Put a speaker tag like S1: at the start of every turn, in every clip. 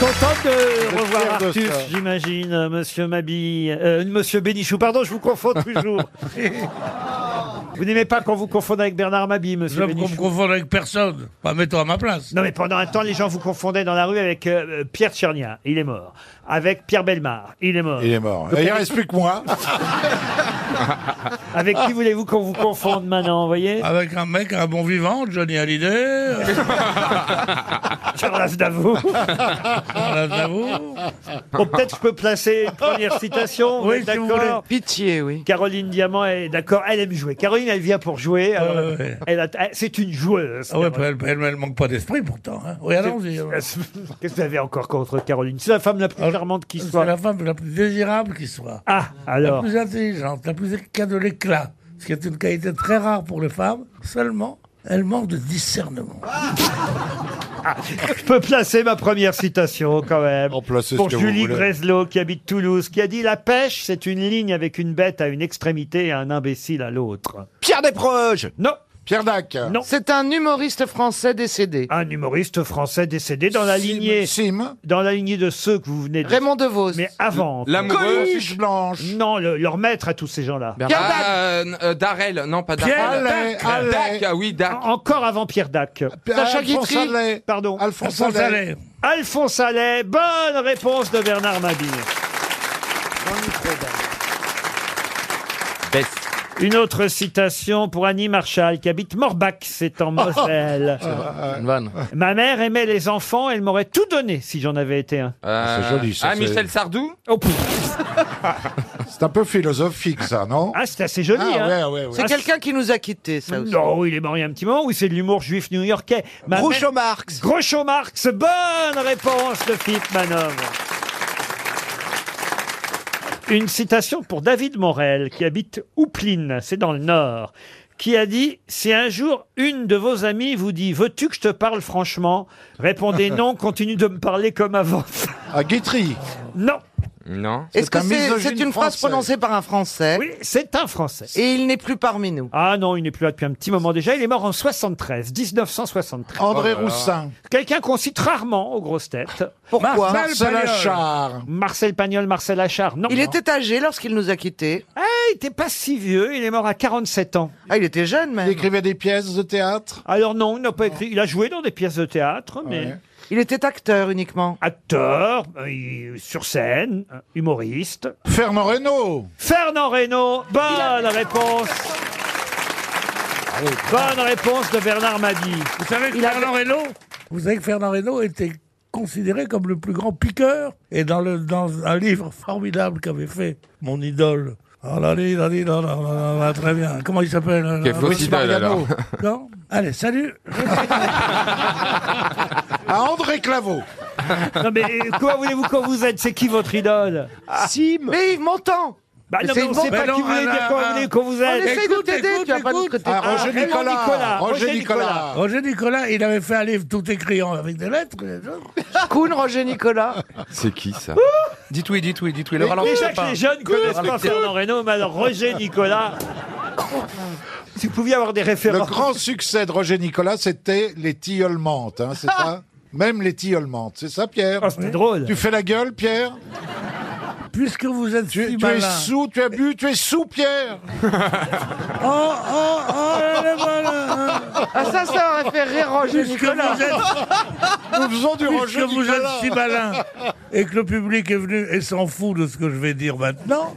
S1: Content de
S2: Vous êtes
S1: revoir
S2: fier de
S1: Artus,
S2: ça.
S1: j'imagine, euh, monsieur Mabille, euh, monsieur Bénichou, pardon, je vous confonds toujours. vous n'aimez pas qu'on vous confonde avec Bernard Mabille,
S3: Je
S1: monsieur
S3: ne me
S1: Bénichou
S3: confonds avec personne. Bah, Mets-toi à ma place.
S1: Non mais pendant un temps, les gens vous confondaient dans la rue avec euh, Pierre Tchernia, il est mort. Avec Pierre Belmar, il est mort.
S2: Il est mort.
S1: Donc,
S2: D'ailleurs,
S1: avec,
S2: explique moi.
S1: avec qui voulez-vous qu'on vous confonde maintenant, vous voyez
S3: Avec un mec, un bon vivant, Johnny Hallyday, euh,
S1: Charles Aznavour.
S3: Charles Aznavour.
S1: Bon, peut-être je peux placer une première citation, vous
S3: Oui,
S1: êtes
S3: si vous
S1: d'accord
S4: Pitié, oui.
S1: Caroline Diamant est d'accord, elle aime jouer. Caroline, elle vient pour jouer. alors,
S3: Ah, ouais, ouais.
S1: elle a- elle- c'est une joueuse.
S3: Ah ouais, bah, elle, elle, elle manque pas d'esprit pourtant. hein. Oui, allons-y. hein.
S1: Qu'est-ce que vous avez encore contre Caroline C'est la femme la plus
S3: Alors,
S1: charmante qui
S3: C'est
S1: soit.
S3: la femme la plus désirable qui soit.
S1: Ah,
S3: La
S1: alors.
S3: plus intelligente, la plus qui a de l'éclat. Ce qui est une qualité très rare pour les femmes. Seulement, elle manque de discernement.
S1: ah. Je peux placer ma première citation quand même.
S2: On place ce
S1: pour
S2: que vous
S1: Julie
S2: voulez.
S1: Greslow qui habite Toulouse, qui a dit La pêche, c'est une ligne avec une bête à une extrémité et un imbécile à l'autre.
S5: Pierre Desproges
S1: Non,
S2: Pierre Dac.
S1: Non.
S4: C'est un humoriste français décédé.
S1: un humoriste français décédé dans la lignée,
S2: Sim.
S1: dans la lignée de ceux que vous venez de.
S4: Raymond DeVos.
S1: Mais avant.
S6: L'amoureux.
S2: Fiche Blanche.
S1: Non, le- leur maître à tous ces gens-là.
S6: Ah, euh, Darel, non pas
S3: Pierre
S6: Darel.
S2: Allez,
S3: Dac.
S2: allez.
S6: Dac, ah oui, Dac.
S1: En- Encore avant Pierre Dac.
S4: Sacha
S2: Alphonse
S4: Guitry.
S2: Allais.
S1: Pardon.
S2: Alphonse
S3: Sans
S2: Allais.
S3: salaire.
S1: Alphonse Allais, bonne réponse de Bernard Mabille. Une autre citation pour Annie Marshall qui habite Morbach, c'est en Moselle.
S4: Une vanne.
S1: Ma mère aimait les enfants, elle m'aurait tout donné si j'en avais été un.
S6: Euh,
S2: c'est joli, ça,
S6: Ah
S2: c'est-
S6: Michel Sardou.
S1: Oh, pff.
S2: C'est un peu philosophique, ça, non
S1: ah, c'est assez joli. hein.
S2: Ah, ouais, ouais, ouais.
S4: C'est quelqu'un qui nous a quittés, ça aussi.
S1: Non, il est mort il y a un petit moment. Oui, c'est de l'humour juif new-yorkais. Ma mère-
S5: Groucho Marx.
S1: Groucho Marx, bonne réponse de Philippe Manov. Une citation pour David Morel, qui habite Houpline, c'est dans le Nord, qui a dit « Si un jour, une de vos amies vous dit « Veux-tu que je te parle franchement ?» Répondez « Non, continue de me parler comme avant.
S2: Ah, Guitry. »
S1: Non,
S6: Non.
S4: Est-ce que
S2: un
S4: c'est
S2: misogyne
S4: c'est une phrase
S2: français.
S4: prononcée par un Français
S1: oui, c'est un Français.
S4: et il n'est plus parmi nous
S1: Ah non, il n'est plus là depuis un petit moment déjà. Il est mort en 73, 1973.
S2: André
S6: Oh là là.
S2: Roussin.
S1: Quelqu'un qu'on cite rachement aux grosses têtes.
S4: Pourquoi
S3: Marcel
S2: Marcel
S3: Pagnol.
S2: Achard.
S1: Marcel Pagnol, Marcel Achard. Non, Eh,
S4: Il était âgé lorsqu'il nous a quittés.
S1: il était pas si vieux. Il est mort à 47 ans.
S4: Ah, il était jeune,
S2: Il
S4: même.
S2: écrivait des pièces de théâtre.
S1: Alors non, il n'a pas écrit. Il a joué dans des pièces de théâtre, mais
S2: Ouais.
S4: Il était acteur uniquement.
S1: acteur, euh, il- sur scène, euh, humoriste.
S2: Fernand Reynaud.
S1: Fernand Reynaud, bonne réponse. Bonne réponse de Bernard Mabie.
S3: Vous savez que
S4: Il a-
S3: Fernand Reynaud, vous savez que Fernand Reynaud était considéré comme le plus grand piqueur. Et dans, le, dans un livre formidable qu'avait fait mon idole. Oh là là là là là là là là, très bien. Comment il s'appelle euh,
S6: Quel faux
S3: Louis
S6: idole, alors.
S3: Mariano. Non Allez, salut
S2: À André Claveau.
S1: Non mais euh, quoi voulez-vous quand vous êtes C'est qui votre idole
S2: Ah.
S5: Sim.
S4: Mais Yves Montand
S1: Bah
S4: Mais
S1: non,
S4: c'est
S1: mais on
S4: une bombe.
S1: sait pas
S3: Mais
S1: qui
S3: non,
S1: vous voulez
S3: un-
S1: dire quand
S3: un-
S1: vous voulez qu'on vous
S4: On
S1: êtes.
S4: essaye de
S3: Écoute,
S4: t'aider,
S3: écoute,
S4: tu vas pas nous
S3: écoute.
S4: traiter.
S7: Ah,
S2: À
S8: Ah,
S4: de-
S2: Roger
S1: Raymond
S2: Nicolas.
S1: Nicolas. Roger
S2: Roger
S1: Nicolas.
S2: Nicolas.
S3: Roger Nicolas, il avait fait un livre tout écrit en- avec des lettres. et tout.
S4: Kuhn, Roger Nicolas.
S6: C'est qui ça Dites oui, dites oui, dites oui.
S1: Déjà que les jeunes connaissent pas Fernand Reynaud, mais alors Roger Nicolas. Si vous pouviez avoir des
S2: Le
S1: références.
S2: grand succès de Roger Nicolas, c'était les tilleuls mentes, hein, c'est ça Même les tilleuls mentes, c'est ça, Pierre
S1: Oh, Ah c'était drôle.
S2: Tu fais la gueule, Pierre
S3: Puisque vous êtes
S2: tu,
S3: si
S2: tu es
S3: malin.
S2: sous, tu as bu, tu es sous, Pierre
S3: Oh, oh, oh, le malin.
S4: Ah, ça, ça aurait fait rire Roger
S3: Puisque
S4: Nicolas.
S3: vous êtes
S2: Nous faisons du
S3: Puisque
S2: Roger
S3: vous êtes
S2: Nicolas
S3: si malin et que le public est venu et s'en fout de ce que je vais dire maintenant,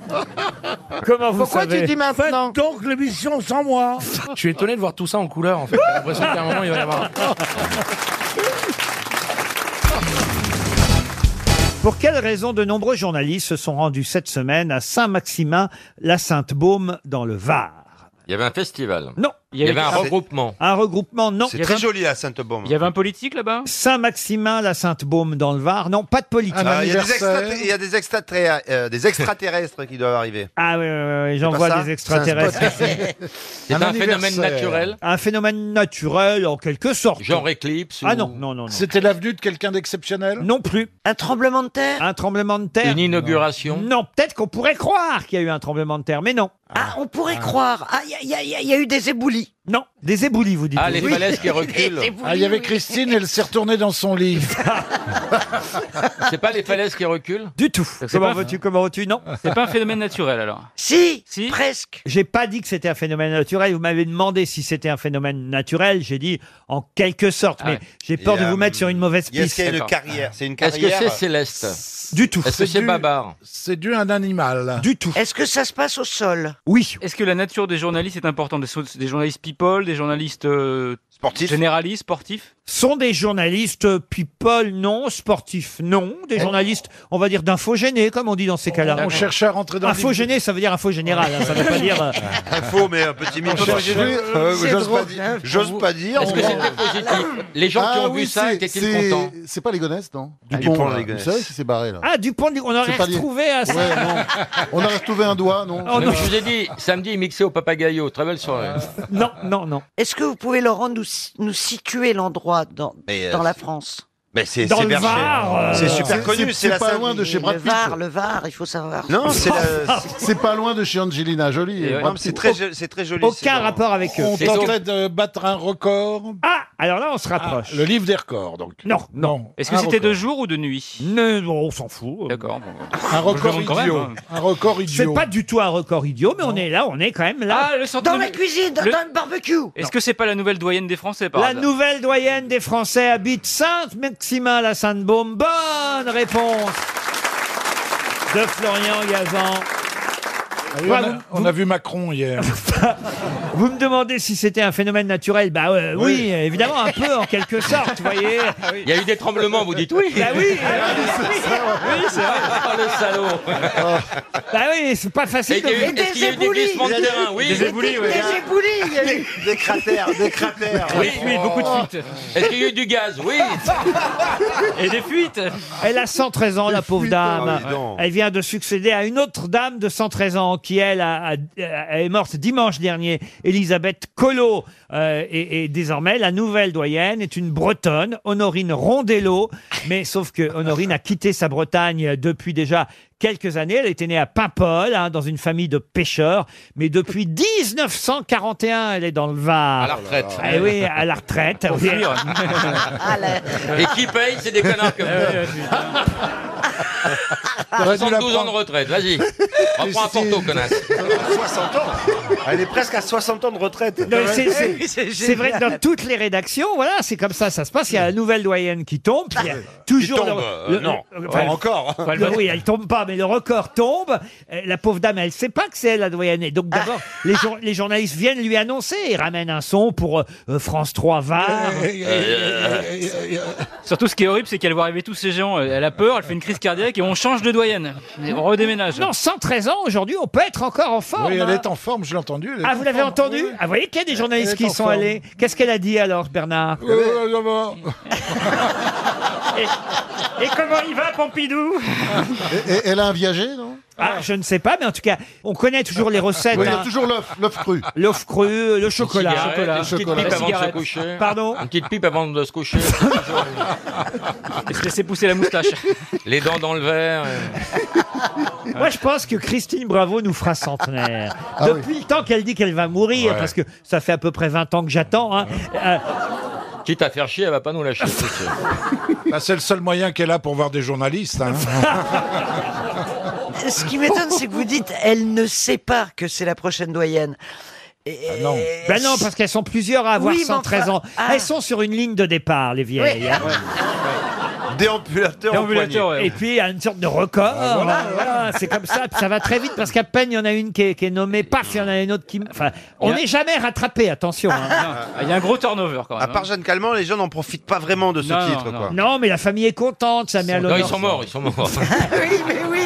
S1: Comment vous
S4: Pourquoi
S1: savez
S4: tu dis
S3: faites
S4: maintenant
S3: donc l'émission sans moi.
S5: Je suis étonné de voir tout ça en couleur, en fait. J'ai l'impression qu'à un moment, il va y avoir...
S1: Pour quelle raison de nombreux journalistes se sont rendus cette semaine à Saint-Maximin, la Sainte-Baume, dans le Var
S6: Il y avait un festival.
S1: Non.
S6: Il y avait un regroupement.
S1: Un regroupement, non.
S9: C'est très joli à Sainte-Baume.
S5: avait un politique
S6: Hein?
S5: là-bas
S1: Saint-Maximin, la Sainte-Baume, dans le Var. Non, pas de politique.
S2: Un
S9: Ah, Il y a des
S2: anniversaire.
S9: extraté- il y a des extraterrestres, euh, des extraterrestres qui doivent arriver.
S1: Ah oui, oui, oui, oui, j'en
S9: pas
S1: vois
S9: ça
S1: des extraterrestres.
S6: C'est un, phénomène
S2: anniversaire.
S6: naturel.
S1: Un phénomène naturel, en quelque sorte.
S6: Genre éclipse.
S1: Ah
S6: ou-
S1: non, non, non, non.
S2: C'était l'avenue de quelqu'un d'exceptionnel
S1: Non plus.
S4: Un tremblement de terre
S1: Un tremblement de terre.
S6: Une inauguration.
S1: Non, peut-être qu'on pourrait croire qu'il y a eu un tremblement de terre, mais non.
S10: Ah, on pourrait croire. Ah, il y, a- il y a- il y a eu des éboulis.
S1: Non, des éboulis, vous dites.
S6: Ah, les
S1: Oui.
S6: falaises qui reculent.
S2: Ah, il y avait Christine, elle s'est retournée dans son lit.
S6: C'est pas les falaises qui reculent
S1: Du tout.
S10: C'est
S1: Comment
S10: pas-
S1: veux-tu Comment veux-tu Non.
S10: C'est pas un phénomène naturel alors.
S4: Si,
S10: Si.
S4: presque.
S1: J'ai pas dit que c'était un phénomène naturel. Vous m'avez demandé si c'était un phénomène naturel. J'ai dit en quelque sorte,
S10: Ah
S1: mais
S10: ouais.
S1: j'ai peur
S9: Et,
S1: de vous
S9: euh,
S1: mettre sur une mauvaise
S9: Est-ce
S1: piste.
S9: qu'il y a une
S10: D'accord.
S9: carrière C'est une
S6: Est-ce que
S9: carrière.
S6: c'est céleste
S1: Du tout.
S6: Est-ce que
S2: C'est
S6: c'est
S2: du-
S6: babar
S2: C'est dû à un animal.
S1: Du tout.
S4: Est-ce que ça se passe au sol
S1: Oui.
S10: Est-ce que la nature des journalistes est importante des, so- des journalistes people, des journalistes euh,
S9: sportif.
S10: généralistes, sportifs
S1: Sont des journalistes euh, people non, sportifs non, des journalistes, on va dire d'infogénés comme on dit dans ces cas-là.
S2: On cherchait à rentrer dans le
S1: Infogéné, ça veut dire info général, hein, ça veut pas dire. euh,
S9: Info, mais un petit minute.
S4: C'est
S9: J'ose
S4: drôle,
S9: pas dire-
S4: hein,
S9: j'ose pas dire. Ah
S6: Est-ce que c'était positif Les
S2: Ah
S6: gens qui ont vu ça étaient-ils contents
S11: C'est pas les gonesses, non
S4: Ah,
S9: Dupont,
S11: là.
S9: les Gonesses.
S11: Vous savez qui s'est barré, là
S1: Ah, Dupont, on aurait
S11: C'est pas lié.
S1: retrouvé un.
S11: Ouais, non. On a retrouvé un doigt, non
S1: Ah. Oh,
S6: Mais
S1: non.
S6: Je vous ai dit, samedi, mixé au papagayo. Très belle soirée.
S1: Non, non, non.
S4: Est-ce que vous pouvez, Laurent, nous, nous situer l'endroit dans,
S9: Mais, euh,
S4: dans la France
S9: Mais c'est
S1: Dans
S9: c'est
S1: le
S9: vers chez-
S1: Var. euh,
S9: C'est super
S11: C'est-
S9: connu.
S11: c'est-
S9: C'est la
S11: c'est pas
S9: Saint-
S11: loin de chez
S4: Le
S11: Brad Pitt.
S4: Var, le Var, il faut savoir.
S9: Non, c'est la.
S11: C'est pas loin de chez Angelina Jolie.
S6: Et
S11: et
S6: ouais.
S11: Brad
S9: non, C'est
S11: Pitt.
S9: très, jo- c'est très joli. c'est
S1: Aucun
S9: dans-
S1: rapport avec eux.
S2: On
S6: C'est
S2: tenterait de battre un record.
S1: Ah, alors là, on se
S2: Ah,
S1: rapproche.
S2: le livre des records, donc.
S1: Non,
S2: Non.
S10: Est-ce que
S2: un
S10: c'était de
S2: record.
S10: jour ou de nuit
S1: Ne- bon, on s'en fout.
S10: D'accord. bon.
S2: Un record
S10: demande quand
S2: idiot.
S10: même, hein.
S2: Un record
S1: C'est
S2: idiot.
S1: pas du tout un record idiot, mais on est là, on est quand même là.
S10: Ah, le centre.
S4: Dans la cuisine, dans,
S10: Le-
S4: dans le barbecue.
S10: Est-ce que c'est pas la nouvelle doyenne des Français par
S1: la
S10: hasard
S1: nouvelle doyenne des Français habite Sainte-Maxima, la Sainte-Baume. Bonne réponse de Florian Gazan.
S2: Ah oui, on, a, on a vu Macron hier.
S1: Vous me demandez si c'était un phénomène naturel. Bah euh, oui. évidemment, un peu en quelque sorte, vous voyez.
S6: Il y a eu des tremblements, vous dites oui
S1: Bah oui,
S6: Ah, le salaud
S1: bah oui, c'est pas
S6: Et
S1: facile.
S6: il y a eu-
S1: De...
S6: Est-ce qu'il y a eu des glissements de terrain Oui.
S10: Des éboulis, ouais.
S4: Des éboulis, il y a eu-
S9: Des cratères, des cratères.
S10: Oui, oui, beaucoup de fuites.
S6: Oh. Est-ce qu'il y a eu du gaz Oui.
S10: Et des fuites
S1: Elle a 113 ans, la pauvre dame.
S9: Ah, dis donc.
S1: Elle vient de succéder à une autre dame de 113 ans qui, elle, a- a- a- est morte dimanche dernier, Elisabeth Collot. Euh, et, et désormais, la nouvelle doyenne est une Bretonne, Honorine Rondello. Mais sauf que Honorine a quitté sa Bretagne depuis déjà quelques années. Elle était née à Paimpol, hein, dans une famille de pêcheurs. Mais depuis 1941, elle est dans le Var.
S6: À la retraite.
S1: Eh oui, à la retraite.
S4: Ah, la-
S6: Et qui paye C'est des connards comme toi.
S2: T'aurais
S6: 72
S2: dû
S6: ans de
S2: l'apprendre.
S6: retraite, vas-y. Reprends un porto, connasse.
S9: 60 ans. Elle est presque à 60 ans de retraite.
S1: Non, c'est- c'est-
S4: c'est
S1: C'est vrai que
S4: génial.
S1: dans toutes les rédactions, voilà, c'est comme ça, ça se passe. Il y a la nouvelle doyenne qui tombe, puis il y a toujours
S6: tombe,
S1: le,
S6: euh,
S1: le-
S6: non.
S1: le- enfin,
S9: encore.
S1: le- le- oui, elle tombe pas, mais le record tombe. Euh, La pauvre dame, elle sait pas que c'est elle, la doyenne. Et donc d'abord, les, jour- les journalistes viennent lui annoncer. Ils ramènent un son pour euh, euh, France 3 Var.
S12: Ah
S10: Surtout, ce qui est horrible, c'est qu'elle voit arriver tous ces géants. Elle a peur, elle fait une crise cardiaque et on change de doyenne. Et on redéménage.
S1: Non, 113 ans aujourd'hui, on peut être encore en forme.
S2: Oui, elle
S1: hein.
S2: est en forme, je l'ai entendu. elle est
S1: Ah,
S2: en
S1: vous l'avez
S2: forme.
S1: entendu
S2: Oui, oui.
S1: Ah, vous voyez qu'il y a des
S2: Elle
S1: journalistes
S2: est
S1: qui
S2: en
S1: sont
S2: forme.
S1: allés. Qu'est-ce qu'elle a dit alors, Bernard
S2: Euh, euh, euh, euh,
S10: Et comment il va, Pompidou
S11: Et- et- Elle a un viager, non
S1: Ah, je ne sais pas, mais en tout cas, on connaît toujours les recettes.
S11: Oui, il y a
S1: hein.
S11: toujours l'œuf, l'œuf cru.
S1: L'œuf cru, le chocolat.
S6: Cigarette, Une petite
S11: Chocolat.
S6: pipe avant de se
S10: Cigarette.
S6: coucher.
S1: Pardon
S6: Une petite pipe avant de se coucher.
S10: Et se laisser pousser la moustache.
S6: Les dents dans le verre. euh.
S1: Moi, je pense que Christine Bravo nous fera centenaire.
S11: Ah
S1: Depuis le temps qu'elle dit qu'elle va mourir, parce que ça fait à peu près 20 ans que j'attends. hein. Euh,
S6: Quitte à faire chier, elle va pas nous lâcher. c'est sûr.
S2: bah, c'est le seul moyen qu'elle a pour voir des journalistes. hein.
S4: Ce qui m'étonne, c'est que vous dites, elle ne sait pas que c'est la prochaine doyenne. Et-
S2: non.
S1: ben non, parce qu'elles sont plusieurs à avoir
S4: Oui, mais
S1: 113 ans.
S4: enfin, ah.
S1: Elles sont sur une ligne de départ, les vieilles. hein.
S9: Déambulateur. au
S10: Déambulateur,
S9: poignet.
S10: ouais.
S1: Et puis, il y a une sorte de record.
S4: Ah,
S2: voilà.
S1: euh, voilà, c'est comme ça. Puis ça va très vite, parce qu'à peine, il y en a une qui est, qui est nommée. Paf, il y en a une autre qui... Enfin, on
S10: Il y a-
S1: n'est jamais rattrapé, attention. hein.
S10: Ah, Il y a un gros turnover quand
S9: À
S10: même. hein.
S9: part Jeanne Calment, les gens n'en profitent pas vraiment de ce
S10: Non,
S9: titre.
S10: non,
S9: quoi.
S1: Non, mais la famille est contente, ça met à
S6: Non, ils
S1: l'honneur.
S6: sont morts, ils sont morts.
S4: Oui, mais oui.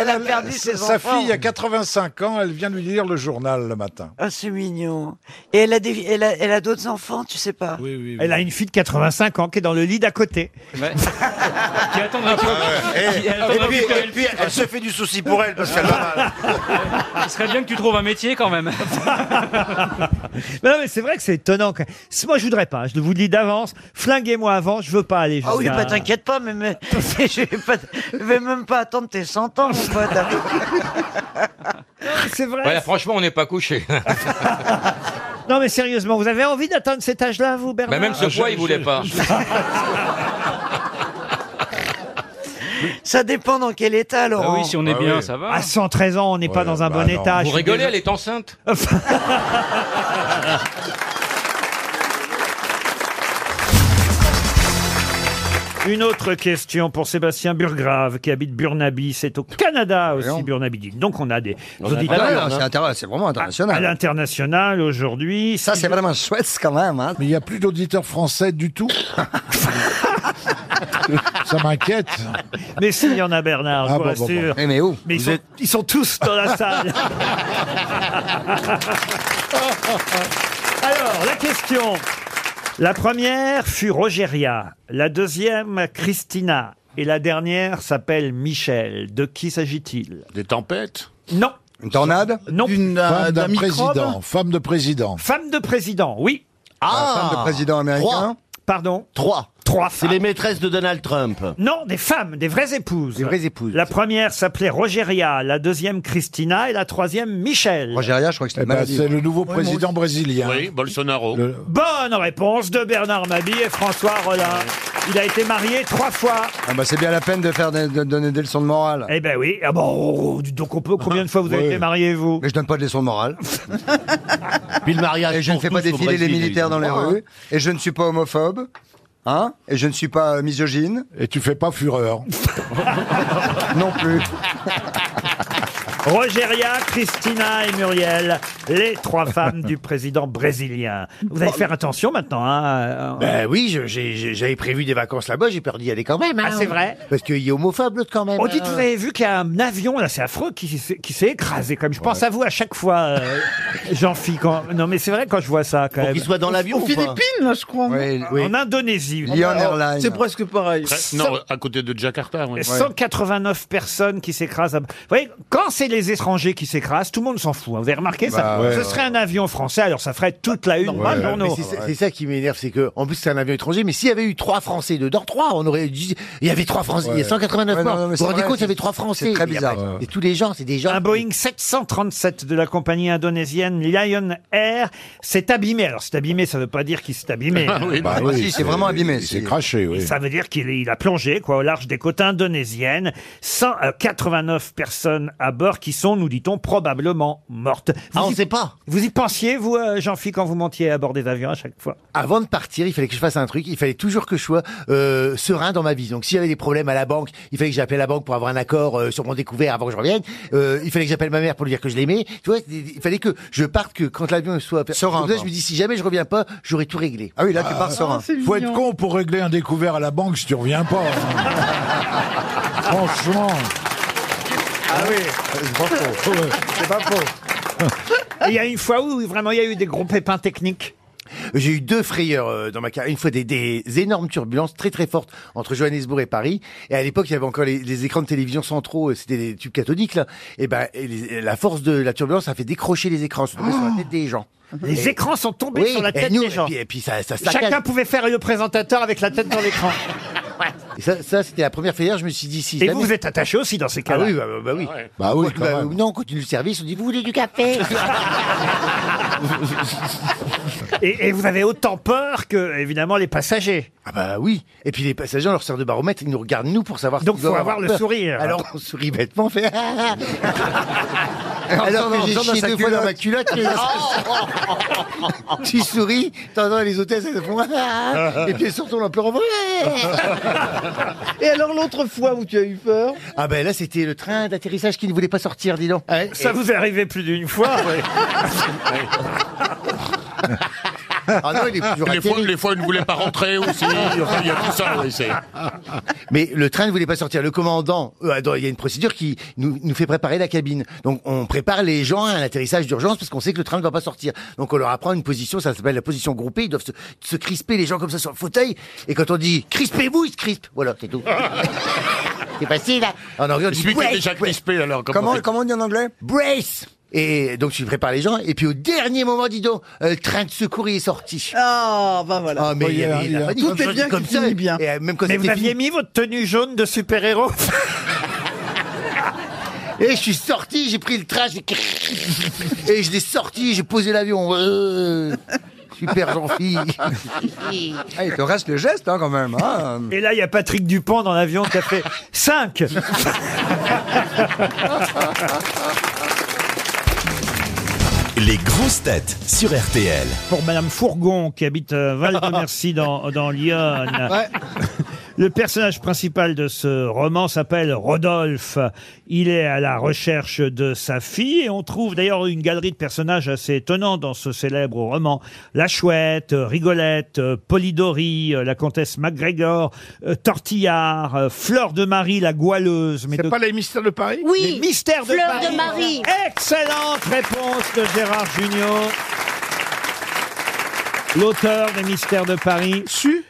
S4: elle a perdu ses
S2: Sa
S4: enfants.
S2: fille a 85 ans, elle vient lui lire le journal le matin.
S4: Oh, c'est mignon. Et elle a, des, elle a, elle a d'autres enfants, tu sais pas.
S2: Oui, oui.
S1: Elle a une fille de 85 ans qui est dans le lit d'à côté.
S10: Ouais. qui attendent
S9: Ah
S10: un peu.
S9: Et,
S13: Ah Eh,
S10: Qui attendent un
S9: eh, et puis,
S10: peu.
S9: et puis, elle se fait du souci pour elle parce qu'elle va mal.
S10: Il serait bien que tu trouves un métier quand même.
S1: Non, mais c'est vrai que c'est étonnant. que- Si Moi, je voudrais pas. Je vous le dis d'avance. Flinguez-moi avant. Je veux pas aller jusqu'à.
S4: Ah oui, bah t'inquiète pas, mais, mais- je, vais pas, je vais même pas attendre tes 100 ans, mon pote.
S1: C'est vrai.
S6: Voilà, franchement, on n'est pas couché.
S1: Non, mais sérieusement, vous avez envie d'atteindre cet âge-là, vous, Bernard
S6: Mais Ben, même
S13: Ah,
S6: ce poids, il voulait pas.
S4: Ça dépend dans quel état,
S10: Ah
S4: Laurent.
S10: oui, si on est
S11: Ah
S10: bien,
S11: oui.
S10: ça va.
S1: À 113 ans, on n'est pas
S2: Bah Ouais,
S1: dans un
S2: bah
S1: bon
S2: non.
S1: état. Je
S6: Vous
S1: suis
S6: rigolez,
S1: désolé.
S6: elle est enceinte.
S1: Une autre question pour Sébastien Burgrave, qui habite Burnaby. C'est au Canada aussi, Burnaby. Dites Donc, on a des auditeurs
S13: hein, c'est vraiment
S1: à
S13: international.
S1: l'international aujourd'hui.
S13: Ça, c'est vraiment chouette quand même. hein.
S2: Mais il n'y a plus d'auditeurs français du tout. Ça m'inquiète.
S1: Mais s'il y en a, Bernard, je
S2: Ah,
S1: vous
S2: bon, bon,
S1: rassure.
S13: Eh, Mais où
S1: Mais ils sont, ils sont tous dans la salle. Alors, la question. La première fut Rogeria, la deuxième Christina et la dernière s'appelle Michel. De qui s'agit-il
S11: Des tempêtes
S1: Non,
S13: Une tornade
S1: non.
S11: D'une
S2: Femme d'un président. Femme de président. Ah,
S1: Femme de président, oui.
S13: La femme de président américain
S1: Pardon
S11: Trois.
S1: Trois femmes.
S11: maîtresses de Donald Trump.
S1: Non, des femmes, des vraies épouses.
S11: Des vraies épouses.
S1: La première s'appelait Rogeria, la deuxième Christina et la troisième Michel.
S13: Rogeria, je crois que
S2: Eh
S13: c'était une
S2: ben,
S13: maladie.
S2: c'est le nouveau président brésilien.
S11: Bolsonaro.
S2: Le-
S1: Bonne réponse de Bernard Mabie et François Rollin. Il a été marié trois fois.
S13: Ah, bah, c'est bien la peine de, faire des- de donner des leçons de morale.
S1: Eh ben oui. Ah bon, oh, oh, dites donc on peut. Combien de fois vous avez
S2: Ouais.
S1: été marié vous
S13: Mais je donne pas de leçons de morale.
S11: Puis le mariage.
S13: Et je ne fais pas défiler les militaires dans les
S6: hein.
S13: rues. Et je ne suis pas homophobe. Hein Et je ne suis pas euh, misogyne.
S2: Et tu fais pas fureur.
S13: Non plus.
S1: Rogeria, Christina et Muriel, les trois femmes du président brésilien. Vous allez faire attention maintenant. Hein. euh,
S11: Ben oui, je- j'ai- j'ai- j'avais prévu des vacances là-bas, j'ai perdu y aller quand même. hein.
S1: Ah c'est vrai.
S11: Parce qu'il est homophobe l'autre quand même. euh, hein.
S1: On dit que vous avez vu qu'il y a un avion là, c'est affreux, qui s'est qui s'est écrasé. Comme je pense à vous à chaque fois, euh, jean philippe Quand... Non mais c'est vrai quand je vois ça quand même.
S11: soit dans l'avion. Aux Philippines, là, je crois.
S13: Oui, oui.
S1: En Indonésie.
S13: Lyon Airlines.
S11: presque pareil.
S1: Non,
S5: à côté de Jakarta,
S1: Et 189 personnes qui s'écrasent. à- Vous voyez, quand c'est les étrangers qui s'écrasent, tout le monde s'en fout. hein. Vous avez remarqué ça
S13: Bah ouais,
S1: Ce
S13: ouais,
S1: serait un avion français, alors ça ferait toute la une dans le
S11: Mais
S1: journaux.
S11: c'est- c'est c'est ça qui m'énerve, c'est que en plus c'est un avion étranger, mais s'il y avait eu trois Français dedans, trois, on aurait dit il y avait trois Français, il y a 189
S13: Ouais, non,
S11: morts.
S13: non, mais
S11: vous
S13: c'est
S11: vous rendez
S13: vrai,
S11: compte, il y
S13: c'est-
S11: avait trois Français.
S13: c'est très
S11: Et puis
S13: bizarre.
S11: après, Et tous les gens, c'est des gens.
S1: Un Boeing 737 de la compagnie indonésienne Lion Air s'est abîmé. Alors, s'est abîmé, ça ne veut pas dire qu'il s'est abîmé. hein.
S2: Bah
S13: Ah, si, c'est vraiment abîmé,
S2: Il
S13: si.
S2: s'est craché, oui.
S1: Ça veut dire qu'il est- il a plongé quoi au large des côtes indonésiennes. 189 personnes à bord qui sont, nous dit-on, probablement mortes. Vous,
S11: Ah, on
S1: y,
S11: sait pas.
S1: vous y pensiez, vous, euh, Jean-Philippe, quand vous montiez à bord des avions à chaque fois
S11: Avant de partir, il fallait que je fasse un truc. Il fallait toujours que je sois euh, serein dans ma vie. Donc, s'il y avait des problèmes à la banque, il fallait que j'appelle la banque pour avoir un accord euh, sur mon découvert avant que je revienne. Euh, il fallait que j'appelle ma mère pour lui dire que je l'aimais. Tu vois, il fallait que je parte que quand l'avion soit
S13: Serein,
S11: Donc là, je
S13: quoi.
S11: me dis si jamais je reviens pas, j'aurai tout réglé.
S13: Ah oui, là, tu pars serein.
S2: Faut être con pour régler un découvert à la banque si tu reviens pas. hein. Franchement.
S13: Ah oui,
S14: euh,
S13: c'est pas faux. C'est pas faux.
S1: Et Il y a une fois où vraiment il y a eu des gros pépins techniques.
S11: J'ai eu deux frayeurs euh, dans ma carrière. Une fois, des, des énormes turbulences très très fortes entre Johannesburg et Paris. Et à l'époque, il y avait encore les, les écrans de télévision centraux, euh, c'était des tubes cathodiques là. Et ben, et les- la force de la turbulence a fait décrocher les écrans, sont tombés sur la tête des gens.
S1: Les
S11: Et-
S1: écrans sont tombés sur la
S11: et
S1: tête
S11: nous,
S1: des gens.
S11: Et puis, et puis ça, ça, se la
S1: Chacun
S11: cale.
S1: pouvait faire le présentateur avec la tête dans l'écran.
S11: Et ça, ça, c'était la première frayeur. Je me suis dit si.
S1: Et
S11: jamais-
S1: vous vous êtes attaché aussi dans ces
S11: Ah
S1: cas-là.
S11: oui, bah, bah, bah oui.
S2: Bah oui,
S11: Ouais,
S2: quand
S11: bah,
S2: même.
S11: euh, non, on continue le service. On dit vous voulez du café
S1: Et, et vous avez autant peur que évidemment les passagers.
S11: Ah bah oui. Et puis les passagers, on leur sert de baromètre. Ils nous regardent nous pour savoir.
S1: Donc,
S11: s'ils
S1: faut
S11: doivent
S1: avoir le
S11: peur.
S1: sourire.
S11: Alors on sourit bêtement, on fait. ah, ah, ah. Alors
S13: en
S11: que j'ai
S13: faisant dans
S11: chié
S13: sa
S11: deux fois dans
S13: culotte.
S11: ma culotte. mais- ah, tu souris, t'entends les hôtesses, elles font. ah, ah, ah. Et puis elles se retournent en pleurant.
S4: Et alors l'autre fois où tu as eu peur
S11: Ah ben là, c'était le train d'atterrissage qui ne voulait pas sortir, dis donc.
S1: Ça vous est arrivé plus d'une fois.
S11: Ah non, il est toujours atterri.
S5: fois, ils ne voulaient pas rentrer aussi. il y a tout ça, oui, c'est.
S11: Mais le train ne voulait pas sortir. Le commandant, euh, attends, il y a une procédure qui nous, nous fait préparer la cabine. Donc on prépare les gens à un atterrissage d'urgence parce qu'on sait que le train ne va pas sortir. Donc on leur apprend une position, ça s'appelle la position groupée. Ils doivent se, se crisper les gens comme ça sur le fauteuil. Et quand on dit crispez-vous, ils se crispent. Voilà, c'est tout. c'est facile. Hein en anglais, on dit break, break,
S5: alors.
S13: Comment, comment on dit en anglais
S11: brace. Et donc tu prépares les gens. Et puis au dernier moment, dis donc, euh, le train de secours il est sorti.
S4: Ah, bah voilà.
S11: Ah mais il y avait
S2: il
S11: la
S2: y a-
S11: panique.
S4: tout
S11: Comme
S4: est
S11: ça,
S4: bien
S11: comme
S4: qui
S11: ça.
S4: finit bien.
S11: Et euh, même quand
S1: Mais
S11: c'était
S1: vous aviez
S11: fini,
S1: mis votre tenue jaune de super-héros.
S11: Et je suis sorti, j'ai pris le train, j'ai- et je l'ai sorti, j'ai posé l'avion. Euh, super gentil.
S13: Ah, il te reste le geste, hein, quand même. hein.
S1: Et là, il y a Patrick Dupont dans l'avion qui a fait 5.
S15: Les grosses têtes sur RTL.
S1: Pour Madame Fourgon, qui habite euh, Val de Mercy dans, dans Lyon. Le personnage principal de ce roman s'appelle Rodolphe. Il est à la recherche de sa fille et on trouve d'ailleurs une galerie de personnages assez étonnants dans ce célèbre roman. La Chouette, euh, Rigolette, euh, Polidori, euh, la comtesse MacGregor, euh, Tortillard, euh, Fleur de Marie, la goualeuse. Mais de-
S14: Pas les mystères de Paris
S1: Les mystères de Paris. Excellente réponse de Gérard Junior. L'auteur des Mystères de Paris.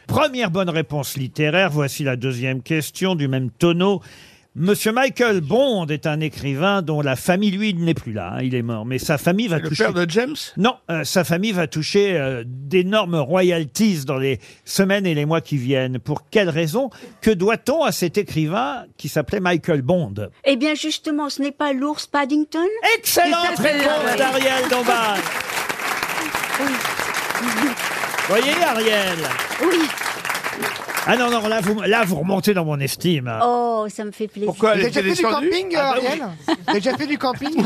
S1: Première bonne réponse littéraire. Voici la deuxième question du même tonneau. Monsieur Michael Bond est un écrivain dont la famille, lui, il n'est plus là. hein, il est mort. Mais sa famille va
S14: le
S1: toucher.
S14: père de James
S1: Non, euh, sa famille va toucher euh, d'énormes royalties dans les semaines et les mois qui viennent. Pour quelle raison Que doit-on à cet écrivain qui s'appelait Michael Bond
S16: Eh bien, justement, ce n'est pas l'ours Paddington
S1: Excellente réponse d'Ariel Dombal. Voyez, Ariel
S16: Oui.
S1: Ah non, non, là vous, là, vous remontez dans mon estime. hein.
S16: Oh, ça me fait plaisir.
S1: Pourquoi, elle Vous avez était déjà fait du descendue camping, Ah bah oui. Ariel
S16: déjà fait du camping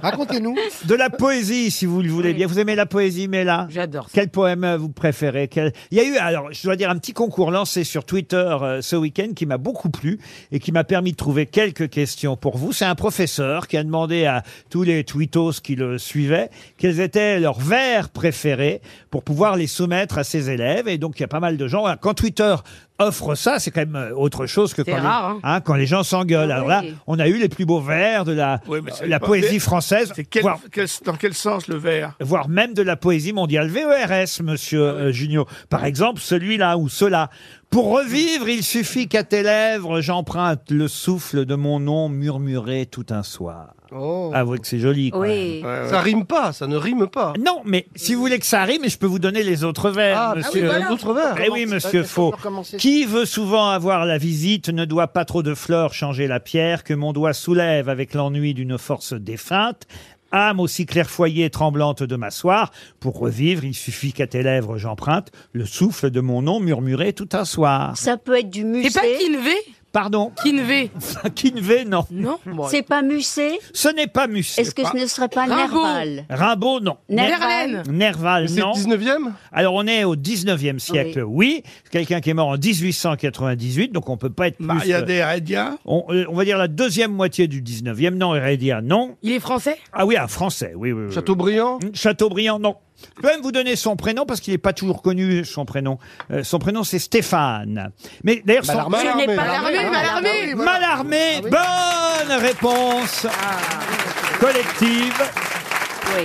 S16: Racontez-nous.
S1: De la poésie, si vous le voulez bien. Vous aimez la poésie, mais là J'adore. Quel poème euh, vous préférez Quel- Il y a eu, alors, je dois dire, un petit concours lancé sur Twitter euh, ce week-end qui m'a beaucoup plu et qui m'a permis de trouver quelques questions pour vous. C'est un professeur qui a demandé à tous les twittos qui le suivaient quels étaient leurs vers préférés pour pouvoir les soumettre à ses élèves. Et donc, il y a pas mal de gens. Alors, Quand Twitter offre ça, c'est quand même euh, autre chose que
S12: C'est
S1: quand,
S12: rare,
S1: les,
S12: hein.
S1: quand les gens s'engueulent.
S12: Ah
S1: Alors
S12: oui.
S1: là, on a eu les plus beaux vers de la,
S14: Oui, mais ça
S1: Euh, la
S14: dépend.
S1: poésie
S14: Mais-
S1: française,
S14: C'est quel-
S1: voire,
S14: quel- dans quel sens le verre Ah
S1: voire même de la poésie mondiale. VERS, monsieur euh, Junio. Par exemple, celui-là ou cela. Pour revivre, il suffit qu'à tes lèvres, j'emprunte le souffle de mon nom murmuré tout un soir.
S14: Oh.
S5: Oh.
S1: Avouez que c'est joli. quand
S16: Oui.
S1: même.
S5: Ça rime pas, ça ne rime pas.
S1: Non, mais si vous voulez que ça rime, je peux vous donner les autres vers,
S5: Ah,
S1: monsieur.
S5: ah oui, voilà. Les autres vers.
S1: Eh oui,
S5: Comment-
S1: monsieur
S5: D'accord,
S1: Faux.
S5: commencez.
S1: Qui veut souvent avoir la visite ne doit pas trop de fleurs changer la pierre que mon doigt soulève avec l'ennui d'une force défunte. Âme aussi clairfoyée et tremblante de m'asseoir, pour revivre, il suffit qu'à tes lèvres j'emprunte le souffle de mon nom murmuré tout un soir.
S16: Ça peut être du musée.
S1: C'est pas
S16: Kinvé
S1: Pardon
S16: Kinvé.
S1: Kinvé, non.
S16: Non. C'est pas musée
S1: Ce n'est pas Musset.
S16: Est-ce que ce ne serait pas
S1: Rimbaud.
S16: Nerval
S1: Rimbaud, non.
S16: Nerval.
S1: Nerval, Nerval,
S5: C'est
S1: non.
S5: 19e
S1: Alors, on est au 19e siècle, oui. C'est Quelqu'un qui est mort en 1898, donc on peut pas être plus...
S14: Maria
S1: euh,
S14: de Heredia
S1: on, euh, on va dire la deuxième moitié du 19e. Non, Heredia, non. Il est français Ah oui, un français, oui. oui, oui.
S5: Chateaubriand
S1: Chateaubriand, non. Je peux même vous donner son prénom parce qu'il n'est pas toujours connu, son prénom. Euh, son prénom, c'est Stéphane. Mais
S14: Bah,
S1: d'ailleurs, son...
S5: Mallarmé. Ce n'est pas- Mallarmé,
S1: Mallarmé,
S5: Mallarmé.
S1: bonne réponse collective.
S16: Oui.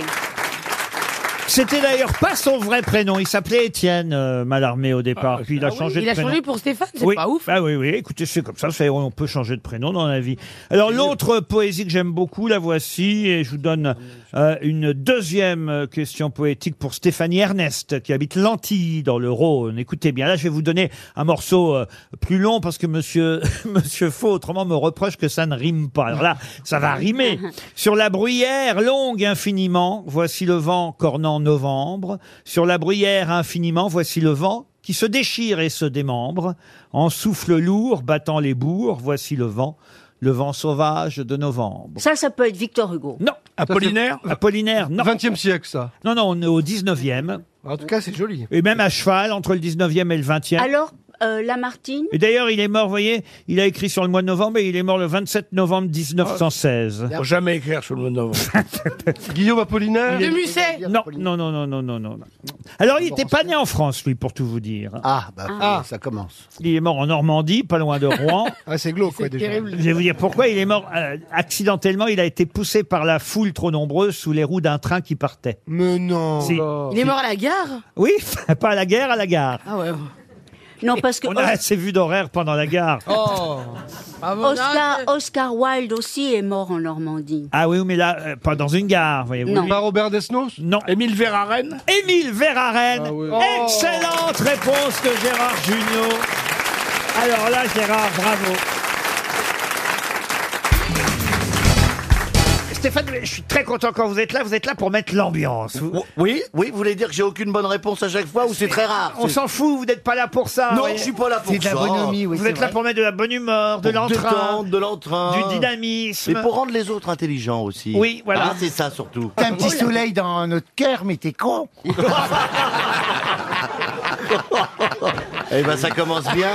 S1: C'était d'ailleurs pas son vrai prénom. Il s'appelait Étienne euh, Mallarmé au départ. puis il
S17: ah
S1: a changé
S12: Il
S1: de
S12: a
S1: prénom.
S12: changé pour Stéphane, c'est
S1: oui.
S12: pas ouf.
S1: Ah oui, oui, écoutez, c'est comme ça, c'est- on peut changer de prénom dans la vie. Alors l'autre poésie que j'aime beaucoup, la voici, et je vous donne euh, une deuxième euh, question poétique pour Stéphanie Ernest, qui habite Lentille, dans le Rhône. Écoutez bien, là je vais vous donner un morceau euh, plus long, parce que monsieur, monsieur Faux, autrement, me reproche que ça ne rime pas. Alors là, ça va rimer. Sur la bruyère longue infiniment, voici le vent cornant novembre. Sur la bruyère infiniment, voici le vent qui se déchire et se démembre. En souffle lourd, battant les bourgs, voici le vent, le vent sauvage de novembre.
S16: Ça, ça peut être Victor Hugo.
S1: Non.
S14: Apollinaire
S1: Apollinaire, non.
S5: 20e siècle, ça.
S1: Non, non, on est au 19e.
S5: En tout cas, c'est joli.
S1: Et même à cheval, entre le 19e et le 20e.
S16: Alors, euh, Lamartine
S1: et d'ailleurs, il est mort, vous voyez, il a écrit sur le mois de novembre et il est mort le 27 novembre 1916.
S5: Ah.
S14: Faut jamais écrire sur le mois de novembre.
S5: Guillaume Apollinaire
S12: De Musset
S1: Non, non, non, non, non, non, non. non. Alors, il n'était pas né en France, lui, pour tout vous dire.
S18: Ah, bah
S1: Ah.
S18: ça commence.
S1: Il est mort en Normandie, pas loin de Rouen.
S18: Ah, c'est glauque, quoi, déjà.
S1: Je vais vous dire pourquoi il est mort euh, accidentellement. Il a été poussé par la foule trop nombreuse sous les roues d'un train qui partait.
S18: Mais non.
S1: Si.
S12: Il est mort à la gare
S1: Oui, pas à la guerre, à la gare.
S12: Ah ouais.
S16: Non, parce que Oh.
S1: On a assez vu d'horaire pendant la gare. Ah,
S16: Oscar, Oscar Wilde aussi est mort en Normandie.
S1: Ah oui, mais là, euh, pas dans une gare, voyez-vous.
S16: Non. Pas
S1: Robert Desnos Non.
S14: Émile Verhaeren
S1: Émile Verhaeren
S18: Ah
S1: Excellente réponse de Gérard Junior. Alors là, Gérard, bravo. Stéphane, je suis très content quand vous êtes là. Vous êtes là pour mettre l'ambiance.
S11: Oui, oui, vous voulez dire que j'ai aucune bonne réponse à chaque fois ou c'est très rare
S1: On s'en fout, vous n'êtes pas là pour ça.
S11: Non,
S1: voyez.
S11: je suis pas là pour ça.
S1: vous êtes là pour mettre de la bonne humeur, de
S11: Pour
S1: l'entrain,
S11: détendre, de l'entrain.
S1: du dynamisme.
S11: Et pour rendre les autres intelligents aussi.
S1: Oui, voilà.
S11: Ah, c'est ça surtout. Oh
S13: T'as un petit soleil dans notre cœur, mais t'es con.
S11: Eh ben ça commence bien.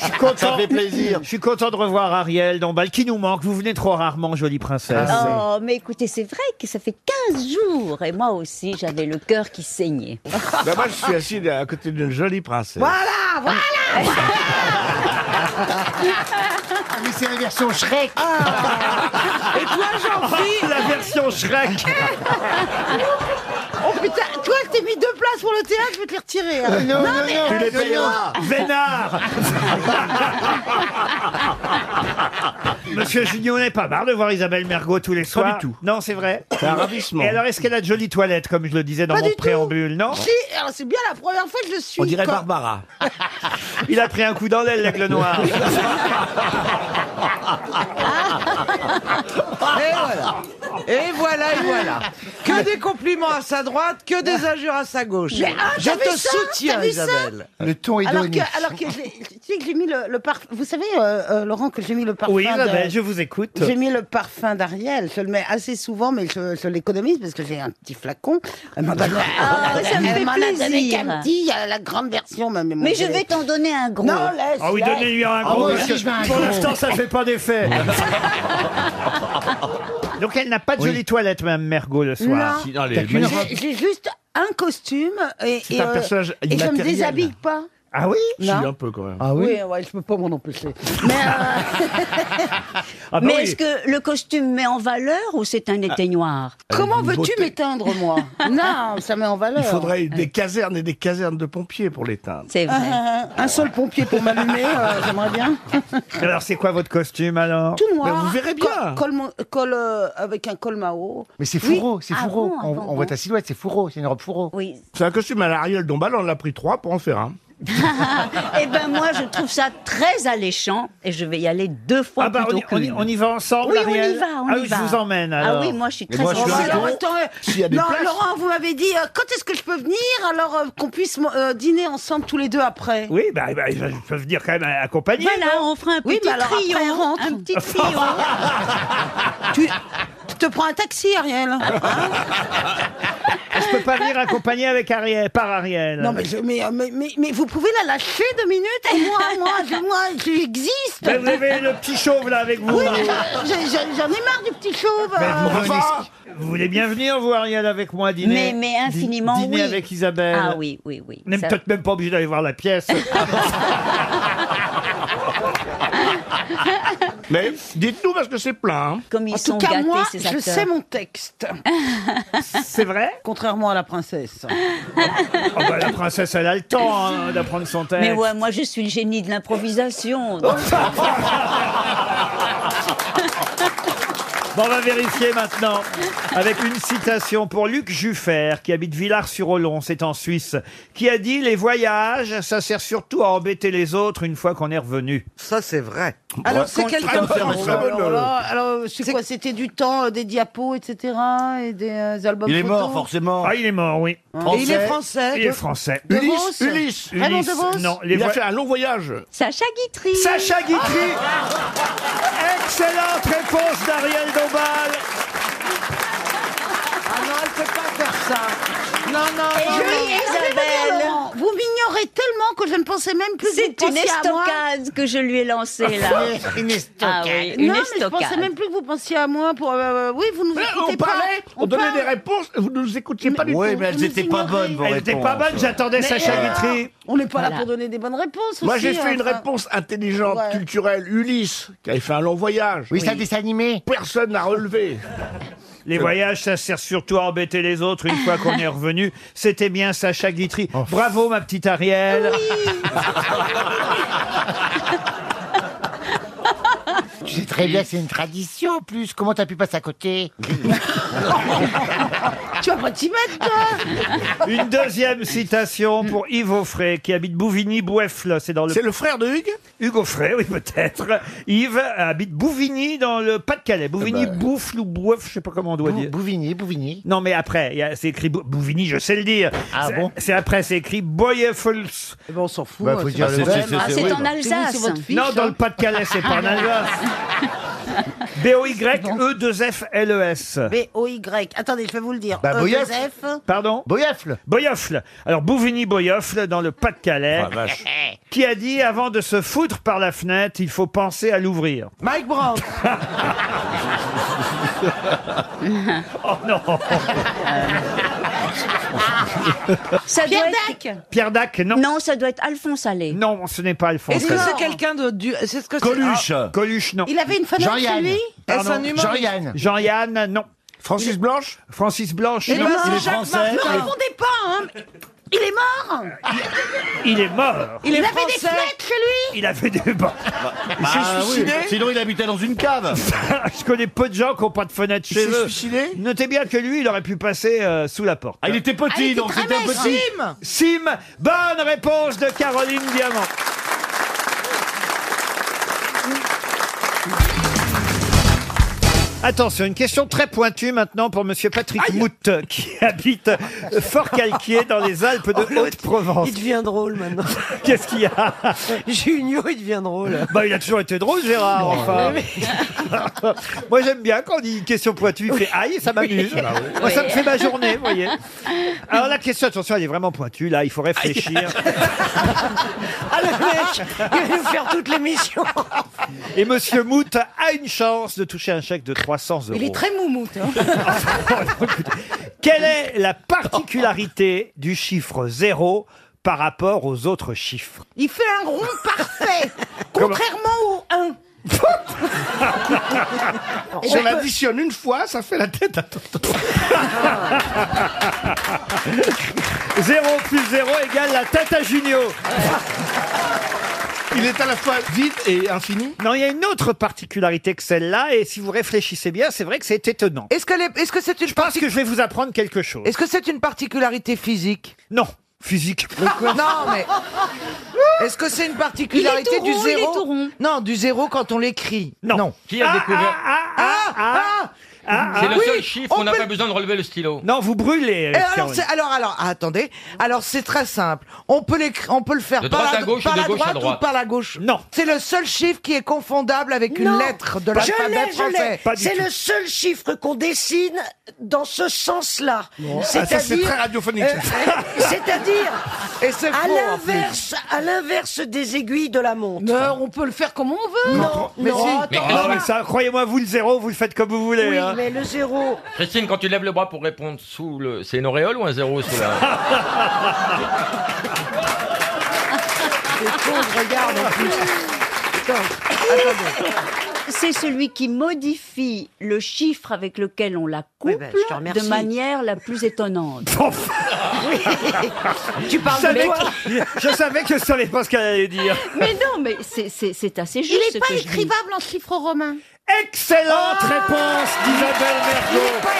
S1: Je suis content.
S11: Ça fait plaisir.
S1: Je suis content de revoir Ariel Dombal qui nous manque. Vous venez trop rarement, jolie princesse.
S16: Oh, mais écoutez, c'est vrai que ça fait 15 jours et moi aussi j'avais le cœur qui saignait.
S14: Bah, moi, je suis assis à côté d'une jolie princesse.
S1: Ah,
S16: Voilà, voilà.
S13: mais c'est la version Shrek.
S1: Ah. Et toi, Jean-Philippe La version Shrek
S8: Oh putain, toi que t'es mis deux places pour le théâtre, je vais te les retirer. hein.
S13: Non, non, non,
S1: Tu les
S13: non,
S1: payeras.
S13: non.
S1: Vénard Monsieur Junior n'est pas marre de voir Isabelle Mergot tous les soirs. Pas du tout. Non, c'est vrai.
S14: C'est un ravissement.
S1: Et alors, est-ce qu'elle a de jolies toilettes, comme je le disais dans
S8: Pas
S1: mon
S8: du tout.
S1: préambule Non
S8: Si, alors c'est bien la première fois que je le suis. quoi.
S1: Barbara. Il a pris un coup dans l'aile, l'aigle noir.
S7: Ah.
S8: Et voilà. Et voilà, et voilà. Que des compliments à sa droite, que des injures à sa gauche.
S7: Ah. Mais, ah,
S8: je
S7: t'as
S8: te
S7: vu ça
S8: soutiens,
S7: T'as vu ça
S8: Isabelle.
S13: Le ton est
S8: Alors
S13: donné.
S8: que, alors que je l'ai- tu sais que j'ai mis le, le parfum. Vous savez, euh, euh, Laurent, que j'ai mis le parfum.
S1: Oui,
S8: de-
S1: Isabelle, je vous écoute.
S8: J'ai mis le parfum d'Ariel. Je le mets assez souvent, mais je, je l'économise parce que j'ai un petit flacon. Elle m'en donne-
S16: Ah, ça me
S8: elle
S16: fait
S8: m'en a donné
S16: plaisir.
S8: qu'un petit. Il y a la grande version même.
S16: Mais je vais t'en donner un gros.
S8: Non, laisse.
S1: Ah oui,
S8: laisse.
S1: donnez-lui un
S16: Ah,
S1: gros.
S16: moi
S1: parce
S16: aussi,
S1: que
S16: je veux un
S1: pour
S16: gros.
S1: l'instant, ça fait pas d'effet. Donc, elle n'a pas de
S8: Oui.
S1: jolie toilette, Madame Mergot, le soir.
S8: Non. J'ai- J'ai juste un costume et,
S1: C'est
S8: et, euh,
S1: un personnage
S8: et je me
S1: immatériel.
S8: déshabille pas.
S1: Ah oui Ah
S8: Si, Non. un
S1: peu quand
S13: Ah
S1: même.
S8: oui ouais, je peux pas m'en empêcher.
S1: Ah bah
S16: mais
S1: oui. Ah,
S16: est-ce que le costume met en valeur ou c'est un éteignoir
S1: euh,
S8: Comment veux-tu m'éteindre, moi Non, ça met en valeur.
S14: Il faudrait des casernes et des casernes de pompiers pour l'éteindre.
S16: C'est vrai.
S8: un seul pompier pour m'allumer, euh, j'aimerais bien.
S1: Alors, c'est quoi votre costume alors
S8: Tout noir.
S1: Ben, vous verrez bien.
S8: Col, col mon- col, euh, avec un col Mao.
S13: Mais c'est
S8: Oui.
S13: fourreau, c'est
S8: Ah
S13: fourreau.
S8: bon, ah
S13: on,
S8: bon,
S13: on
S8: bon.
S13: voit ta silhouette, c'est fourreau, c'est une robe fourreau.
S16: Oui.
S14: C'est un costume à l'Ariel Dombal, on en a pris trois pour en faire un.
S16: Eh ben moi, je trouve ça très alléchant et je vais y aller deux fois
S1: Ah bah, on
S16: plutôt
S1: y, on y-
S16: qu'une.
S1: on y va ensemble,
S16: Oui, on y
S1: Ariel
S16: va, on
S1: Ah
S16: y
S1: oui,
S16: va.
S1: je vous emmène
S16: Ah
S1: alors.
S16: oui, moi, je suis Mais très moi, je suis
S8: Oh,
S16: Parce
S8: alors
S16: que-
S8: attends, euh,
S14: S'il y a des
S8: non,
S14: places.
S8: Laurent, vous m'avez dit euh, quand est-ce que je peux venir alors euh, qu'on puisse euh, dîner ensemble tous les deux après.
S1: Oui, bah, bah, je je peux venir quand même accompagner.
S16: Voilà, on fera un
S8: Oui,
S16: petit
S8: mais alors
S16: trio,
S8: après, elle rentre.
S16: un petit trio.
S8: tu, tu te prends un taxi, Ariel. Hein
S1: Je peux pas venir accompagner avec Ariel, par Ariel.
S8: non mais, je- mais, euh, mais, mais- mais vous pouvez la lâcher deux minutes et moi, moi, je- moi, j'existe.
S1: Mais vous avez le petit chauve là avec vous.
S8: Oui, mais je- je- je- j'en ai marre du petit chauve.
S1: Mais
S8: euh.
S1: vous, venez- vous voulez bien venir, vous, Ariel, avec moi dîner
S16: Mais- mais infiniment,
S1: Dîner
S16: oui.
S1: avec Isabelle.
S16: Ah oui, oui, oui.
S1: On n'est
S16: Ça-
S1: peut-être même pas obligé d'aller voir la pièce.
S14: Mais dites-nous parce que c'est plein. hein.
S16: Comme ils
S8: En
S16: sont
S8: tout cas,
S16: gâtés,
S8: moi,
S16: ces
S8: je
S16: acteurs. Ah.
S8: sais mon texte.
S1: C'est vrai
S8: Contrairement à la princesse.
S1: Oh, bah, La princesse, elle a le temps hein, d'apprendre son texte.
S16: Mais ouais, moi, je suis le génie de l'improvisation. donc-
S1: Bon, on va vérifier maintenant avec une citation pour Luc Juffert, qui habite Villars-sur-Olon, c'est en Suisse, qui a dit « Les voyages, ça sert surtout à embêter les autres une fois qu'on est revenu. »
S7: Ça, c'est vrai.
S8: Alors, c'est quel temps
S14: bonne,
S8: Alors,
S14: euh,
S8: là, hein. alors, c'est quoi C'était du temps, euh, des diapos, etc. et des euh, albums
S11: Il est
S8: photos
S11: mort forcément.
S1: Ah, il est mort, oui.
S8: Et il est français.
S1: Il est français.
S8: De
S14: Ulysse,
S8: Vos
S14: Ulysse,
S8: Raymond
S1: Ulysse,
S8: de Vos
S1: non, les
S14: Il a
S1: voix-
S14: fait un long voyage.
S16: Sacha Guitry.
S1: Sacha Guitry Excellente réponse d'Ariel Dombal
S8: Ah non, elle peut pas faire ça. Non, non,
S16: Et
S8: non,
S16: je-
S8: non.
S16: Isabelle.
S8: Laurent, Vous m'ignorez tellement que je ne pensais même plus que vous
S16: C'est une
S8: pensiez à moi.
S16: estocade que je lui ai lancée, là.
S7: Une
S16: Ah oui, une
S8: Non, mais je
S16: estocade.
S8: pensais même plus que vous pensiez à moi pour. euh, oui, vous nous
S14: Là,
S8: écoutez
S14: on
S8: pas.
S14: parlait, on, donnait
S8: parle.
S14: des réponses, vous ne nous écoutiez pas du tout.
S11: Oui, mais elles
S8: Vous
S11: étaient pas
S8: ignorez.
S11: bonnes vos
S1: Elle n'était pas
S11: réponses.
S1: bonne, j'attendais
S8: Mais,
S1: Sacha
S8: euh,
S1: Guitry.
S8: On n'est pas là
S16: Voilà.
S8: pour donner des bonnes réponses.
S14: Moi,
S8: aussi,
S14: j'ai fait
S8: hein,
S14: une
S8: enfin.
S14: réponse intelligente,
S8: Ouais.
S14: culturelle. Ulysse, qui avait fait un long voyage.
S13: Oui, c'est un dessin animé.
S14: Personne n'a relevé.
S1: Les voyages, ça sert surtout à embêter les autres une fois qu'on est revenu. C'était bien Sacha Guitry. Bravo, ma petite Ariel.
S13: Tu sais
S19: très bien, c'est une tradition en plus. Comment t'as pu passer à côté
S1: Tu vas pas t'y mettre, toi Une deuxième citation pour Yves Offray, qui habite Bouvigny-Boueffle. C'est dans le... C'est le frère de Hugues Hugues Offray, oui, peut-être. Yves habite Bouvigny, dans le Pas-de-Calais. Bouvigny, Bouffle ou Boueuf, je sais pas comment on doit dire. Bouvigny, Bouvigny. Non, mais après, il y a- c'est écrit Bou- Bouvigny, je sais le dire. Ah bon C'est après, c'est écrit Boyeffels. on s'en fout.
S19: Bah, faut hein, dire c'est le pas vrai. vrai. Ah, c'est en Alsace.
S1: C'est où, sur votre fiche, Non, dans
S19: hein
S1: le Pas-de-Calais, c'est pas en Alsace. E B-O-Y-E-2-F-L-E-S.
S20: B-O-Y. Attendez, je vais vous le dire.
S1: Bah,
S20: Euh,
S1: Boyef.
S20: Joseph.
S1: Pardon Boyofle. Boyofle. Alors, Bouvigny-Boyofle, dans le Pas-de-Calais,
S20: Ah, vache.
S1: qui a dit avant de se foutre par la fenêtre, il faut penser à l'ouvrir.
S7: Mike Brandt.
S1: oh non
S16: Ça
S20: Pierre
S16: doit être-
S1: Pierre Dac, non.
S16: Non, ça doit être Alphonse Allais.
S1: Non, ce n'est pas Alphonse.
S7: Est-ce que c'est quelqu'un de du Euh, c'est ce que c'est- Ah.
S1: Coluche, non.
S7: Il avait une fenêtre chez Jean-Yann. lui
S1: Pardon
S7: Est-ce un humoriste Jean-Yann.
S1: Jean-Yann, non. Francis Blanche Francis Blanche,
S20: Eh
S1: non.
S20: ben, c'est Jacques Martin. Ne répondez pas, hein. Il est mort
S1: Il est mort.
S20: Il, avait des fenêtres chez lui
S1: Il a fait des bah,
S20: Il s'est
S1: bah oui.
S20: suicidé
S1: Sinon, il habitait dans une cave. Je connais peu de gens qui n'ont pas de fenêtre chez
S14: s'est
S1: eux. suicidé Notez bien que lui, il aurait pu passer euh, sous la porte.
S14: Ah, il était petit, Ah, il était hein. donc c'était un travesti. petit.
S1: Sim Sim Bonne réponse de Caroline Diamant. Attention, une question très pointue maintenant pour Monsieur Patrick Mout, qui habite Fort-Calquier dans les Alpes de Haute-Provence.
S7: Oh, Il devient drôle maintenant.
S1: Qu'est-ce qu'il y a
S7: Junior, il devient drôle.
S1: Bah, il a toujours été drôle, Gérard, enfin. Moi, j'aime bien quand on dit une question pointue, il fait aïe, ça m'amuse.
S19: Oui.
S1: Moi, ça me
S19: Oui.
S1: fait ma journée, vous voyez. Alors, la question, attention, elle est vraiment pointue, là, il faut réfléchir.
S7: Ah le mec, il va nous faire toute l'émission.
S1: Et Monsieur Mout a une chance de toucher un chèque de 300 euros.
S8: Il est très moumoute. hein.
S1: Quelle est la particularité du chiffre 0 par rapport aux autres chiffres
S8: Il fait un rond parfait,
S1: Comment
S8: contrairement au 1.
S14: Si on l'additionne une fois, ça fait la tête à
S1: 0 plus 0 égale la tête à Junio.
S14: Il est à la fois vide et infini
S1: Non, il y a une autre particularité que celle-là, et si vous réfléchissez bien, c'est vrai que c'est étonnant.
S7: Est-ce que les- est-ce que c'est une
S1: Je pense que je vais vous apprendre quelque chose.
S7: Est-ce que c'est une particularité physique
S1: Non, physique.
S7: non mais est-ce que c'est une particularité
S8: Il est tout
S7: du
S8: rond, il est
S7: zéro
S8: tout
S7: Non, du zéro quand on l'écrit.
S1: Non. Ah,
S6: Qui a découvert C'est le
S13: Ah
S6: seul chiffre où on n'a pas besoin de relever le stylo.
S1: Non, vous brûlez.
S7: Eh, alors, c'est- alors, alors, ah, attendez. Alors, c'est très simple. On peut, l'écri- on peut le faire
S6: De
S7: par
S6: droite
S7: la,
S6: à gauche ou
S7: par
S6: de
S7: la
S6: gauche à
S7: droite,
S6: droite
S7: ou par la gauche.
S1: Non.
S7: C'est le seul chiffre qui est confondable avec une
S20: Non.
S7: lettre de
S20: Je
S7: l'alphabet
S20: l'ai, je l'ai.
S7: français.
S20: C'est le seul chiffre qu'on dessine dans ce sens-là.
S7: Non.
S20: C'est-à-dire- euh,
S7: Ah, ça, c'est très radiophonique, ça.
S20: C'est-à-dire
S7: Et c'est
S20: à
S7: faux, en
S20: l'inverse, à l'inverse des aiguilles de la montre. on peut le faire comme on veut. Non,
S1: Mais
S20: non,
S1: si.
S20: attends,
S1: Mais-
S20: attends.
S1: Ah, mais ça, croyez-moi, vous le zéro, vous le faites comme vous voulez.
S20: Oui,
S1: hein.
S20: mais le zéro.
S6: Christine, quand tu lèves le bras pour répondre sous le. C'est une auréole ou un zéro sous
S1: Ah
S6: la.
S20: Les pauvres, regarde en plus.
S16: Ah, C'est celui qui modifie le chiffre avec lequel on la couple
S20: ben, je te remercie.
S16: de manière la plus étonnante.
S20: Tu parles
S1: je
S16: de
S1: savais
S16: toi.
S1: que- Je savais que je savais pas ce qu'elle allait dire.
S16: mais non, mais c'est- c'est c'est assez juste.
S8: Il
S16: ce
S8: n'est pas
S16: que je dis.
S8: écrivable en chiffres romains. Ah.
S1: Excellente réponse d'Isabelle Mergo.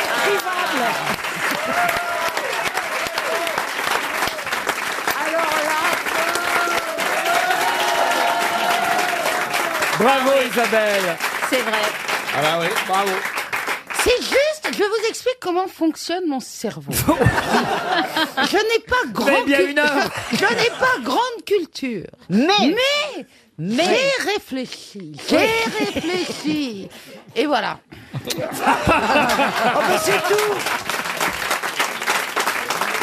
S20: Ah,
S1: Bravo Isabelle.
S8: C'est vrai.
S14: Ah bah oui, bravo.
S8: C'est juste, je vous explique comment fonctionne mon cerveau. je n'ai pas grande
S1: avez bien
S8: cul-
S1: une heure.
S8: Je, je n'ai pas grande culture.
S19: Mais-
S8: mais,
S19: Mais-
S8: j'ai réfléchi, j'ai réfléchi. Et voilà.
S7: Oh, mais c'est tout.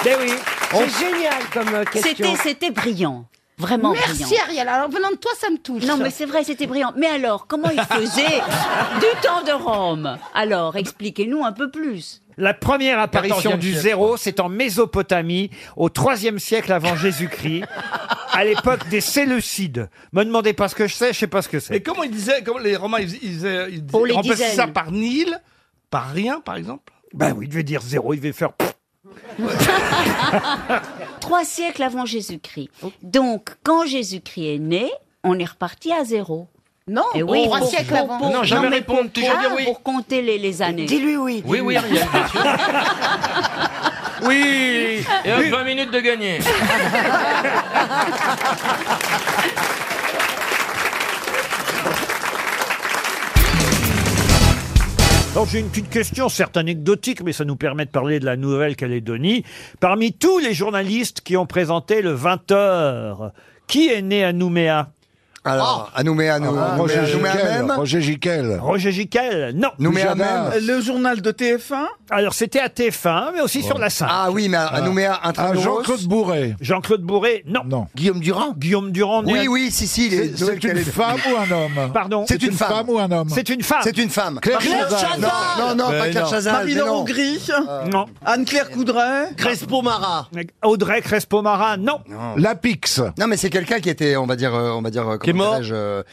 S1: Ben oui.
S7: C'est génial comme euh, question.
S16: C'était c'était brillant. Vraiment
S8: Merci
S16: brillant.
S8: Ariel. Alors venant de toi, ça me touche.
S16: Non, mais c'est vrai, c'était brillant. Mais alors, comment il faisait du temps de Rome Alors, expliquez-nous un peu plus.
S1: La première apparition
S16: 14e
S1: du
S16: siècle.
S1: zéro, c'est en Mésopotamie, au 3e siècle avant Jésus-Christ, à l'époque des Séleucides. Me demandez pas ce que je sais, je sais pas ce que
S14: Et
S1: c'est.
S14: comment ils disaient, comment les Romains, ils, faisaient- ils, faisaient- ils
S1: On
S14: disaient-
S1: les
S14: remplaçaient
S1: dizaines.
S14: ça par Nil, par rien, par exemple
S1: Ben oui, il devait dire zéro, il devait faire... pff.
S16: Trois
S18: Oh.
S16: siècles avant Jésus-Christ. Donc, quand Jésus-Christ est né, on est reparti à zéro. Non,
S18: Eh oui,
S16: pour-
S18: trois siècles
S16: pour-
S18: avant.
S16: pour-
S18: Non, jamais
S16: mais
S18: répondre,
S16: pour-
S18: toujours
S16: ah,
S18: dire oui.
S16: Pour compter les, les années.
S18: Dis-lui oui.
S6: Oui, oui, Ariel, bien sûr. Oui Et hop,
S16: Oui.
S6: 20 minutes de gagner.
S1: Alors j'ai une petite question, certes anecdotique, mais ça nous permet de parler de la Nouvelle-Calédonie. Parmi tous les journalistes qui ont présenté le 20h, qui est né à Nouméa
S13: Alors, à Nouméa, nous-
S1: Ah,
S13: Nouméa,
S2: euh,
S1: Roger
S13: Nouméa
S1: Giquel,
S13: même
S1: Roger Giquel. Roger Giquel, non.
S13: Nouméa même.
S1: Le journal de TF1 Alors c'était à TF1, mais aussi sur la 5.
S13: Ah oui, mais à- à Nouméa, un train de Rose.
S1: Bourré. Jean-Claude Bourré, non.
S11: Guillaume Durand
S1: Guillaume Durand. né
S13: Oui,
S1: à-
S13: oui, si, si.
S1: C'est- c'est une femme
S2: ou un homme
S1: Pardon
S13: C'est une, femme.
S2: ou un homme
S1: C'est une femme.
S13: C'est une femme.
S2: Claire
S13: Marie-Laure
S2: Chazal.
S13: Non, non, non,
S2: Mais
S13: pas Claire
S2: non.
S13: Chazal. mais non.
S1: Euh, Non.
S7: Anne-Claire Coudray.
S1: Crespo Mara. Audrey Crespo Mara, non.
S13: La Pix. Non, mais c'est quelqu'un qui était, on va dire, euh, on va dire, qui est mort,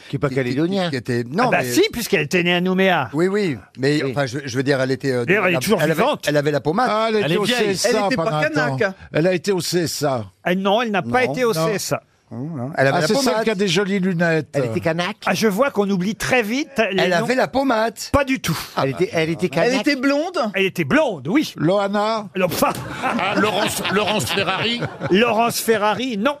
S13: qui est pas calédonien, qui, était, non,
S1: Ah bah
S13: mais-
S1: si, puisqu'elle était née à Nouméa.
S13: Oui, oui, mais enfin, je, je veux dire, elle était. euh,
S1: D'ailleurs, elle est toujours
S13: avait,
S1: vivante.
S13: Elle avait la pommade.
S2: Ah, elle, était au CSA pendant un
S1: Ah
S2: temps. Elle a été au CSA.
S1: non, elle n'a pas
S2: Non.
S1: été au
S2: Non.
S1: CSA.
S13: Elle avait
S2: ah,
S13: la
S2: c'est
S13: pommade.
S2: celle qui a des jolies lunettes.
S13: Elle était
S1: canaque. Ah, je vois qu'on oublie très vite. les
S13: Elle
S1: noms.
S13: avait la pommade.
S1: Pas du tout.
S2: Ah,
S13: Elle était, elle était
S2: bah,
S13: canaque.
S1: blonde Elle était blonde, oui.
S2: Loana
S1: Ah, Laurence, Ferrari Laurence Ferrari, non.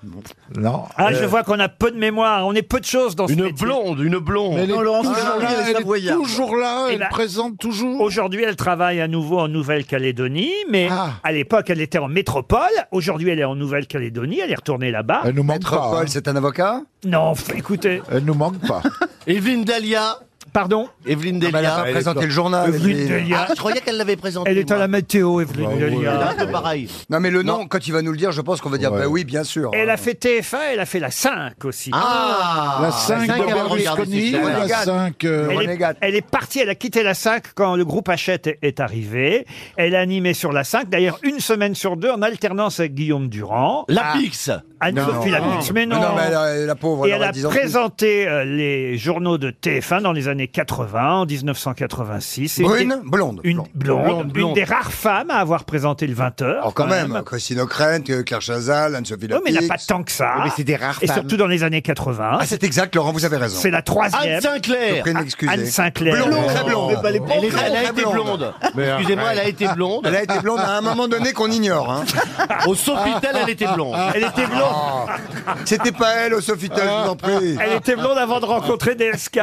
S1: Non. Ah,
S2: Euh.
S1: je vois qu'on a peu de mémoire, on est peu de choses dans ce Une blonde, une blonde.
S2: Mais elle est Non, Laurence toujours Ferrari, là, elle est elle est savoyarde. toujours là, elle présente toujours.
S1: Eh ben, Aujourd'hui, elle travaille à nouveau en Nouvelle-Calédonie, mais
S2: Ah.
S1: à l'époque, elle était en métropole. Aujourd'hui, elle est en Nouvelle-Calédonie, elle est retournée là-bas.
S2: Elle nous manque pas. hein.
S13: Métropole, c'est un avocat
S1: Non, f- écoutez.
S2: Elle nous manque pas.
S1: Evelyne Dalia. Pardon
S13: Evelyne Delia. elle a pas présenté le journal.
S1: Evelyne Delia.
S13: Ah, je croyais qu'elle l'avait présenté. Bah
S1: Elle est à la météo, Evelyne Delia.
S13: pareil. Non, mais le nom, quand il va nous le dire, je pense qu'on va dire, bah oui, bien sûr.
S1: Elle a fait TF1, elle a fait la 5 aussi.
S13: Ah La 5
S2: de Berlusconi, la 5, euh,
S1: elle, est,
S2: Renegade.
S1: elle est partie, elle a quitté la 5 quand le groupe Hachette est, est arrivé. Elle a animé sur la 5, d'ailleurs une semaine sur deux en alternance avec Guillaume Durand.
S13: La
S1: Ah.
S13: Pix.
S1: Anne-Sophie
S13: Non.
S1: Lapix, mais non.
S13: Mais non, mais elle a- la pauvre,
S1: Et
S13: elle
S1: elle
S13: aurait
S1: a
S13: 10 ans de plus.
S1: présenté euh, les journaux de TF1 dans les années 80, en 1986. Et
S13: Brune,
S1: une-
S13: blonde.
S1: Une blonde,
S13: Blonde,
S1: une
S13: blonde.
S1: des rares femmes à avoir présenté le 20h.
S13: Oh, quand même, Christine O'Krent, euh, Claire Chazal, Anne-Sophie
S1: Non, mais il n'y a
S13: Lapix.
S1: pas tant que ça.
S13: Oui, mais c'est des rares
S1: Ah. Et
S13: femmes.
S1: surtout dans les années 80.
S13: Ah, c'est exact, Laurent, vous avez raison.
S1: C'est la troisième. Ah,
S13: Anne Sinclair. Je prie de m'excuser.
S1: Anne Sinclair.
S13: Blonde, très blonde.
S1: Oh.
S13: Mais bah, les blondes,
S1: Elle est-
S13: très,
S1: elle a
S13: très
S1: été blonde.
S13: Mais
S1: Excusez-moi,
S13: arrête.
S1: elle a été blonde.
S13: Elle a été blonde à un moment donné qu'on ignore. hein.
S1: Au Sofitel, elle était blonde. Elle était blonde.
S13: Ah. C'était pas elle au Sofitel, je vous en prie.
S1: Elle était blonde avant de rencontrer DSK.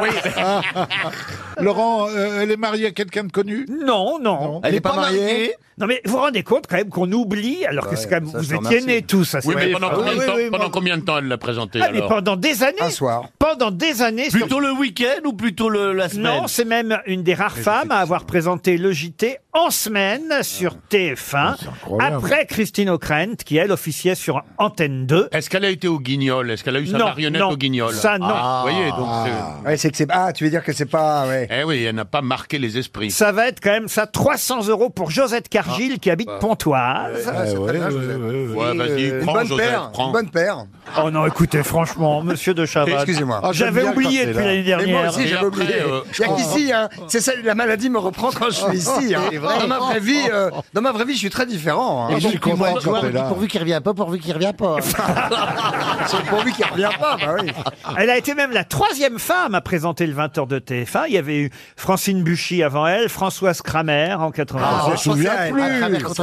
S2: Laurent, euh, elle est mariée à quelqu'un de connu
S1: Non, non.
S13: Elle est pas mariée
S1: Non, mais vous vous rendez compte quand même qu'on oublie, alors que
S21: Ouais,
S1: c'est quand même,
S21: ça, je
S1: vous
S21: te
S1: étiez
S21: remercie.
S1: nés tous à
S21: Oui,
S1: cette
S21: mais pendant
S1: époque.
S21: combien de temps, pendant combien de temps elle l'a présenté
S1: Ah, mais
S21: alors
S1: pendant des années.
S21: Un soir.
S1: Pendant des années. sur-
S21: Plutôt le week-end ou plutôt le- la semaine
S1: Non, c'est même une des rares femmes à avoir présenté le JT en semaine sur
S13: Ah,
S1: TF1,
S21: incroyable.
S1: après Christine O'Krent, qui elle officiait sur Antenne 2.
S21: Est-ce qu'elle a été au Guignol Est-ce qu'elle a eu sa
S1: euh, Non,
S21: marionnette
S1: non,
S21: au Guignol
S1: ça, non.
S21: Ah, vous voyez, donc.
S13: Ah. Ouais, c'est que c'est. Ah, tu veux dire que c'est pas. Ouais.
S21: Eh oui, elle n'a pas marqué les esprits.
S1: Ça va être quand même ça, 300 euros pour Josette
S21: Ah.
S1: Cargil qui habite Pontoise. euh, Ah,
S21: Ouais, vas-y, prends, Joseph, prends.
S13: Euh, paire.
S1: Oh non, écoutez, franchement, monsieur de Chavannes.
S13: Excusez-moi.
S6: Ah,
S1: J'avais oublié depuis l'année
S13: Et moi
S1: dernière.
S13: aussi, j'avais oublié.
S6: euh,
S13: Il y a qu'ici, hein. C'est ça, la maladie me reprend quand je suis ici. hein.
S11: C'est vrai.
S13: Dans ma vraie vie, euh, dans ma vraie vie, je suis très différent. hein.
S11: Et donc,
S13: Pourvu
S11: moi,
S13: qu'il
S11: tu vois,
S13: revient-
S11: pourvu qu'il revient pas, pourvu qu'il revient pas.
S13: C'est pourvu qu'il revient pas, bah oui.
S1: Elle a été même la troisième femme à présenter le 20h de TF1. Il y avait eu Francine Buchy avant elle, Françoise Kramer en
S12: Ah,
S13: Ah,
S1: 90.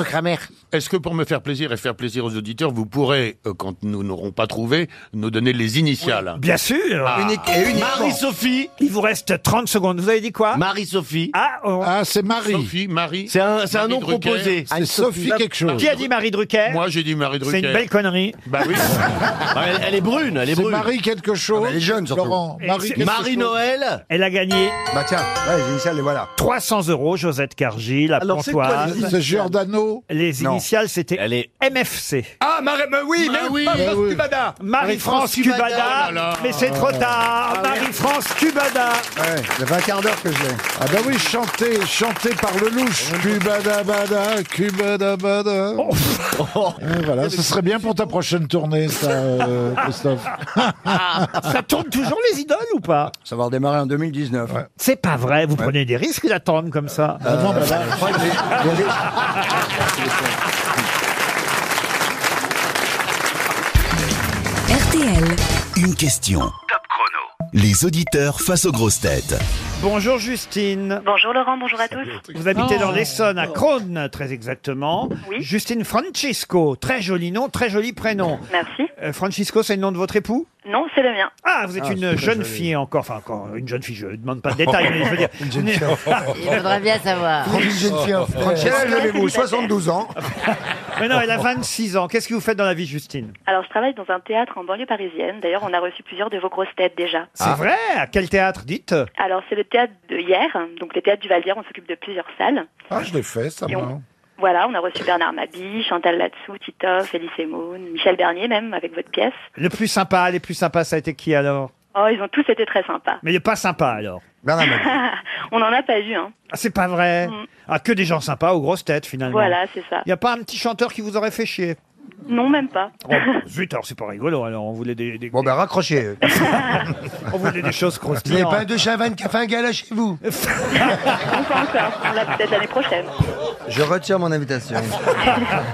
S11: Kramer.
S21: Est-ce que pour me faire plaisir et faire plaisir aux auditeurs, vous pourrez, euh, quand nous n'aurons pas trouvé, nous donner les initiales
S1: Bien sûr
S21: Ah.
S1: Marie-Sophie Il vous reste 30 secondes. Vous avez dit quoi
S21: Marie-Sophie.
S1: Ah,
S2: c'est Marie.
S21: Sophie, Marie.
S1: C'est un- c'est un
S21: Marie
S1: nom
S21: Drucker.
S1: proposé. C'est Anne-Sophie Sophie quelque chose. Qui a dit Marie Drucker
S21: Moi, j'ai dit Marie
S1: C'est
S21: Drucker.
S1: une belle connerie.
S21: Bah oui. Bah,
S2: elle- elle est brune, elle est C'est brune. Marie quelque chose,
S13: Elle est jeune, surtout.
S2: Laurent. Marie quelque Marie chose.
S1: Noël Elle a gagné
S13: Bah tiens, ouais, les initiales, les voilà.
S1: 300 euros, Josette Cargil, à
S13: Alors, c'est quoi les
S1: Pontoise.
S13: initiales C'est
S2: Giordano
S1: Les
S13: Non.
S1: initiales, c'était MFC.
S13: Ah, Marie, mais oui, mais oui, Marie-France Cubada.
S1: Marie-France Cubada,
S13: Oh là là.
S1: mais c'est trop tard.
S13: Ah
S1: Marie-France Cubada.
S13: Ouais, il y avait un quart d'heure que je l'ai.
S2: Ah bah oui, chanté, chanté par le louche. Cubada bada, cubada bada. Ah, Voilà, ce serait bien pour ta prochaine tournée, ça, euh, Christophe.
S1: Ah, Ça tourne toujours les idoles ou pas
S13: Ça va redémarrer en 2019.
S1: C'est pas vrai, vous prenez des risques d'attendre comme ça.
S13: Euh,
S1: non,
S13: je crois que j'ai- il y avait-
S15: RTL. Une question. Top chrono.
S11: Les auditeurs face aux grosses têtes.
S1: Bonjour Justine.
S22: Bonjour Laurent, bonjour à tous.
S1: Vous habitez
S22: Oh.
S1: dans l'Essonne, à Crône, très exactement. Justine Francisco, très joli nom, très joli prénom. Euh,
S22: Merci.
S1: Francisco, c'est le nom de votre époux
S22: Non, c'est le mien.
S1: Ah, Vous êtes une jeune fille encore, enfin encore une jeune fille, je ne demande pas de détails, mais je veux dire... Ah,
S22: Une jeune fille.
S1: Il
S2: faudrait bien savoir.
S1: Une jeune fille en frère.
S6: Quel âge avez-vous 72 ans.
S1: Mais non, elle a 26 ans. Qu'est-ce que vous faites dans la vie, Justine
S22: Alors, je travaille dans un théâtre en banlieue parisienne. D'ailleurs, on a reçu plusieurs de vos grosses têtes déjà.
S6: Ah.
S1: C'est vrai À quel théâtre, dites
S22: Alors, c'est le théâtre de hier, donc le théâtre du Val d'Hier, on s'occupe de plusieurs salles.
S13: Ah, je l'ai fait, ça
S22: Et
S13: m'a.
S22: on- Voilà, on a reçu Bernard Mabi, Chantal Latsou, Titoff, Elie Moon, Michel Bernier même, avec votre pièce.
S1: Le plus sympa, les plus sympas, ça a été qui alors
S22: Oh, ils ont tous été très sympas.
S1: Mais il est pas sympa alors.
S22: on n'en a pas eu, hein.
S1: Ah, c'est pas vrai Ah, que des gens sympas aux grosses têtes, finalement.
S22: Mm. Voilà, c'est ça.
S1: Il n'y a pas un petit chanteur qui vous aurait fait chier
S22: Non, même pas.
S1: Oh, zut, alors c'est pas rigolo, alors on voulait des... des-
S6: Bon ben raccrochez.
S1: on voulait des choses
S6: Vous n'avez
S1: croustillantes.
S6: pas un de chavannes qui a fait un gala chez vous
S22: Non, pas encore. On l'a peut-être l'année prochaine.
S6: Je retire mon invitation.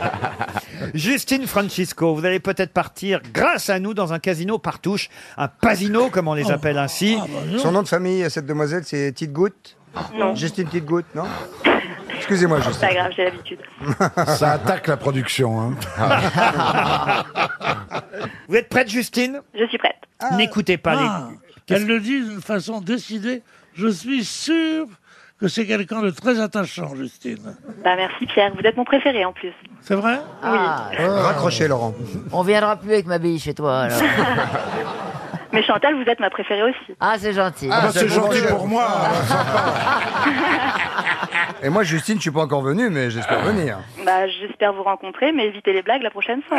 S1: Justine Francisco, vous allez peut-être partir grâce à nous dans un casino par touche, un pasino comme on les appelle ainsi.
S6: Ah, bah Son nom de famille, cette demoiselle, c'est Tite Goutte
S22: Non.
S6: Juste une petite goutte, non Excusez-moi,
S22: C'est
S6: juste.
S22: pas grave, j'ai l'habitude.
S13: Ça attaque la production. Hein.
S2: Ah,
S1: Vous êtes prête, Justine
S22: Je suis prête.
S1: N'écoutez pas
S3: Ah, Elle le dit d'une façon décidée. Je suis sûr que c'est quelqu'un de très attachant, Justine.
S22: Bah, merci Pierre, vous êtes mon préféré en plus.
S3: C'est vrai
S2: Ah,
S6: Raccrochez, Laurent.
S2: On viendra plus avec ma bille chez toi, alors.
S22: Mais Chantal, vous êtes ma préférée aussi.
S2: Ah, c'est gentil.
S6: Ah, Ah, bah, c'est c'est gentil bon, pour
S2: moi.
S6: Et moi, Justine, je suis pas encore venu, mais
S1: Ah.
S6: j'espère venir.
S22: Bah, j'espère vous rencontrer, mais évitez les blagues la prochaine fois.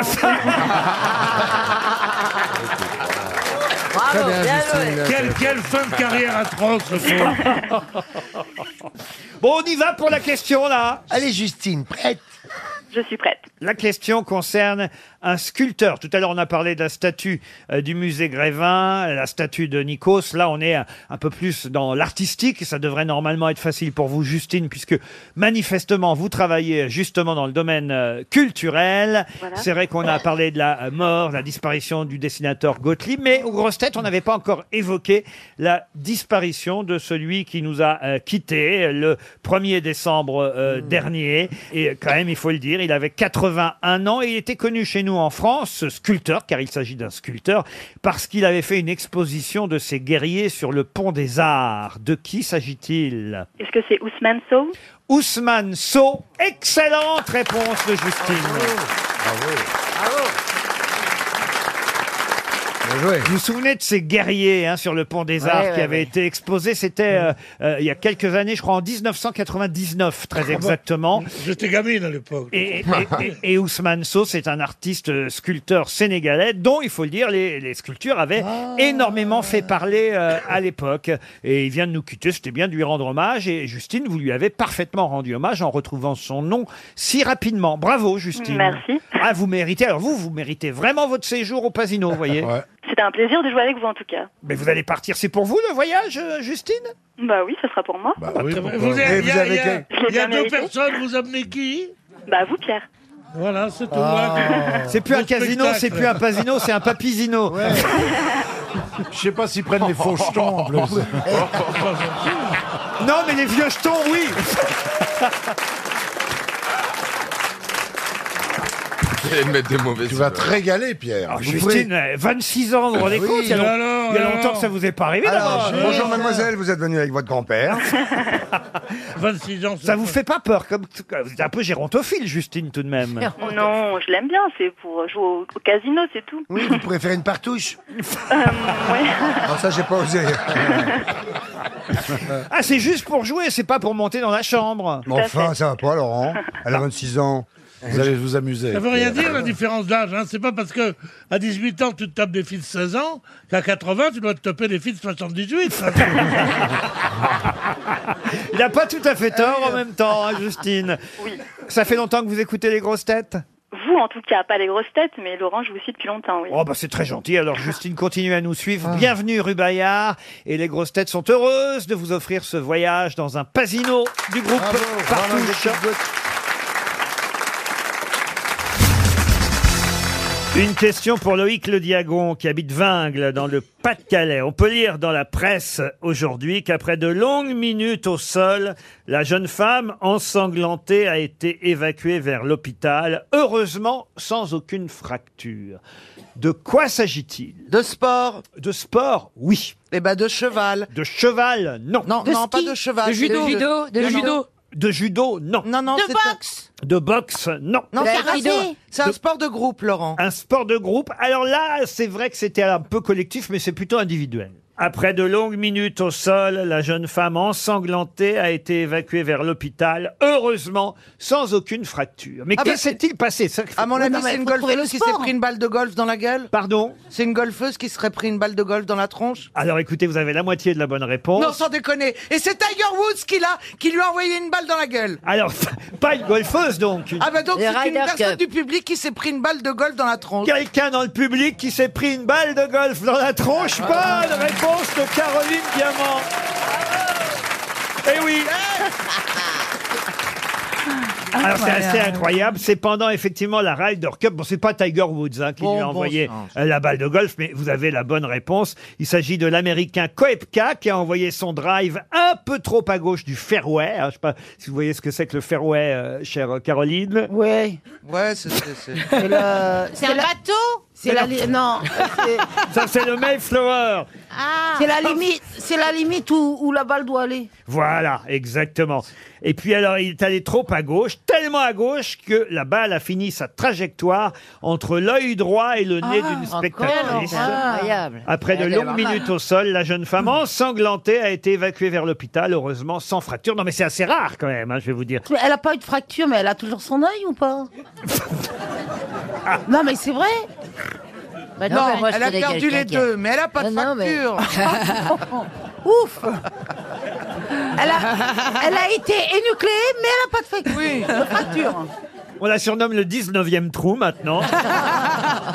S2: Bravo,
S3: bien,
S2: bien
S3: Justine.
S2: joué.
S3: Quelle, quelle fin de carrière atroce, ce pauvre.
S1: les... Bon, on y va pour la question, là
S23: Allez, Justine, prête
S22: Je suis prête.
S1: La question concerne un sculpteur. Tout à l'heure, on a parlé de la statue euh, du musée Grévin, la statue de Nikos. Là, on est un, un peu plus dans l'artistique. Ça devrait normalement être facile pour vous, Justine, puisque manifestement, vous travaillez justement dans le domaine euh, culturel.
S24: Voilà.
S1: C'est vrai qu'on a parlé de la euh, mort, la disparition du dessinateur Gottlieb, mais aux grosses têtes, on n'avait pas encore évoqué la disparition de celui qui nous a euh, quittés le 1er décembre euh, dernier. Et quand même, il faut le dire, il avait 81 ans et il était connu chez nous en France, ce sculpteur, car il s'agit d'un sculpteur, parce qu'il avait fait une exposition de ses guerriers sur le pont des arts. De qui s'agit-il
S22: Est-ce que c'est Ousmane Sow
S1: Ousmane Sow, excellente réponse de Justine. Vous vous souvenez de ces guerriers hein, sur le pont des
S2: Ouais,
S1: Arts
S2: ouais,
S1: qui avaient
S2: ouais.
S1: été exposés C'était euh, euh, il y a quelques années, je crois en 1999, très
S3: bah,
S1: exactement.
S3: J'étais gamine à l'époque.
S1: Et, et- et- et Ousmane Sow, c'est un artiste euh, sculpteur sénégalais dont, il faut le dire, les, les sculptures avaient énormément fait parler euh, à l'époque. Et il vient de nous quitter, c'était bien de lui rendre hommage. Et Justine, vous lui avez parfaitement rendu hommage en retrouvant son nom si rapidement. Bravo, Justine.
S22: Merci.
S1: Ah, vous méritez. Alors vous, vous méritez vraiment votre séjour au Pasino, vous voyez.
S22: C'était un plaisir de jouer avec vous en tout cas.
S1: Mais vous allez partir, c'est pour vous le voyage, euh, Justine
S22: Bah oui, ce sera pour moi. Bah
S1: oui,
S3: Vous avez- il y a, il y a-
S22: Je l'ai
S3: il y a
S22: bien
S3: deux
S22: mérité.
S3: personnes, vous amenez qui
S22: Bah vous Pierre.
S3: Voilà, c'est tout. hein.
S1: Ah. C'est plus
S3: Le
S1: un casino,
S3: spectacle.
S1: c'est plus un pasino, c'est un papizino.
S13: Je sais pas s'ils prennent les faux jetons en plus.
S1: Non, mais les vieux jetons, oui
S13: Tu vas te régaler, Pierre.
S1: Alors,
S12: Ah,
S13: Vous
S1: Justine,
S13: pouvez-
S1: euh, 26 ans, vous vous rendez
S13: Oui,
S1: compte Il y a, long-
S13: alors,
S1: il y a
S13: alors.
S1: longtemps que ça vous est pas arrivé
S6: Alors,
S1: d'abord.
S6: bonjour mademoiselle, vous êtes venue avec votre grand-père.
S3: 26 ans.
S1: Ça vous fait pas peur comme... Vous êtes un peu gérontophile, Justine, tout de même.
S22: Non, je l'aime bien, c'est pour jouer au, au casino, c'est tout. Euh,
S6: Oui, vous pourrez faire une partouche.
S22: ouais.
S6: Ah, ça, j'ai pas osé.
S1: Ah, c'est juste pour jouer, c'est pas pour monter dans la chambre.
S6: Mais enfin, ça va pas, Laurent. Elle a 26 ans.
S13: Vous allez vous amuser.
S3: Ça veut rien dire la différence d'âge. Hein. C'est pas parce que à 18 ans tu te tapes des filles de 16 ans qu'à 80 tu dois te taper des filles de 78. hein.
S1: Il n'a pas tout à fait tort en même temps, hein, Justine.
S22: Oui.
S1: Ça fait longtemps que vous écoutez les grosses têtes
S22: Vous en tout cas, pas les grosses têtes, mais Laurent, je vous suis depuis longtemps, oui.
S1: Oh bah c'est très gentil. Alors Justine continue à nous suivre.
S6: Ah.
S1: Bienvenue Rubaillard et les grosses têtes sont heureuses de vous offrir ce voyage dans un pasino du groupe Partouche. Une question pour Loïc Le Diagon qui habite Vingles dans le Pas-de-Calais. On peut lire dans la presse aujourd'hui qu'après de longues minutes au sol, la jeune femme ensanglantée a été évacuée vers l'hôpital, heureusement sans aucune fracture. De quoi s'agit-il De sport De sport, oui. Eh ben de cheval. De cheval, non. Non,
S7: De non, pas ski. de cheval. De judo. De judo. De
S1: De
S7: judo.
S1: judo. De judo, non. Non, non,
S7: De c'est un- boxe.
S1: De boxe, non.
S7: Non, c'est un- Aikido. c'est un sport
S1: de groupe, Laurent. Un sport de groupe. Alors là, c'est vrai que c'était un peu collectif, mais c'est plutôt individuel. Après de longues minutes au sol, la jeune femme ensanglantée a été évacuée vers l'hôpital, heureusement sans aucune fracture. Mais
S7: Ah,
S1: que
S7: bah,
S1: s'est-il passé ça
S7: À mon avis,
S1: Non, mais
S7: c'est une
S1: faut trouver le
S7: golfeuse qui s'est
S1: sport.
S7: pris une balle de golf dans la gueule.
S1: Pardon
S7: C'est une golfeuse qui serait pris une balle de golf dans la tronche.
S1: Alors écoutez, vous avez la moitié de la bonne réponse.
S7: Non, sans déconner. Et c'est Tiger Woods qui l'a, qui lui a envoyé une balle dans la gueule.
S1: Alors, pas une golfeuse donc. une-
S7: Ah bah donc c'est une personne du public qui s'est pris une balle de golf dans la tronche.
S1: Quelqu'un dans le public qui s'est pris une balle de golf dans la tronche.
S7: Ah.
S1: Bonne réponse de Caroline Diamant. Eh oui.
S9: Ah,
S1: Alors
S10: Ah,
S1: c'est assez incroyable. C'est pendant effectivement la Ryder Cup. Bon, c'est pas Tiger Woods hein, qui
S9: Bon,
S1: lui a
S9: bon,
S1: envoyé
S9: non,
S1: euh, la balle de golf, mais vous avez la bonne réponse. Il s'agit de l'Américain Koepka qui a envoyé son drive un peu trop à gauche du fairway. hein. Je sais pas si vous voyez ce que c'est que le fairway, euh, chère Caroline.
S7: Ouais. Ouais, c'est. c'est- c'est-
S8: C'est le-
S7: C'est un
S8: c'est la- C'est la li- non. c'est-
S1: Ça c'est le Mayflower.
S16: Ah.
S8: C'est la limite. C'est la limite où, où la balle doit aller.
S1: Voilà, exactement. Et puis alors, il est allé trop à gauche, tellement à gauche que la balle a fini sa trajectoire entre l'œil droit et le nez
S22: Ah,
S1: d'une
S22: encore,
S1: spectatrice.
S22: c'est incroyable.
S1: Après de
S22: Elle Hmm.
S1: longues
S22: a
S1: minutes au sol, la jeune femme ensanglantée a été évacuée vers l'hôpital, heureusement sans fracture. Non mais c'est assez rare quand même, hein, je vais vous dire.
S8: Mais Elle a pas eu de fracture, mais elle a toujours son œil ou pas Non, mais c'est vrai.
S7: Bah non, mais moi, je elle a connais perdu quelqu'un les qui a- deux, mais elle a pas de Non, non, mais- fracture.
S8: Ouf elle a, elle a été énucléée, mais elle a pas de fracture. De fracture.
S1: On la surnomme le 19e trou maintenant.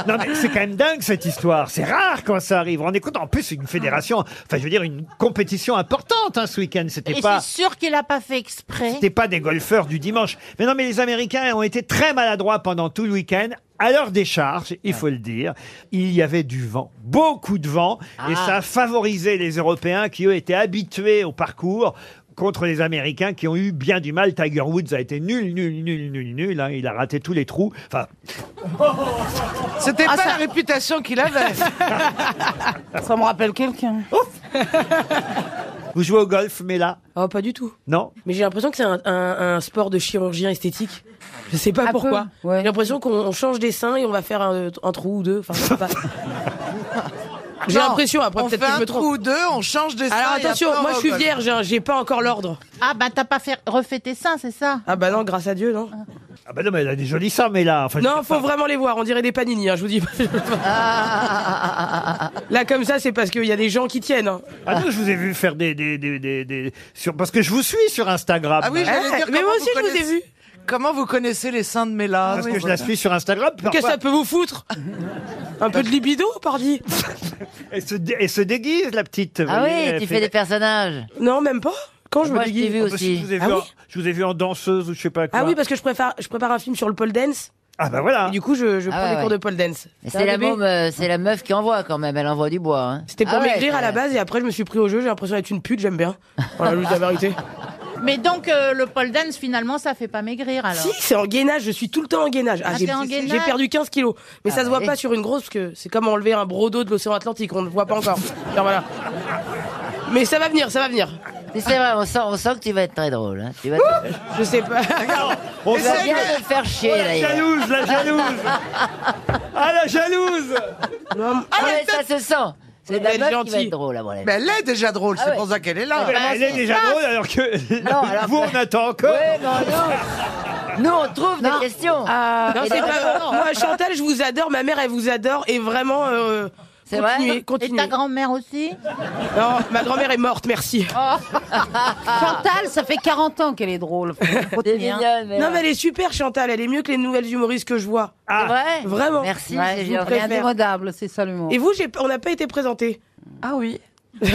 S1: non mais c'est quand même dingue cette histoire. C'est rare quand ça arrive. On écoute en plus une fédération, enfin je veux dire une compétition importante hein, ce week-end. C'était
S10: Et
S1: pas.
S10: c'est sûr qu'il a pas fait exprès.
S1: C'était pas des golfeurs du dimanche. Mais non, mais les Américains ont été très maladroits pendant tout le week-end. À leur décharge, il faut le dire, il y avait du vent, beaucoup de vent, et
S9: Ah.
S1: ça a favorisé les Européens qui, eux, étaient habitués au parcours contre les Américains qui ont eu bien du mal. Tiger Woods a été nul, nul, nul, nul, nul. hein. Il a raté tous les trous. Enfin,
S7: C'était pas la réputation qu'il avait. Ah
S8: Ça me rappelle quelqu'un.
S1: vous jouez au golf, mais là
S17: Oh, pas du tout.
S1: Non
S17: Mais j'ai l'impression que c'est un, un- un sport de chirurgien esthétique. Je sais pas
S10: Un
S17: pourquoi. J'ai l'impression qu'on on change des seins et on va faire un, un trou ou deux. Enfin, je sais pas. j'ai
S7: Non,
S17: l'impression, après
S7: on
S17: peut-être
S7: fait
S17: que je
S7: un
S17: me trompe.
S7: trou ou deux, on change de
S17: Alors
S7: sein et
S17: attention,
S7: après, on
S17: moi
S7: va
S17: je
S7: au
S17: suis
S7: golf.
S17: vierge, hein, j'ai pas encore l'ordre.
S10: Ah bah t'as pas fait refait tes seins, c'est ça
S17: Ah bah non, grâce à Dieu, non
S1: Ah ben non, mais elle a des jolis seins, mais là. Enfin, je-
S17: Non, faut vraiment les voir, on dirait des panini, hein, je vous dis.
S22: Ah.
S17: Là comme ça, c'est parce qu'il y a des gens qui tiennent. hein.
S1: Ah non, je vous ai vu faire des. des, des, des, des- sur... Parce que je vous suis sur Instagram.
S7: Ah oui, j'allais
S1: Hein
S7: dire comment connaissez- Comment vous connaissez les seins de Mélas
S1: Parce que je la suis sur Instagram.
S7: Qu'est-ce que ça peut
S17: vous foutre Un peu de libido, pardi
S1: Elle se, dé- elle se déguise, la petite.
S17: Ah
S1: vous voyez,
S17: oui,
S1: elle
S17: tu
S1: fait-
S17: fais des personnages. Non, même pas. Quand je Moi, me je déguise. t'ai vu
S1: Ah, parce que Je vous, ai
S17: Ah
S1: vu en,
S17: oui
S1: je vous ai vu en danseuse ou je sais pas quoi.
S17: Ah oui, parce que je prépare, je prépare un film sur le pole dance.
S1: Ah bah voilà.
S17: Et du coup, je, je Ah prends ouais, des cours ouais. de pole dance.
S22: Mais C'est la, môme, euh, c'est la meuf qui envoie quand même, elle envoie du bois.
S17: Ah,
S22: hein. Ah
S17: C'était
S10: Ah
S17: pour maigrir à la base et après, je me suis pris au jeu. J'ai l'impression d'être une pute, j'aime bien. Voilà, je vous dis la vérité.
S10: Mais donc euh, le pole dance finalement ça fait pas maigrir alors.
S17: Si, c'est en gainage, je suis tout le temps en gainage. Ah,
S10: Ah,
S17: j'ai
S10: t'es en gainage
S17: j'ai perdu 15 kilos. Mais
S10: Ah
S17: ça se voit
S10: ouais.
S17: pas sur une grosse parce que c'est comme enlever un brodo de l'océan Atlantique, on ne le voit pas encore. Alors voilà. Mais ça va venir, ça va venir.
S22: C'est vrai, on sent, on sent que tu vas être très drôle. hein. Tu vas
S17: Je sais pas.
S22: on
S17: Mais
S22: va
S17: c'est
S22: bien
S17: vrai.
S22: te faire chier.
S17: Oh, la
S22: là, hier.
S17: jalouse, la jalouse.
S1: Ah, la jalouse
S17: Non,
S22: ah, mais ça se sent. C'est de la
S7: Elle est
S22: meuf qui va
S7: gentille.
S22: être drôle, à mon avis.
S7: Mais elle est déjà drôle,
S22: Ah
S7: c'est
S22: ouais.
S7: pour ça qu'elle est
S22: Ah
S7: là.
S22: bah,
S1: Elle est déjà drôle alors que
S22: Non, alors,
S1: vous on attend encore.
S22: Ouais, non, non. Nous, on trouve des questions.
S17: Non, Ah, c'est pas vrai. Moi, Chantal, je vous adore, ma mère, elle vous adore, et vraiment. euh,
S10: C'est vrai
S17: continuez, continuez.
S10: Et ta grand-mère aussi
S17: Non, ma grand-mère est morte, merci.
S22: Oh.
S10: Chantal, ça fait 40 ans qu'elle est drôle. Faut continuer, hein.
S17: non, mais elle est super, Chantal, elle est mieux que les nouvelles humoristes que je vois.
S22: Ah. C'est vrai
S17: Vraiment.
S22: Merci,
S17: Ouais,
S22: c'est
S17: je vous
S22: gentil.
S17: préfère.
S10: Indémodable, c'est ça le mot.
S17: Et vous, j'ai- on n'a pas été présenté.
S10: Ah oui.
S17: J'ai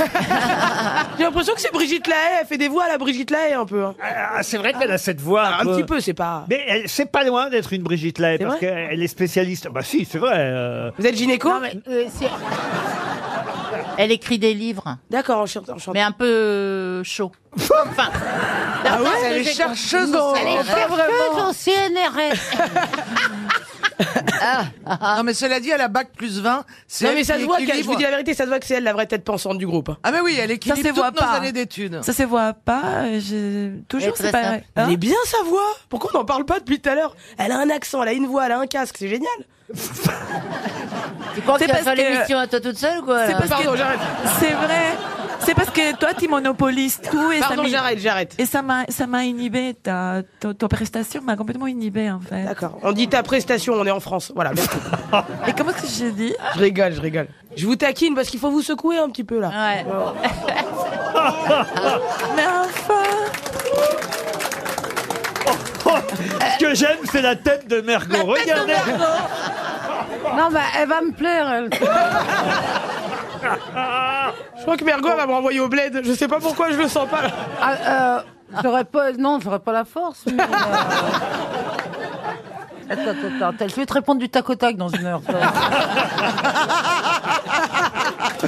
S17: l'impression que c'est Brigitte Lahaye, elle fait des voix à la Brigitte Lahaye un peu. hein.
S1: Ah, c'est vrai qu'elle a cette voix.
S17: Un petit peu, c'est pas.
S1: Mais elle- c'est pas loin d'être une Brigitte Lahaye,
S17: C'est
S1: parce
S17: vrai
S1: qu'elle est spécialiste. Bah si, c'est vrai. euh.
S17: Vous êtes gynéco
S4: Elle écrit des livres.
S17: D'accord, enchantée. enchantée.
S4: Mais un peu euh, chaud. Enfin.
S7: Ah ouais,
S4: d'après ce
S7: elle
S4: que
S7: est
S4: j'ai
S7: chercheuse
S4: compris,
S7: en-
S4: elle est
S7: en-
S4: chercheuse
S7: vraiment.
S4: en CNRS.
S7: Non, mais cela dit, elle a bac plus 20. c'est
S17: Non,
S7: elle
S17: mais ça
S7: qui
S17: se voit, qu'elle- je
S7: équilibre.
S17: vous dis la vérité, ça se voit que c'est elle la vraie tête pensante du groupe. hein.
S7: Ah, mais oui, elle
S17: équilibre
S7: équilibre
S17: toutes
S7: toutes nos
S17: pas.
S7: années d'études.
S17: Ça se voit pas,
S7: euh,
S17: toujours
S7: c'est pas vrai, hein
S17: Elle est bien sa voix Pourquoi on n'en parle pas depuis tout à l'heure Elle a un accent, elle a une voix, elle a un casque, c'est génial
S4: Tu penses
S17: C'est
S4: qu'elle va
S17: parce
S4: faire
S17: que-
S4: l'émission à toi toute seule ou quoi
S17: C'est
S4: là
S17: parce que- Pardon, j'arrête. C'est vrai.
S5: C'est parce que toi, tu monopolises tout et
S17: Pardon,
S5: ça m'in-
S17: j'arrête, j'arrête.
S5: Et ça m'a, ça m'a inhibé. Ta, ton, ton prestation m'a complètement inhibé en fait.
S17: D'accord. On dit ta prestation, on est en France. Voilà, merci.
S5: Et comment est-ce que j'ai dit
S17: Je rigole, je rigole. Je vous taquine parce qu'il faut vous secouer un petit peu là.
S4: Ouais.
S17: Mais enfin
S1: Ce que j'aime, c'est la tête de Mergo. Regardez.
S8: Non, bah, elle va me plaire. elle.
S17: Je crois que Mergo elle va me renvoyer au bled. Je sais pas pourquoi je le sens pas. là.
S8: Ah, euh, j'aurais pas, non, j'aurais pas la force. mais, euh, Attends, attends, attends, je vais te répondre du tac au tac dans une heure. ça.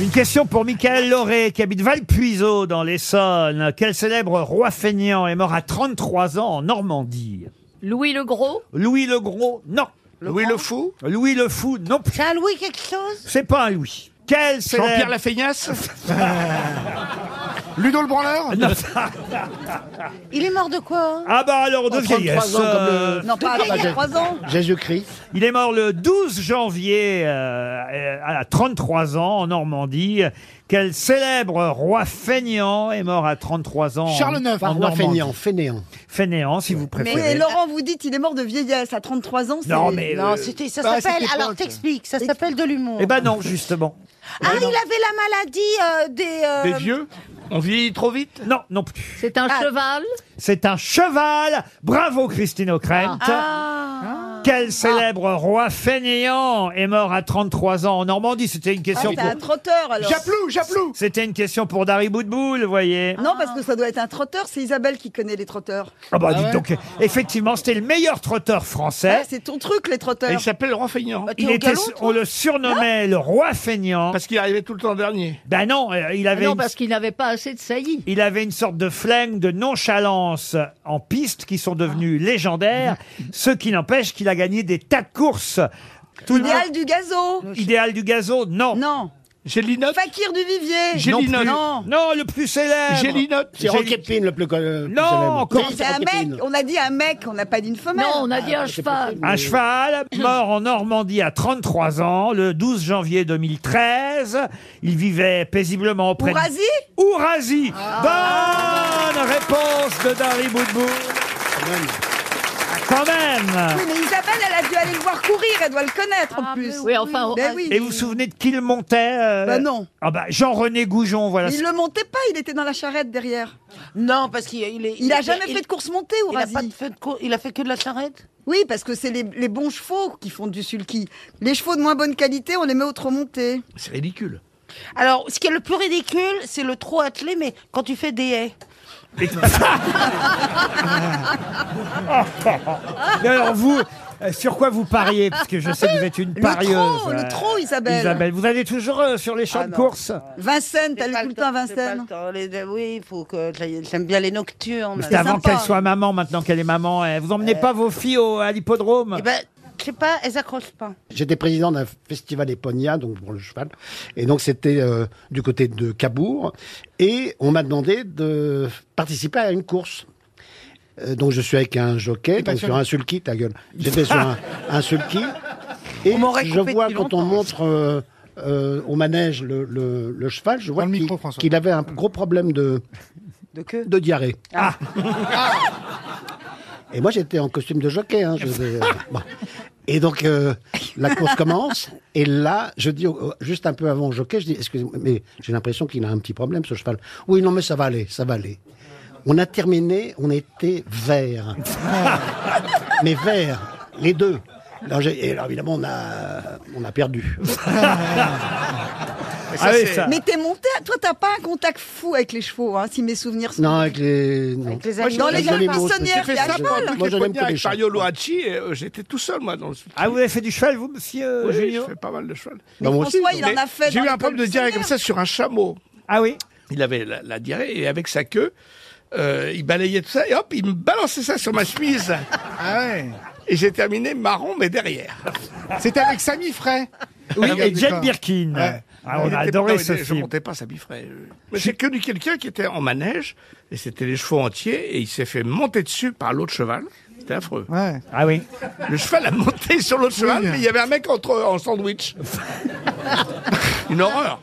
S1: Une question pour Michael Lauré, qui habite Valpuiseau, dans l'Essonne. Quel célèbre roi feignant est mort à 33 ans en Normandie
S4: Louis le Gros
S1: Louis le Gros, non. Louis le Fou Louis le Fou, non.
S8: C'est un Louis quelque chose
S1: C'est pas un Louis. Quel célèbre...
S14: Jean-Pierre la
S1: Ludo le branleur non.
S8: Il est mort de
S25: hein
S8: quoi
S1: Ah bah alors, de
S11: Oh, 33
S1: vieillesse.
S11: ans, comme
S1: euh,
S11: le- Non, pas-
S8: il y a trois ans.
S9: Ah.
S11: Jésus-Christ.
S1: Il est mort le 12 janvier euh, euh, à 33 ans en Normandie. Quel célèbre roi feignant est mort à 33 ans en-
S9: Charles IX,
S1: en
S9: un roi
S1: Normandie.
S9: fainéant, fainéant.
S1: Fainéant, si vous
S9: Mais
S1: préférez.
S25: Laurent, vous dites il est mort de vieillesse à 33 ans. c'est-
S1: Non, mais, euh,
S25: Non, c'était- ça
S1: bah, à
S25: s'appelle.
S1: cette
S25: Alors
S1: époque.
S25: t'expliques, ça s'appelle de l'humour.
S1: Eh ben non, justement.
S25: Ah, il avait la maladie euh, des. euh, Ah.
S1: Des vieux On vieillit trop vite Non, non plus.
S4: C'est un cheval
S1: C'est un cheval. Bravo, Christine O'Krent.
S25: Ah.
S1: Ah. Quel célèbre roi fainéant est mort à 33 ans en Normandie C'était une
S25: Ah,
S1: question
S25: c'est un
S1: pour...
S25: trotteur alors.
S1: Japlou C'était une question pour Dari Boudboul, vous voyez.
S25: Non, parce que ça doit être un trotteur, c'est Isabelle qui connaît les trotteurs.
S1: Ah bah dites donc, effectivement, c'était le meilleur trotteur français.
S25: Ouais, Ah, c'est ton truc, les trotteurs.
S1: Et il s'appelle
S25: Laurent Feignant.
S1: Il était, on le surnommait le roi feignant. Parce qu'il arrivait tout le temps dernier. Ben non, euh, il avait,
S4: Non,
S1: une,
S4: parce qu'il n'avait pas assez de saillie.
S1: il avait une sorte de flingue de nonchalance en piste qui sont devenues légendaires. Ce qui n'empêche qu'il a gagné des tas de courses. Tout le
S25: Idéal
S1: monde-
S25: du gazo.
S1: Idéal du gazo, non. Non. Gélinote.
S25: Fakir du vivier.
S1: Non, plus.
S25: Non.
S1: non, le plus célèbre.
S25: Gélinote.
S9: C'est
S1: Géli-
S9: Rocket Pin le plus, euh, plus
S1: Non,
S9: célèbre.
S1: encore.
S25: C'est un mec, on a dit un mec, on n'a pas dit une femelle. Non, on a
S8: Ah,
S25: dit un cheval.
S1: Un cheval, mort en Normandie à 33 ans, le 12 janvier 2013. Il vivait paisiblement auprès de...
S25: Ourasi
S1: Ourasi
S7: Ah.
S1: Bonne réponse de Dari Boudboul Ah, Quand
S25: Oui,
S1: même
S25: mais Isabelle, elle a dû aller le voir courir, elle doit le connaître en plus.
S4: oui, enfin,
S25: Ben
S4: on-
S25: oui.
S1: Et vous vous souvenez de qui le montait euh
S25: Bah non.
S1: Ah bah, Jean-René Goujon, voilà.
S25: Il le montait pas, il était dans la charrette derrière.
S8: Non, parce qu'il il est-
S25: Il a
S8: était-
S25: jamais
S8: il-
S25: fait de course montée,
S8: Il a
S25: Ourasi.
S8: pas de fait de cour- Il a fait que de la charrette.
S25: Oui, parce que c'est les, les bons chevaux qui font du sulky. Les chevaux de moins bonne qualité, on les met au trop monté.
S14: C'est ridicule.
S8: Alors, ce qui est le plus ridicule, c'est le trop attelé, mais quand tu fais des haies.
S1: Oh, Mais alors vous, euh, sur quoi vous pariez Parce que je sais que vous êtes une parieuse.
S25: trop, le
S1: euh,
S25: trop, Isabelle. Ah,
S1: Isabelle, vous allez toujours euh, sur les champs de course
S25: Vincennes, t'as lu tout le temps
S8: Vincennes Oui, il faut que j'aille- j'aime bien les nocturnes.
S1: Mais C'était avant qu'elle soit maman, maintenant qu'elle est maman. eh, Vous emmenez pas vos filles au- à l'hippodrome
S8: Eh ben, je sais pas, elles accrochent pas.
S9: J'étais président d'un festival Eponia, donc pour le cheval. Et donc, c'était euh, du côté de Cabourg. Et on m'a demandé de participer à une course. Euh, donc, je suis avec un jockey, donc sur un sulky, ta gueule. J'étais sur un, un sulky. Et je
S25: coupé
S9: vois
S25: depuis
S9: quand on montre euh, euh, au manège le, le- le cheval, je vois qu'il qu'il avait un gros problème de,
S25: de, queue Ah.
S9: de diarrhée. Ah. Et moi, j'étais en costume de jockey. hein, je vais- bon. Et donc, euh, la course commence. Et là, je dis, au- au- juste un peu avant au jockey, je dis, excusez-moi, mais j'ai l'impression qu'il a un petit problème, ce cheval. Oui, non, mais ça va aller, ça va aller. On a terminé, on était vert. mais vert, les deux. Alors, j'ai- et alors, évidemment, on a, on a perdu.
S25: Mais,
S9: ça, Ah oui, c'est- ça.
S25: t'es monté, à- toi t'as pas un contact fou avec les chevaux, hein, si mes souvenirs sont.
S9: Non, avec les. Non.
S25: Dans les
S9: Dans les
S25: gardes
S9: mots,
S25: poissonnières,
S9: je me
S25: il y
S9: suis
S25: a
S9: fait
S25: un
S9: ça,
S25: cheval.
S9: moi, j'aime que les
S14: avec
S9: chats.
S14: Mario Loachi, et, euh, j'étais tout seul, moi, dans le
S1: Ah, vous avez fait du cheval, vous, monsieur euh,
S14: oui,
S1: Junio
S14: Je fais pas mal de cheval.
S1: Bah, moi aussi. François, il en
S14: Mais
S1: a fait
S14: J'ai
S1: dans
S14: eu un
S1: l'école
S14: problème de diarrhée comme ça sur un chameau.
S1: Ah oui
S14: Il avait la, la diarrhée et avec sa queue, euh, il balayait tout ça et hop, il me balançait ça sur ma chemise.
S1: Ah
S14: Et j'ai terminé marron, mais derrière.
S12: C'était avec Samy Fray.
S14: Ah,
S1: Oui, et Jane
S14: Jack
S1: Birkin. Ah, on a adoré ce
S14: Je
S1: film.
S14: montais pas ça biffrait. Mais j'ai connu quelqu'un qui était en manège, et c'était les chevaux entiers, et il s'est fait monter dessus par l'autre cheval. C'était affreux.
S1: Ah oui
S14: Le cheval a monté sur l'autre cheval,
S1: Oui.
S14: mais il y avait un mec entre, en sandwich. Une horreur.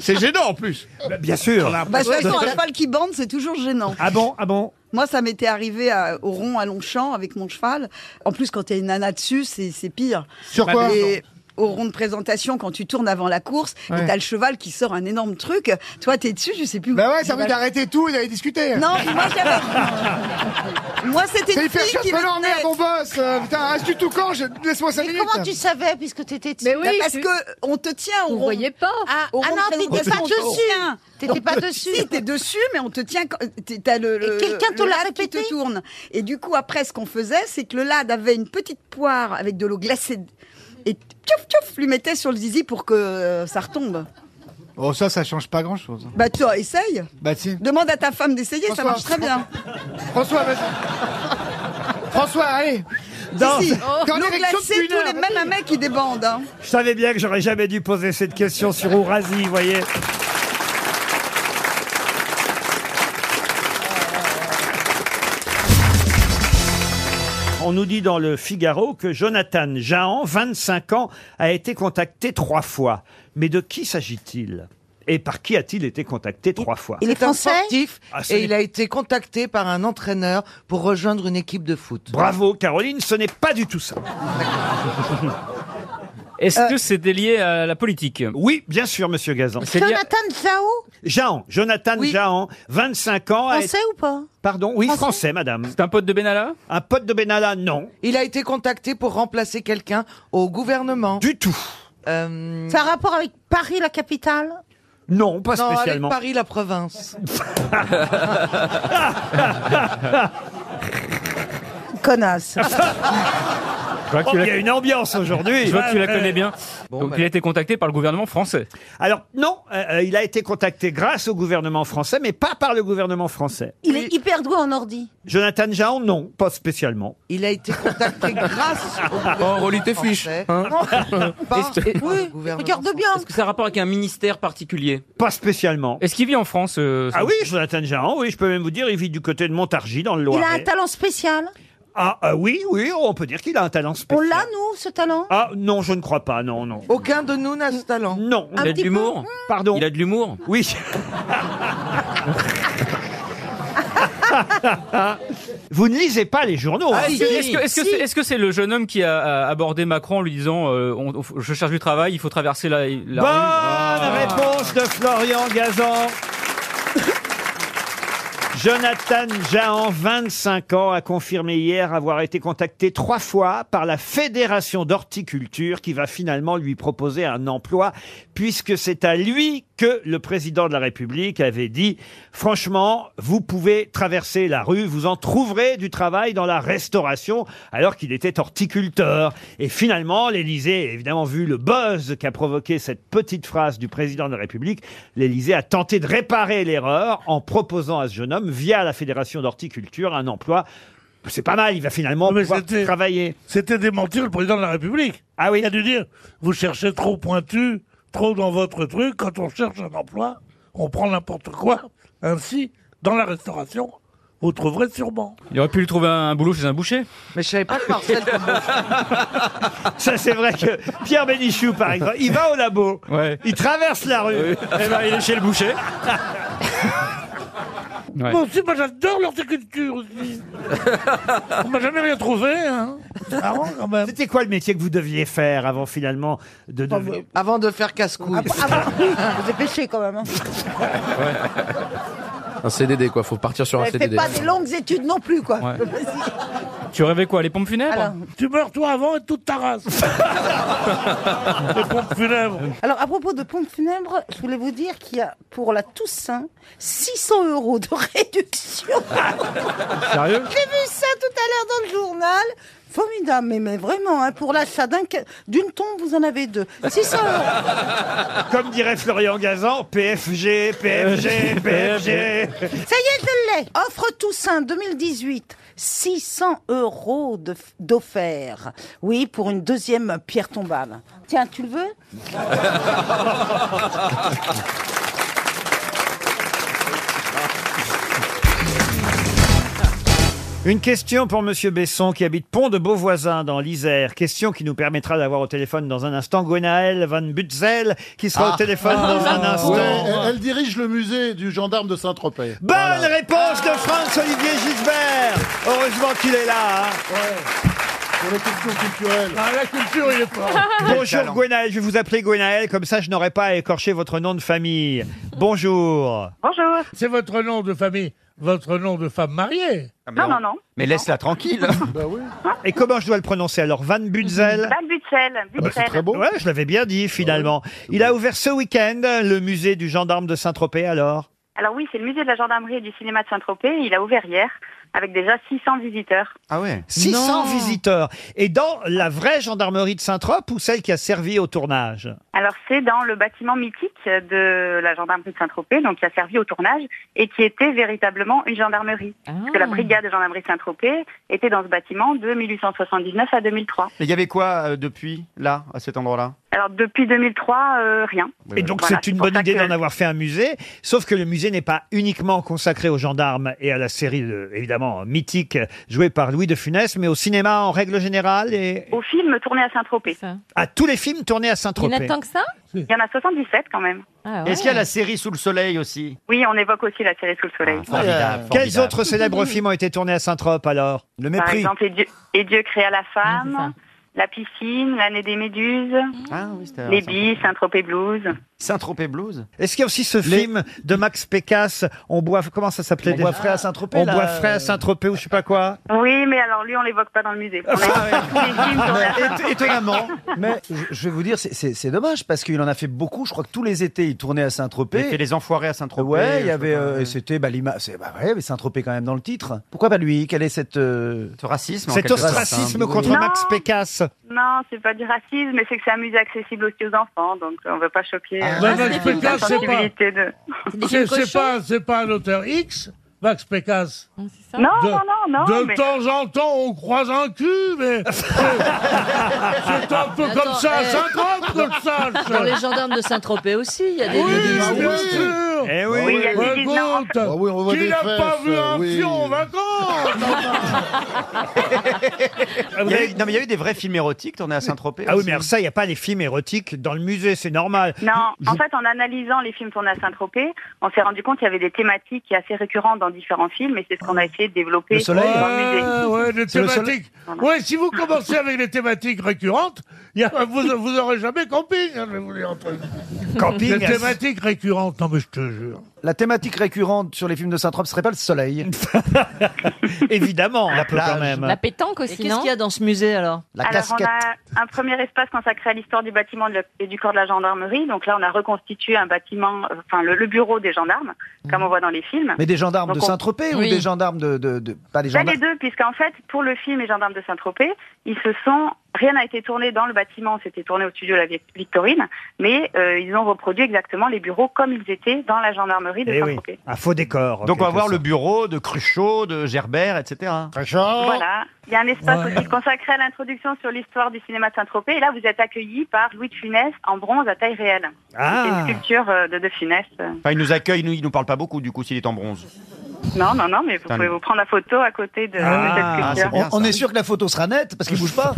S14: C'est gênant en plus.
S1: Bien sûr.
S14: On a
S25: Bah, de
S14: l'impression
S25: toute façon,
S14: d'être-
S25: un cheval qui bande, c'est toujours gênant.
S1: Ah bon Ah bon
S25: Moi, ça m'était arrivé à- au rond à Longchamp avec mon cheval. En plus, quand il y a une nana dessus, c'est c'est pire.
S12: Sur quoi
S25: Et Au rond de présentation, quand tu tournes avant la course,
S12: Ouais.
S25: et t'as le cheval qui sort un énorme truc. Toi, t'es dessus, je sais plus.
S12: Bah ouais, t'as envie d'arrêter tout et d'aller discuter.
S25: Non, puis moi, j'avais- moi, c'était
S12: C'est
S25: une
S12: hyper
S25: fille
S12: chiant,
S25: qui
S12: mais non,
S25: venait.
S12: merde, mon boss. euh, putain, reste du tout quand je- Laisse-moi 5
S25: Mais
S12: minutes.
S25: comment tu
S8: savais, puisque t'étais
S25: Mais oui,
S8: Bah,
S25: parce
S8: tu-
S25: que on te tient au
S8: Vous
S25: rond.
S8: voyez
S25: pas.
S8: Ah, ah non, t'étais pas dessus. T'étais pas dessus.
S25: Si, t'es dessus, mais on te tient. quand- t'es- T'as le. le-
S8: quelqu'un te
S25: le
S8: l'a
S25: lad qui te tourne. Et du coup, après, ce qu'on faisait, c'est que le lad avait une petite poire avec de l'eau glacée et tchouf tchouf lui mettait sur le zizi pour que euh, ça retombe.
S12: Oh, ça, ça change pas grand-chose.
S25: Bah toi, essaye.
S12: Bah si.
S25: Demande à ta femme d'essayer, ça
S12: François,
S25: marche très bien.
S12: François, vas-y. François, allez.
S1: Dans-
S25: Si, si.
S1: Oh.
S25: L'eau
S12: Dans l'érection
S25: glacée,
S12: depuis une
S25: tous les
S12: heure.
S25: mêmes un mec qui débande. hein.
S1: Je savais bien que j'aurais jamais dû poser cette question sur Ourasi, vous voyez. On nous dit dans le Figaro que Jonathan Jahan, 25 ans, a été contacté trois fois. Mais de qui s'agit-il Et par qui a-t-il été contacté trois fois
S7: Il est un sportif
S1: Ah, c'est-
S7: et il a été contacté par un entraîneur pour rejoindre une équipe de foot.
S1: Bravo Caroline, ce n'est pas du tout ça.
S18: Est-ce
S8: Euh,
S18: que c'était lié à la politique
S1: Oui, bien sûr, monsieur Gazan.
S8: Jonathan Zao
S1: Jahan, Jonathan Jahan, 25 ans. a été-
S8: Français ou pas
S1: Pardon, oui, français, madame. C'est
S18: un pote de Benalla
S1: Un pote de Benalla, non.
S7: Il a été contacté pour remplacer quelqu'un au gouvernement. Euh,
S1: Du tout.
S8: Ça a rapport avec Paris, la capitale
S1: Non, pas
S7: non, avec
S1: spécialement.
S7: Paris, la province.
S25: Connasse.
S18: Je crois que
S1: Oh,
S18: tu la-
S1: il y a une ambiance aujourd'hui.
S18: Je vois que tu la connais bien.
S1: Bon,
S18: Donc
S1: bah,
S18: il a été contacté par le gouvernement français.
S1: Alors non, euh, euh, il a été contacté grâce au gouvernement français, mais pas par le gouvernement français.
S8: Il est hyper doué en ordi.
S1: Jonathan Jahan, non, pas spécialement.
S7: Il a été contacté grâce au
S18: Oh,
S7: gouvernement
S18: relis tes
S7: français.
S18: fiches.
S1: hein.
S7: Par-
S18: Est-ce que-
S7: Oui, regarde
S8: bien.
S18: Est-ce que ça a rapport avec un ministère particulier
S1: Pas spécialement.
S18: Est-ce qu'il vit en France euh,
S1: Ah
S18: ça-
S1: oui, Jonathan Jahan, oui, je peux même vous dire, il vit du côté de Montargis, dans le
S8: Il
S1: Loiret.
S8: a un talent spécial.
S1: Ah euh, oui, oui, on peut dire qu'il a un talent
S8: On
S1: spécial.
S8: l'a, nous, ce talent
S1: Ah non, je ne crois pas, non, non.
S7: Aucun de nous n'a ce talent.
S1: Non.
S18: Il a de l'humour
S1: Pardon
S18: Il a de l'humour
S1: Oui. vous ne lisez pas les journaux. hein.
S18: Ah, est-ce que- Est-ce que est-ce que c'est est-ce que c'est le jeune homme qui a a abordé Macron en lui disant euh, on- on- je cherche du travail, il faut traverser la, la
S1: Bonne
S10: Bah
S1: réponse de Florian Gazan. Jonathan Jahan, 25 ans, a confirmé hier avoir été contacté trois fois par la Fédération d'horticulture qui va finalement lui proposer un emploi puisque c'est à lui que le président de la République avait dit franchement, vous pouvez traverser la rue, vous en trouverez du travail dans la restauration alors qu'il était horticulteur. Et finalement, l'Élysée, évidemment vu le buzz qu'a provoqué cette petite phrase du président de la République, l'Élysée a tenté de réparer l'erreur en proposant à ce jeune homme, via la Fédération d'horticulture, un emploi. C'est pas mal, il va finalement pouvoir travailler.
S3: C'était démentir le président de la République.
S1: Ah oui.
S3: Il a dû dire vous cherchez trop pointu, trop dans votre truc. Quand on cherche un emploi, on prend n'importe quoi. Ainsi, dans la restauration, vous trouverez sûrement.
S18: Il aurait pu lui trouver un, un boulot chez un boucher.
S7: Mais je savais pas que Marcel
S1: Ça, c'est vrai que Pierre Bénichou, par exemple, il va au labo, il traverse la rue.
S18: Eh ben, il est chez le boucher. Ouais.
S3: Moi aussi, moi j'adore l'horticulture aussi. on m'a jamais rien trouvé. Hein.
S1: C'était quoi le métier que vous deviez faire avant finalement de devenir...
S8: Ah,
S7: Avant de faire casse-couille.
S8: Vous dépêchez quand même. hein.
S6: un CDD, quoi. Faut partir sur un
S8: Elle fait
S6: CDD.
S8: pas des longues études non plus, quoi.
S6: Ouais. Tu rêvais quoi, les pompes funèbres
S8: Alors,
S3: Tu meurs toi avant et toute ta race. Les pompes funèbres.
S8: Alors, à propos de pompes funèbres, je voulais vous dire qu'il y a, pour la Toussaint, 600 euros de réduction.
S6: Ah,
S18: Sérieux
S8: J'ai vu ça tout à l'heure dans le journal. Formidable, mais, mais vraiment, hein, pour l'achat d'un ca- d'une tombe, vous en avez deux. 600 euros.
S1: Comme dirait Florian Gazan, PFG, PFG, PFG.
S8: Ça y est, je l'ai. Offre Toussaint 2018. 600 euros de- d'offert. Oui, pour une deuxième pierre tombale. Tiens, tu le veux
S1: Une question pour Monsieur Besson qui habite Pont de Beauvoisin dans l'Isère. Question qui nous permettra d'avoir au téléphone dans un instant Gwenaël Van Butzel qui sera au téléphone dans un instant.
S2: Ah. elle, elle dirige le musée du gendarme de Saint-Tropez.
S1: Bonne réponse de Franz-Olivier Gisbert Heureusement qu'il est là hein.
S2: Pour les questions culturelles. Ah, la culture, il est fort.
S1: Bonjour Gwenaël, je vais vous appeler Gwenaël, comme ça je n'aurai pas à écorcher votre nom de famille. Bonjour
S3: Bonjour. C'est votre nom de famille, votre nom de femme mariée. Bah
S26: Non, non, non.
S1: Ah, Mais laisse-la tranquille Et comment je dois le prononcer alors Van Butzel
S26: Van Butzel.
S1: Ah bah,
S26: Butzel.
S1: Ouais, je l'avais bien dit
S3: Ah
S1: finalement. Il a ouvert ce week-end le musée du gendarme de Saint-Tropez alors
S26: Alors oui, c'est le musée de la gendarmerie et du cinéma de Saint-Tropez. Il a ouvert hier avec déjà 600 visiteurs.
S1: Ah ouais 600 visiteurs. Et dans la vraie gendarmerie de Saint-Tropez ou celle qui a servi au tournage
S26: Alors c'est dans le bâtiment mythique de la gendarmerie de Saint-Tropez, donc qui a servi au tournage et qui était véritablement une gendarmerie. Parce que la brigade de gendarmerie de Saint-Tropez était dans ce bâtiment de 1879 à 2003.
S16: Et il y avait quoi euh, depuis, là, à cet endroit-là
S26: Alors depuis 2003, euh, rien.
S1: Et donc
S26: Voilà,
S1: c'est une
S26: pour
S1: bonne
S26: ça
S1: idée
S26: que-
S1: d'en avoir fait un musée, sauf que le musée n'est pas uniquement consacré aux gendarmes et à la série euh, évidemment mythique jouée par Louis de Funès, mais au cinéma en règle générale et
S26: Au film tourné à Saint-Tropez.
S1: à tous les films tournés à Saint-Tropez.
S26: ça Ah Il y en a 77 quand même.
S16: Est-ce qu'il y a la série Sous le Soleil aussi
S26: Oui, on évoque aussi la série Sous le
S3: Ah,
S26: Soleil.
S1: Euh, Quels autres célèbres films ont été tournés à Saint-Tropez alors Le
S26: Par exemple, Et Dieu, Et Dieu créa la femme, La piscine, L'année des méduses,
S3: Ah,
S16: c'était
S26: Les
S16: Saint-Tropez.
S26: billes, Saint-Tropez blues.
S16: Saint-Tropez Blues
S1: Est-ce qu'il y a aussi ce film de Max Pécasse On boit comment ça s'appelait
S16: On
S1: déjà
S16: boit frais à Saint-Tropez,
S1: On
S16: là, euh.
S1: boit frais à Saint-Tropez ou je sais pas quoi.
S26: Oui, mais alors lui, on l'évoque pas dans le musée. On évoque tous les films tournés à Saint-Tropez.
S16: Mais je- je vais vous dire, c'est- c'est c'est dommage parce qu'il en a fait beaucoup. Je crois que tous les étés, il tournait à Saint-Tropez.
S6: Il fait Les
S16: Enfoirés à Saint-Tropez. Ouais, il y avait. euh, et c'était. Bah, l'ima- c'est- bah ouais, mais Saint-Tropez quand même dans le titre. Pourquoi pas lui Quel est cette, euh, ce racisme
S1: en Cet quelque sorte, ostracisme hein, contre
S26: Non.
S1: Max Pécasse.
S26: Non, c'est pas du racisme, mais c'est que c'est un musée accessible aussi aux enfants, donc euh, on veut pas choquer euh,
S3: Bah, Max
S26: la
S3: Pécasse, c'est pas.
S26: sensibilité de...
S3: C'est c'est pas, c'est pas un auteur X, Max Pécasse.
S26: ça. Non, non, non, non,
S3: De
S26: mais-
S3: temps en temps, on croise un cul, mais c'est c'est un peu
S19: Attends,
S3: comme ça, à
S19: eh.
S3: Saint-Tropez, comme ça.
S19: Dans les gendarmes de Saint-Tropez aussi, il y a des.
S3: Oui,
S19: des-
S3: bien
S19: des-
S3: sûr.
S1: Eh
S19: oui. Oui, il y a des
S3: Ouais,
S19: villes d'enfants.
S3: écoute,
S2: Bah
S19: Ah oui, on voit
S3: Qui
S19: des
S3: n'a
S19: fesses,
S3: pas vu un
S16: oui.
S3: pion en vacances
S16: Il y a eu- non, mais il y a eu des vrais films érotiques tournés à Saint-Tropez.
S1: Ah oui,
S16: aussi.
S1: mais alors ça, il n'y a pas les films érotiques dans le musée, c'est normal.
S26: Non, en fait, en analysant les films tournés à Saint-Tropez, on s'est rendu compte qu'il y avait des thématiques assez récurrentes dans différents films, et c'est ce qu'on a essayé de développer
S3: Le soleil.
S26: dans le musée.
S3: Ouais, ouais, des thématiques. Ouais, si vous commencez avec les thématiques récurrentes, il y a- vous, vous aurez jamais camping, hein, je vais vous dire un truc.
S16: Camping,
S3: Les
S16: hein.
S3: thématiques récurrentes, non mais je te jure.
S16: La thématique récurrente sur les films de Saint-Tropez serait pas le soleil.
S1: Évidemment, la
S16: plage.
S19: La pétanque aussi, Qu'est-ce qu'il y a dans ce musée alors
S26: Alors, on a un premier espace consacré à l'histoire du bâtiment de la- et du corps de la gendarmerie. Donc là, on a reconstitué un bâtiment, euh, enfin, le, le bureau des gendarmes, comme on voit dans les films.
S16: Mmh. Mais des gendarmes
S26: Donc
S16: de
S26: on-
S16: Saint-Tropez ou des gendarmes de, de- de- pas des
S26: Ça,
S16: gendarmes.
S26: les deux, puisqu'en fait, pour le film Les Gendarmes de Saint-Tropez, ils se sont. Rien n'a été tourné dans le bâtiment, c'était tourné au studio La Vic- Victorine, mais euh, ils ont reproduit exactement les bureaux comme ils étaient dans la gendarmerie de
S1: Eh oui,
S26: Saint-Tropez.
S1: un faux décor. en
S16: Donc on va
S1: quelque
S16: voir le
S1: sorte.
S16: bureau de Cruchot, de Gerbert, etc.
S1: Oh.
S26: Voilà, il y a un espace
S16: Ouais.
S26: aussi consacré à l'introduction sur l'histoire du cinéma de Saint-Tropez, et là, vous êtes accueillis par Louis de Funès en bronze à taille réelle.
S16: Ah.
S26: C'est une sculpture euh, de De Funès. euh.
S16: Enfin, il nous accueille, nous, il nous parle pas beaucoup du coup s'il est en bronze.
S26: Non, non, non, mais vous
S16: Putain,
S26: pouvez
S16: le-
S26: vous prendre la photo à côté
S16: Ah.
S26: de, de cette sculpture.
S16: on, on est sûr que la photo sera nette parce qu'il bouge pas.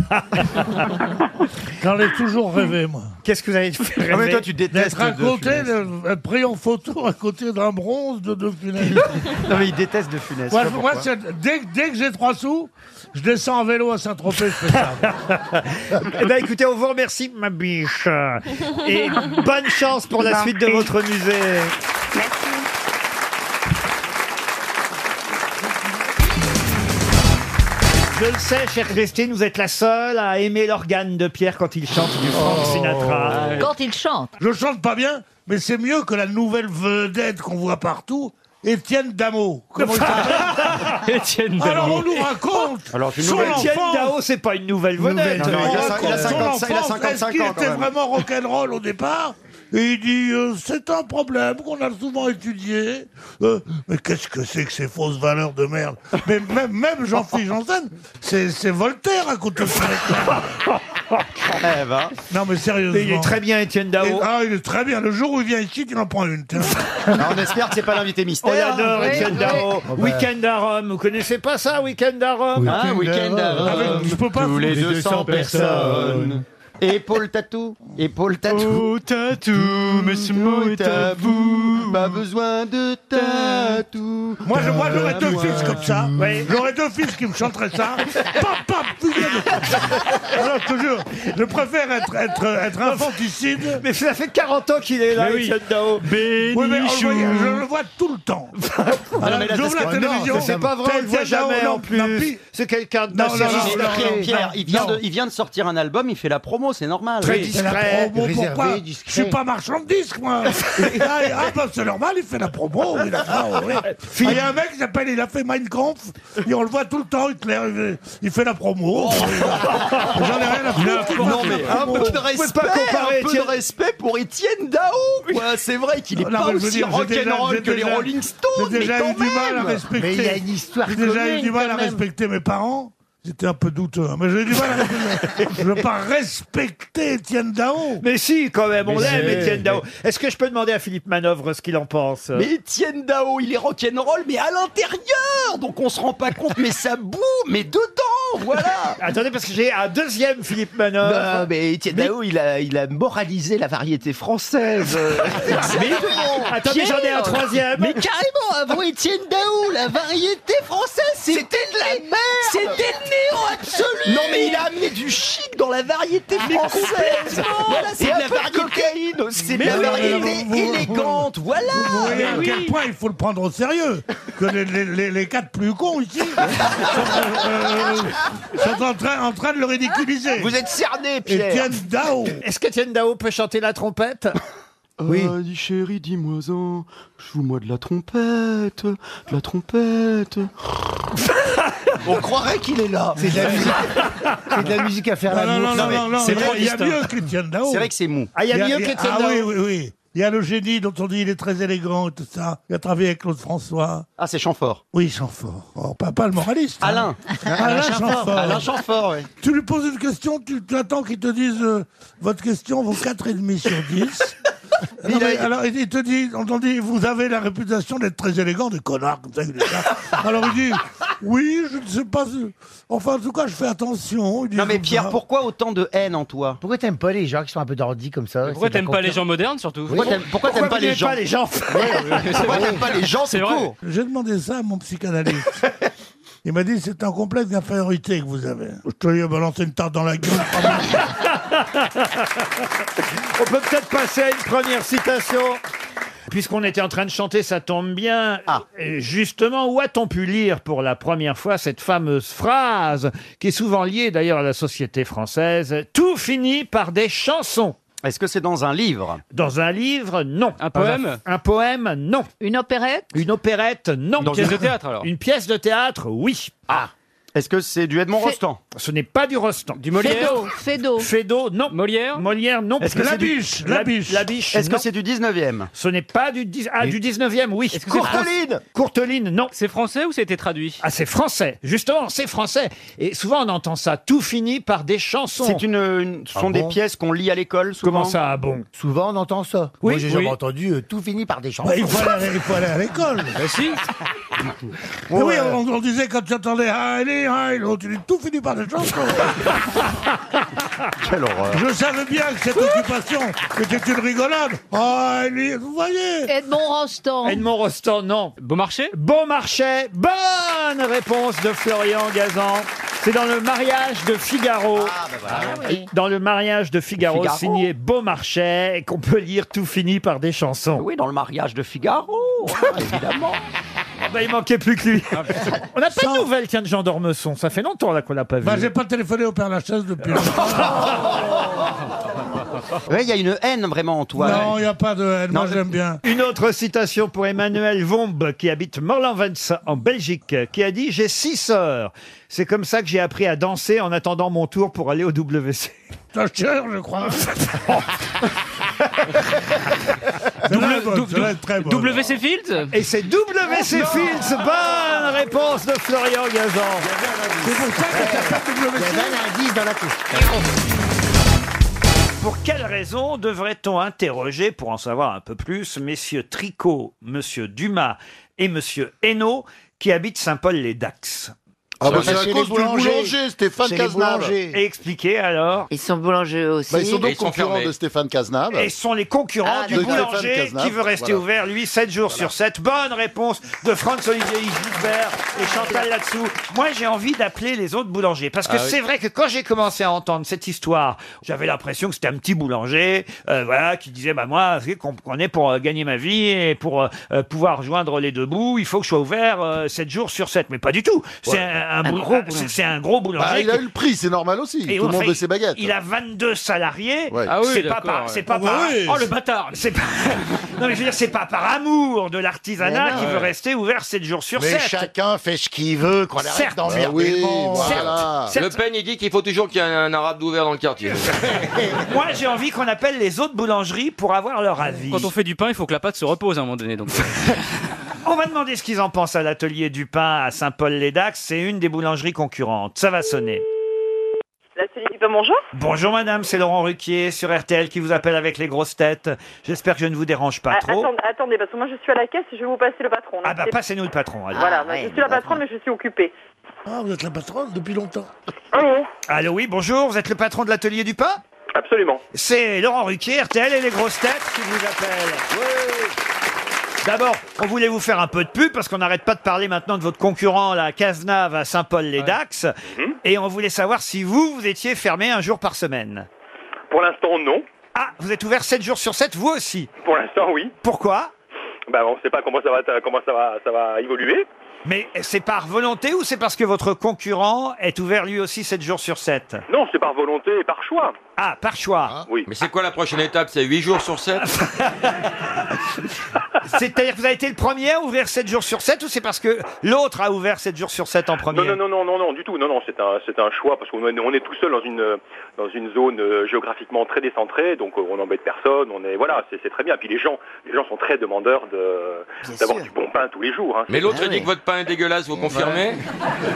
S3: J'en ai toujours rêvé, moi.
S1: Qu'est-ce que vous avez fait
S16: Ah, mais toi, tu détestes
S3: D'être à
S16: De
S3: côté,
S16: Funès.
S3: de- euh, pris en photo à côté d'un bronze de De Funès.
S16: non mais il déteste de Funès.
S3: moi,
S16: je
S3: je-
S16: sais pas
S3: moi,
S16: pourquoi.
S3: c'est- dès, que- dès que j'ai trois sous, je descends en vélo à Saint-Tropez, je fais ça.
S1: Eh ben, écoutez, on vous remercie, ma biche. Et bonne chance pour la
S3: Merci.
S1: suite de votre musée. Je le sais, chère Christine, vous êtes la seule à aimer l'organe de Pierre quand il chante du Frank
S16: Oh.
S1: Sinatra.
S22: Quand il chante.
S3: Oh. Je chante pas bien, mais c'est mieux que la nouvelle vedette qu'on voit partout, Étienne Damo. Comment il s'appelle Alors on nous raconte
S1: Alors,
S3: son
S1: Étienne
S3: enfance.
S1: Dao, c'est pas une nouvelle
S3: Nouvelle
S1: vedette.
S3: vedette.
S1: On
S3: On
S1: raconte
S3: raconte
S1: son
S3: son
S1: enfance.
S3: enfance. Est-ce qu'il était vraiment rock'n'roll au départ Et il dit euh, c'est un problème qu'on a souvent étudié. Euh, mais qu'est-ce que c'est que ces fausses valeurs de merde Mais même, même Jean-Philippe Janssen, c'est c'est Voltaire à côté de ce mec-là. Non mais sérieusement.
S1: Mais il est très bien, Étienne Eh ben. Dao.
S3: Et- ah, il est très bien. Le jour où il vient ici, tu en prends une. tiens.
S1: on espère que c'est pas l'invité mystère. On Oh, adore
S3: Oui,
S1: Étienne
S3: oui.
S1: Dao.
S3: Oh, bah.
S1: Weekend à Rome, vous connaissez pas ça, ben. Weekend à Rome
S3: Weekend Ah, Weekend à à Rome. Rome. Avec- je peux pas Tous les foutre. 200 personnes.
S11: Épaule tatou, épaule tatou. Oh tatou, monsieur mot à vous. Pas besoin de tatou.
S3: Moi, je-
S13: Euh,
S3: moi, j'aurais deux fils comme ça. J'aurais deux fils qui me chanteraient ça. Pam, pam, putain de- Alors, je te jure, je préfère être, être, être infanticide.
S1: Mais ça fait 40 ans qu'il est là,
S3: Mais oui.
S1: Étienne Dao.
S3: Oui, mais on le voit- je le vois tout le temps.
S1: Ah,
S3: Alors, j'ouvre la télévision.
S1: C'est pas vrai, on le voit
S3: Tel Dao,
S1: jamais en
S3: non, non,
S1: plus.
S3: pi-
S1: C'est quelqu'un de
S3: Non,
S1: d'assez
S3: non, non, non,
S1: discret.
S3: non, non.
S13: Pierre, il vient,
S3: Non.
S13: de, il vient de sortir un album, il fait la promo, c'est normal.
S3: Très discret. pourquoi Je suis pas marchand de disques, moi. ah, ah, bah, c'est normal, il fait la promo. oui, d'accord, oui. Ah, Il y a un mec qui s'appelle, il a fait Mein Kampf, et on le voit tout le temps, Hitler, il fait- il fait la promo. J'en ai rien à foutre. qu'il
S13: Non,
S3: fasse
S13: mais
S3: la
S13: Oh. un
S3: promo.
S13: peu de
S3: Vous pouvez
S13: respect,
S3: comparer,
S13: un peu de
S3: tiens.
S13: respect pour Étienne Dao. quoi. C'est vrai qu'il est
S3: Non,
S13: pas
S3: mais je veux
S13: aussi
S3: dire, j'ai déjà- j'ai
S13: rock'n'roll que les
S3: déjà-
S13: Rolling Stones.
S3: J'ai déjà
S13: mais
S3: eu
S13: quand
S3: du mal à
S13: même.
S3: respecter. J'ai déjà eu
S13: commune,
S3: du mal
S13: quand
S3: à
S13: même.
S3: respecter mes parents. C'était un peu douteux, hein, mais j'ai eu du mal à respecter. Je veux pas respecter Étienne Dao.
S1: Mais si, quand même, on
S3: Mais
S1: l'aime,
S3: c'est-
S1: Étienne Dao. Est-ce que je peux demander à Philippe Manœuvre ce qu'il en pense euh
S13: Mais Étienne Dao, il est rock'n'roll, mais à l'intérieur, donc on se rend pas compte, mais ça boue, mais dedans, voilà.
S1: Attendez, parce que j'ai un deuxième Philippe Manœuvre.
S13: Non, mais Étienne Dao, il a, il a moralisé la variété française. Exactement.
S1: Attendez, j'en ai un
S13: Pierre.
S1: troisième.
S13: Mais carrément, avant Étienne Dao, la variété française, c'était de la merde. C'était le néant absolu. Non, mais il a amené du chic dans la variété Mais française. complètement. Voilà, c'est Et de la un peu de variété- cocaïne aussi. C'est Mais de la non, mais variété vous- vous- élégante, voilà.
S3: Vous voyez à
S13: Mais
S3: quel
S13: oui.
S3: point il faut le prendre au sérieux. Que les, les- les- les quatre plus cons ici sont, euh, sont en, train, en train de le ridiculiser.
S13: Vous êtes cerné, Pierre.
S3: Étienne Dao.
S1: Est-ce qu'Étienne Dao peut chanter la trompette
S15: Oui. Ah, dis chérie, dis-moi en, joue-moi de la trompette, de la trompette.
S13: On croirait qu'il est là.
S15: C'est de la musique.
S11: C'est de la musique à faire
S3: Non, non,
S11: la
S3: non, non,
S11: mais
S3: non, non,
S11: c'est
S3: il y a-
S11: vrai,
S3: il y a
S11: Christin.
S3: mieux qu'Étienne Dao.
S11: C'est vrai que c'est mou.
S1: Ah, il y a mieux qu'Étienne
S3: ah,
S1: Dao.
S3: oui, oui, oui. Il y a le génie dont on dit il est très élégant et tout ça. Il a travaillé avec Claude François.
S13: Ah, c'est Chamfort.
S3: Oui, Chamfort. Oh, pas, pas le moraliste. hein.
S13: Alain.
S3: Alain Chamfort.
S13: Alain Chamfort, oui.
S3: Tu lui poses une question, tu tu attends qu'il te dise euh, votre question vaut 4,5 sur 10. Non, mais alors, il il te dit, on te dit, vous avez la réputation d'être très élégant, des connards comme ça. il dit ça. Alors il dit, oui, je ne sais pas. si- Enfin, en tout cas, je fais
S1: oh,
S3: attention. Il dit
S13: Non, mais
S3: comme ça.
S13: Pierre, pourquoi autant de haine en toi
S11: Pourquoi t'aimes pas les gens qui sont un peu d'ordi comme ça
S13: pourquoi
S11: C'est de la
S13: t'aimes
S18: Pas les
S11: confiance.
S18: gens modernes surtout.
S11: Pourquoi t'aimes- pourquoi t'aimes pas les gens
S13: Pourquoi t'aimes pas les gens,
S18: C'est
S13: tout
S18: vrai.
S13: court
S3: J'ai demandé ça à mon psychanalyste. Il m'a dit, c'est un complexe d'infériorité que vous avez. Je te lui ai balancé une tarte dans la gueule.
S1: On peut peut-être passer à une première citation. Puisqu'on était en train de chanter, ça tombe bien.
S13: Ah.
S1: Et Justement, où a-t-on pu lire pour la première fois cette fameuse phrase qui est souvent liée d'ailleurs à la société française Tout finit par des chansons.
S13: Est-ce que c'est dans un livre
S1: Dans un livre, non. Un
S13: poème
S1: Un poème, non.
S4: Une opérette
S1: Une opérette, non.
S13: Dans une pièce de théâtre, alors
S1: Une pièce de théâtre, oui. Ah
S13: Est-ce que c'est du Edmond
S4: C'est-
S13: Rostand
S1: Ce n'est pas du Rostand. Du
S4: Fédo, Fédo.
S1: Fédo, non. Molière Molière, non.
S13: Est-ce que
S1: La
S13: c'est du-
S1: biche,
S13: la
S1: la biche. La biche,
S13: Est-ce que
S1: non.
S13: c'est du 19e
S1: Ce n'est pas du, dix- ah, du 19e, oui.
S13: que c'est Courteline français
S1: Courteline, non.
S18: C'est français ou c'était traduit
S1: Ah, c'est français. Justement, c'est français. Et souvent, on entend ça. Tout finit par des chansons.
S13: C'est une, une- ce sont
S11: Ah bon
S13: des pièces qu'on lit à l'école souvent.
S1: Comment ça, ah bon
S11: Souvent on entend ça.
S1: Oui,
S11: Moi j'ai
S1: oui.
S11: jamais entendu euh, tout finit par des chansons.
S3: Bah, il, faut aller, il faut aller à l'école.
S18: Bah,
S3: Mais
S11: Bon,
S3: oui,
S11: euh,
S3: on, on disait quand tu entendais Allez, allez, l'autre, il est oh, tout fini par des chansons.
S13: Quelle horreur.
S3: Je savais bien que cette occupation était une rigolade. Ah, Allez, vous voyez.
S4: Edmond Rostand.
S1: Edmond Rostand, non.
S18: Beaumarchais
S1: Beaumarchais, bonne réponse de Florian Gazan. C'est dans le mariage de Figaro.
S13: Ah,
S1: Ah Dans le mariage de Figaro,
S13: bah Figaro.
S1: signé Beaumarchais, qu'on peut lire tout finit par des chansons.
S13: Oui, dans le mariage de Figaro, hein, évidemment.
S1: bah, il manquait plus que lui.
S3: Ah,
S1: On n'a pas de nouvelles, tiens, de Jean Dormesson. Ça fait longtemps là qu'on l'a pas vu.
S3: Bah, j'ai pas téléphoné au Père Lachaise depuis.
S1: il y a une haine vraiment en
S3: toi. Non, il n'y a pas de haine. Moi,
S1: Non.
S3: j'aime bien.
S1: Une autre citation pour Emmanuel Vombe, qui habite Morlan-Vence en Belgique, qui a dit J'ai six sœurs. C'est comme ça que j'ai appris à danser en attendant mon tour pour aller au WC.
S3: Thatcher, je crois.
S18: WC Fields
S1: Et c'est WC Fields. Bonne réponse de Florian Gazan. C'est pour ça que t'as pas WC. Il y avait un indice dans la Pour quelle raison devrait-on interroger, pour en savoir un peu plus, messieurs Tricot, monsieur Dumas et monsieur Hainaut, qui habitent Saint-Paul-les-Dax
S5: Ah bah, c'est à cause du boulanger, Stéphane Cazenave.
S1: Et expliquez alors. Ils sont boulangers aussi.
S5: Bah, ils sont donc concurrents de Stéphane Cazenave.
S1: Et sont les concurrents
S5: Ah,
S1: du
S5: d'accord.
S1: boulanger
S5: Stéphane Cazenave,
S1: qui veut rester
S5: voilà.
S1: ouvert, lui, 7 jours sur 7. Bonne réponse de Franz-Olivier Gisbert et Chantal là-dessous. Moi, j'ai envie d'appeler les autres boulangers. Parce que
S5: Ah oui.
S1: c'est vrai que quand j'ai commencé à entendre cette histoire, j'avais l'impression que c'était un petit boulanger euh, voilà, qui disait, bah moi, vous savez, comprenez, pour euh, gagner ma vie et pour euh, euh, pouvoir joindre les deux bouts, il faut que je sois ouvert 7 jours sur 7. Mais pas du tout. C'est
S5: Ouais.
S1: un, un
S5: Un
S1: boul-
S5: gros
S1: c'est- C'est un gros boulanger.
S5: Bah, il a
S1: qui-
S5: eu le prix, c'est normal aussi.
S1: et
S5: Tout le
S1: enfin,
S5: monde veut
S1: il-
S5: ses baguettes.
S1: Il a 22 salariés.
S5: Ouais. Ah oui,
S1: c'est pas
S5: d'accord,
S1: par,
S5: ouais.
S1: c'est pas
S5: Ah bah
S1: par-
S5: oui.
S1: Oh le bâtard. C'est pas. non mais je veux dire, c'est pas par amour de l'artisanat
S5: Mais non.
S1: qui veut
S5: Ouais.
S1: rester ouvert 7 jours sur
S5: Mais
S1: 7.
S5: chacun fait ce qu'il veut, qu'on arrête d'emmerder le monde, voilà.
S1: Certes.
S10: Le Pen, il dit qu'il faut toujours qu'il y ait un, un arabe d'ouvert dans le quartier.
S1: Moi, j'ai envie qu'on appelle les autres boulangeries pour avoir leur avis.
S18: Quand on fait du pain, il faut que la pâte se repose à un moment donné. Donc.
S1: On va demander ce qu'ils en pensent à l'atelier du pain à Saint-Paul-les-Dax. C'est une des boulangeries concurrentes. Ça va sonner.
S20: L'atelier du pain, Eh ben, bonjour.
S1: Bonjour madame, c'est Laurent Ruquier sur RTL qui vous appelle avec les grosses têtes. J'espère que je ne vous dérange pas
S20: Ah,
S1: trop.
S20: attendez, attendez, parce que moi je suis à la caisse et je vais vous passer le patron.
S1: Ah bah passez-nous le patron. allez.
S20: Voilà, je suis la patronne, mais je suis occupée.
S1: Ah, vous êtes la patronne depuis longtemps.
S20: Allô
S1: Allô, oui, bonjour, vous êtes le patron de l'atelier du pain
S20: Absolument.
S1: C'est Laurent Ruquier, RTL et les grosses têtes qui vous appellent. D'abord, on voulait vous faire un peu de pub parce qu'on n'arrête pas de parler maintenant de votre concurrent, la Cazenave à Saint-Paul-les-Dax.
S20: Mhm.
S1: Et on voulait savoir si vous, vous étiez fermé un jour par semaine.
S20: Pour l'instant, non.
S1: Ah, vous êtes ouvert 7 jours sur 7, vous aussi
S20: Pour l'instant, oui.
S1: Pourquoi
S20: Bah, on sait pas comment ça va, comment ça va, ça va évoluer.
S1: Mais c'est par volonté ou c'est parce que votre concurrent est ouvert lui aussi 7 jours sur 7
S20: Non, c'est par volonté et par choix.
S1: Ah, par choix.
S20: Oui.
S10: Mais c'est quoi la prochaine étape C'est 8 jours sur 7
S1: C'est-à-dire que vous avez été le premier à ouvrir 7 jours sur 7 ou c'est parce que l'autre a ouvert 7 jours sur 7 en premier
S20: Non, non, non, non, non, non, du tout. Non, non, c'est un, c'est un choix parce qu'on est, on est tout seul dans une, euh, dans une zone euh, géographiquement très décentrée, donc euh, on n'embête personne. On est, voilà, c'est, c'est très bien. Puis les gens, les gens sont très demandeurs de, d'avoir du bon pain tous les jours. hein.
S10: Mais l'autre,
S6: Ah
S20: C'est-
S10: il dit que votre pain est dégueulasse, vous confirmez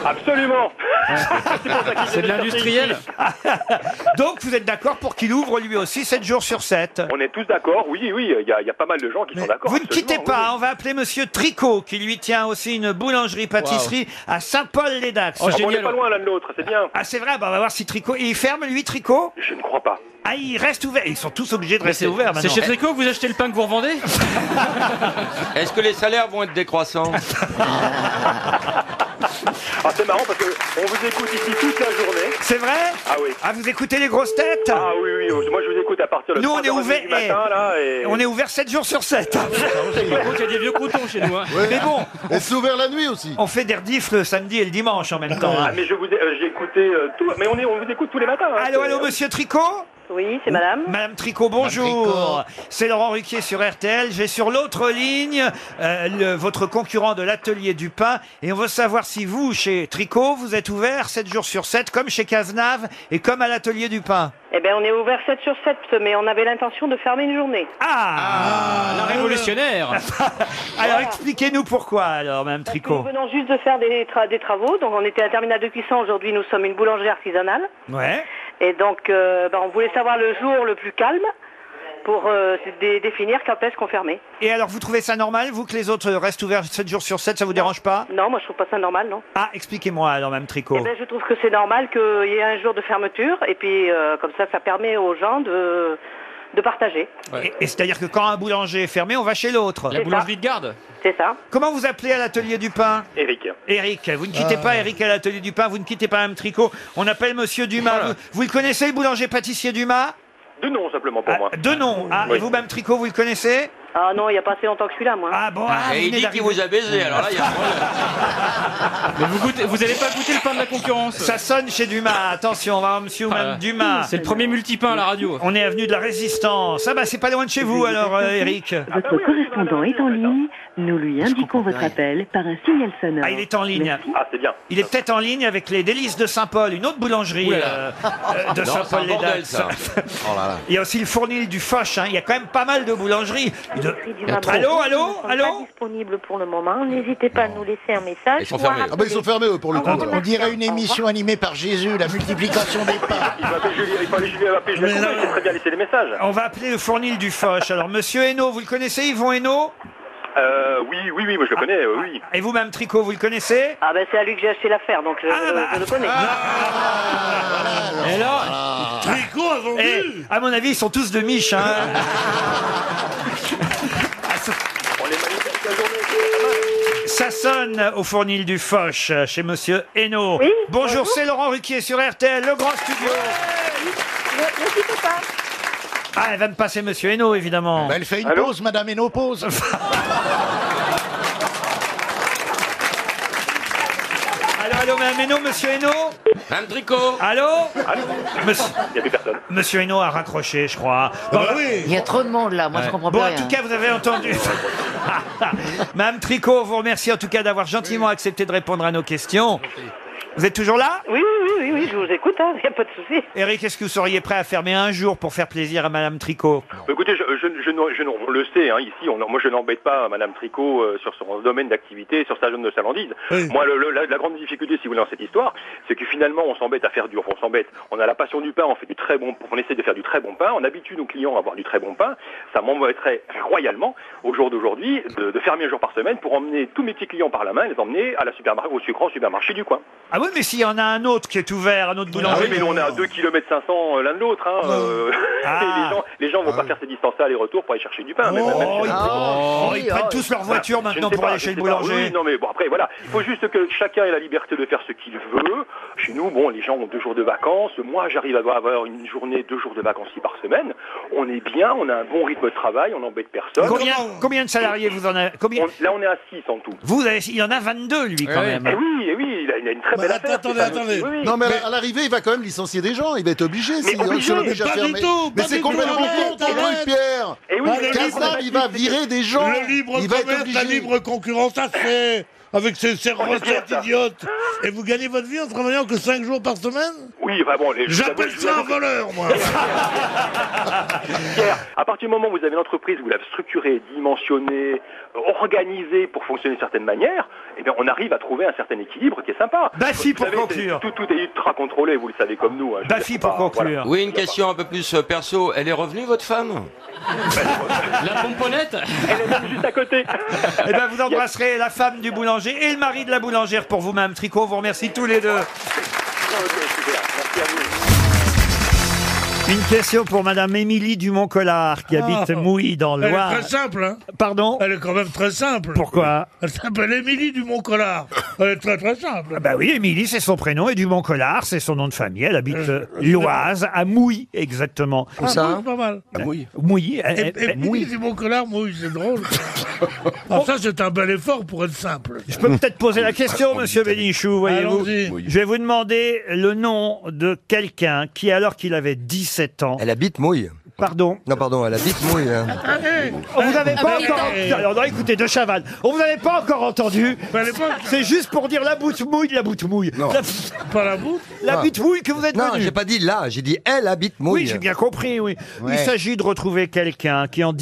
S20: Absolument.
S10: C'est de l'industriel.
S1: Donc vous êtes d'accord pour qu'il ouvre lui aussi 7 jours sur 7
S20: On est tous d'accord, oui, oui, il y, a- il y a pas mal de gens qui sont d'accord.
S1: Vous ne quittez pas, hein, on va appeler monsieur Tricot qui lui tient aussi une boulangerie-pâtisserie à Saint-Paul-les-Dax.
S20: Oh, on n'est pas loin l'un de l'autre, c'est bien.
S1: Ah c'est vrai, bah, on va voir si Tricot... Et il ferme lui Tricot
S20: Je ne crois pas.
S1: Ah il reste ouvert, ils sont tous obligés de
S10: Mais
S1: rester
S10: c'est-
S1: ouverts
S10: c'est
S1: maintenant.
S10: chez Tricot
S1: que vous achetez le pain que vous revendez
S10: Est-ce que les salaires vont être décroissants
S20: Ah, c'est marrant parce que on vous écoute ici toute la journée.
S1: C'est vrai
S20: Ah oui.
S1: Ah, vous écoutez les grosses têtes
S20: Ah oui, oui, oui, moi je vous écoute à partir de
S1: Nous, on est
S20: 3h30
S1: ouvert,
S20: du matin,
S1: eh,
S20: là, et... Ah,
S1: On est ouvert 7 jours sur 7.
S10: Par contre, il y a des vieux croutons chez nous.
S1: hein. Mais bon, on s'est ouvert la nuit aussi. On fait des rediffs le samedi et le dimanche en même temps.
S20: Ah,
S1: hein.
S20: mais je vous ai, euh, j'ai écouté euh, tout, mais on, est, on vous écoute tous les matins. hein.
S1: Allô,
S20: C'est-
S1: allô, monsieur Tricot
S20: Oui, c'est madame.
S1: Madame Tricot, bonjour. C'est Laurent Ruquier sur RTL. J'ai sur l'autre ligne euh, le- votre concurrent de l'atelier du pain. Et on veut savoir si vous, chez Tricot, vous êtes ouvert 7 jours sur 7, comme chez Cazenave et comme à l'atelier du pain.
S20: Eh bien, on est ouvert 7 sur 7, mais on avait l'intention de fermer une journée.
S1: Ah,
S10: La révolutionnaire
S1: Alors expliquez-nous pourquoi alors, Madame
S20: Nous
S1: Tricot.
S20: venons juste de faire des, tra- des travaux, donc on était un terminal de cuisson, aujourd'hui nous sommes une boulangerie artisanale.
S1: Ouais.
S20: Et donc, euh, ben, on voulait savoir le jour le plus calme pour euh, dé- définir quand est-ce qu'on fermait.
S1: Et alors, vous trouvez ça normal, vous, que les autres restent ouverts 7 jours sur 7, ça vous dérange pas
S20: Non, moi je trouve pas ça normal, non.
S1: Ah, expliquez-moi alors, Madame Tricot.
S20: Eh ben, je trouve que c'est normal qu'il y ait un jour de fermeture, et puis euh, comme ça, ça permet aux gens de, de partager.
S1: Et, et c'est-à-dire que quand un boulanger est fermé, on va chez l'autre.
S20: La C'est boulangerie
S1: de garde
S20: C'est ça.
S1: Comment vous appelez à l'atelier du pain
S20: Eric.
S1: Eric, vous ne quittez pas Eric à l'atelier du pain, vous ne quittez pas Mme Tricot. On appelle Monsieur Dumas. Vous, vous le connaissez, le boulanger pâtissier Dumas
S20: Deux noms simplement pour moi.
S1: Deux noms. Ah,
S20: Oui.
S1: et vous, Mme Tricot, vous le connaissez
S9: Ah non, il n'y a pas assez longtemps que je suis là, moi.
S1: Ah bon
S10: Et il dit qu'il vous a baisé, alors là, il y a un problème.
S1: Mais vous, vous allez pas goûter le pain de la concurrence. Ça sonne chez Dumas. Attention, on va voir monsieur ou
S18: Ah.
S1: même Dumas.
S18: C'est le premier
S1: multipain à la radio. On est avenue de la Résistance. Ah bah c'est pas loin de chez vous alors, euh, Eric.
S14: Votre correspondant est en ligne. Nous lui indiquons votre appel par un signal sonore.
S1: Ah, il est en ligne.
S14: Ah,
S1: c'est bien. Il est peut-être en ligne avec les délices de Saint-Paul, une autre boulangerie
S13: Oula.
S1: euh, euh, de
S13: Non, c'est un bordel,
S1: Saint-Paul-les-Dax.
S13: ça.
S10: Oh là là.
S1: Il y a aussi le fournil du Foch. hein. Il y a quand même pas mal de boulangeries. De- Allô, allô, allô
S9: disponible pour le moment. N'hésitez pas à nous laisser un message. ou à rappeler. Ah,
S5: fermés, Ah, eux, pour
S9: le coup.
S5: On dirait une émission animée par Jésus, la multiplication des pains.
S20: Il m'appelle Julien, il fallait Julien l'appeler, je l'ai trouvé, j'ai très bien laissé des messages.
S1: On va appeler le fournil du Foch. Alors, monsieur Hainaut, vous le connaissez, Yvon Hainaut Ah.
S20: Euh, oui, oui, oui, moi je le connais, euh, oui.
S1: Et vous, même Tricot, vous le connaissez Ah, bah.
S9: Ah ben c'est à lui que j'ai acheté l'affaire, donc je, je- je le connais.
S1: Et là Tricot a vendu Ah. Eh, À mon avis, ils sont tous de Mich. hein.
S20: On les manipule toute la journée.
S1: Ça sonne au fournil du Foch, euh, chez monsieur Hainaut. bonjour, c'est Laurent Ruquier sur RTL, le grand studio. Ah, elle va me passer monsieur Hainaut, évidemment.
S5: Elle fait une pause, madame, et pause.
S27: Eh
S1: Allô, allô, madame Hainaut, monsieur Hainaut Madame Tricot Allô Monsieur...
S20: Il y a plus personne.
S1: monsieur Hainaut a raccroché, je crois.
S27: ben
S13: Euh,
S1: Bon,
S22: Il y a trop de monde là, moi je
S1: Ouais.
S22: comprends
S1: bon,
S22: pas
S1: en
S22: rien.
S1: tout cas, vous avez entendu. Madame Tricot, vous remercie en tout cas d'avoir gentiment accepté de répondre à nos questions. Vous êtes toujours là
S9: Oui, oui, oui, oui, oui, je vous écoute, il
S20: hein,
S9: n'y a pas de souci.
S1: Eric, est-ce que vous seriez prêt à fermer un jour pour faire plaisir à Madame Tricot
S20: Bah, Écoutez, je, je- je n'en- je n'en- on le sait, hein, ici, on, moi je n'embête pas Madame Tricot euh, sur son domaine d'activité, sur sa zone de salandise. Moi, le- le- la, la grande difficulté, si vous voulez, dans cette histoire, c'est que finalement, on s'embête à faire du, on s'embête. On a la passion du pain, on fait du très bon, on essaie de faire du très bon pain, on habitue nos clients à avoir du très bon pain. Ça m'embêterait royalement, au jour d'aujourd'hui, de, de fermer un jour par semaine pour emmener tous mes petits clients par la main, et les emmener à la supermar- au grand supermarché du coin.
S1: Ah oui, mais s'il y en a un autre qui est ouvert, un autre
S20: Ah oui,
S1: boulanger.
S20: mais nous, on est à 2 km 500 l'un de l'autre.
S1: Ah.
S20: Hein, euh, et les gens, les gens vont pas faire ces distances-là aller-retour pour aller chercher du pain. même- même chez-
S1: ils prennent- oh, ils prennent tous leur voiture
S20: Voilà, je
S1: maintenant
S20: ne sais
S1: pour
S20: pas,
S1: aller
S20: je
S1: chez le
S20: ne sais pas.
S1: boulanger.
S20: Oui, non, mais bon, après, voilà. Il faut juste que chacun ait la liberté de faire ce qu'il veut. Chez nous, bon, les gens ont deux jours de vacances. Moi, j'arrive à avoir une journée, deux jours de vacances ici par semaine. On est bien, on a un bon rythme de travail, on n'embête personne.
S1: Combien, combien de salariés vous en avez combien...
S20: Là, on est à 6 en tout.
S1: Vous avez- il y en a 22, lui, quand
S20: Eh
S1: même.
S20: oui, eh oui, il a, il a une
S3: Bah,
S20: très belle affaire. c'est un- oui, oui.
S21: Non, mais, à l'arrivée, il va quand même licencier des gens. Il va être obligé.
S20: Mais
S21: si, hein,
S20: obligé,
S21: si on l'oblige à
S20: pas du
S21: fermer.
S20: tout,
S21: Mais
S20: pas
S21: c'est
S20: du
S21: complètement
S20: tout.
S21: con, ton
S20: Arrête,
S21: truc, Pierre.
S20: Eh oui,
S3: Ah, le
S21: Cazenave,
S3: libre-
S21: il va virer des gens.
S3: Le libre
S21: il va être
S3: commerce, la
S21: obligé.
S3: libre concurrence, ça se fait avec ces, ces
S20: On est fiers,
S3: recettes
S20: ça.
S3: idiotes. Et vous gagnez votre vie en travaillant que 5 jours par semaine
S20: Oui, bah bon, les-
S3: J'appelle
S20: je vous
S3: ça un
S20: avoue que-
S3: voleur, moi.
S20: Pierre, à partir du moment où vous avez une entreprise, vous la structurée, dimensionnée, euh, organisée pour fonctionner de certaines manières, eh bien, on arrive à trouver un certain équilibre qui est sympa.
S1: Baffy
S20: Vous
S1: pour
S20: savez, c'est-
S1: conclure.
S20: Tout, tout est ultra contrôlé, vous le savez comme nous. hein. Je veux
S1: Baffy
S20: dire,
S1: Bah pour
S20: c'est pas-
S1: conclure.
S20: voilà.
S10: Oui, une question un peu plus euh, perso. Elle est revenue, votre femme
S18: La pomponnette
S20: Elle est juste à côté.
S1: Eh ben, vous embrasserez la femme du boulanger et le mari de la boulangère pour vous, Madame Tricot. Vous remercie tous les deux. Une question pour Madame Émilie Dumont-Collard qui habite
S3: Ah.
S1: Mouilly dans le
S3: Elle
S1: Loir.
S3: est très simple. Hein.
S1: Pardon
S3: Elle est quand même très simple.
S1: Pourquoi
S3: Elle s'appelle Émilie Dumont-Collard. Elle est très très simple.
S1: Ah Bah oui, Émilie, c'est son prénom et Dumont-Collard, c'est son nom de famille. Elle habite euh, l'Oise, à Mouilly, exactement.
S3: Ah, bon, c'est pas mal.
S1: Mouilly. Mouilly. elle-
S3: Et,
S1: elle-
S3: et Émilie Dumont-Collard, moi, c'est drôle. Ah, ça, c'est un bel effort pour être simple. Oh,
S1: Je peux peut-être poser la question, monsieur Bénichou, voyez-vous.
S3: Allons-y.
S1: Je vais vous demander le nom de quelqu'un qui, alors qu'il avait 17 ans... Elle habite Mouille. Pardon
S21: Non, pardon, elle habite mouille. hein.
S1: On Ah, vous avait pas
S13: Ah, mais
S1: encore
S13: attends.
S1: entendu. Alors, non, écoutez, de Chaval, on vous avait pas encore entendu. C'est juste pour dire la boute mouille, la boute mouille. La...
S3: Pas la boute
S1: La
S21: Ah.
S1: boute mouille que vous êtes
S21: Non,
S1: venu.
S21: j'ai pas dit là, j'ai dit elle habite mouille.
S1: Oui, j'ai bien compris, oui. Il
S21: Ouais.
S1: s'agit de retrouver quelqu'un qui, en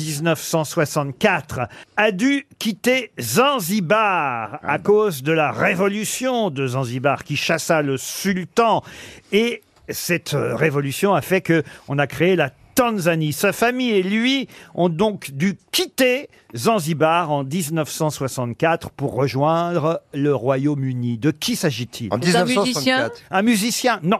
S1: 1964, a dû quitter Zanzibar à cause de la révolution de Zanzibar qui chassa le sultan. Et cette euh, révolution a fait que on a créé la Tanzanie. Sa famille et lui ont donc dû quitter Zanzibar en 1964 pour rejoindre le Royaume-Uni. De qui s'agit-il En
S21: C'est un 1964. musicien
S1: Un musicien, non.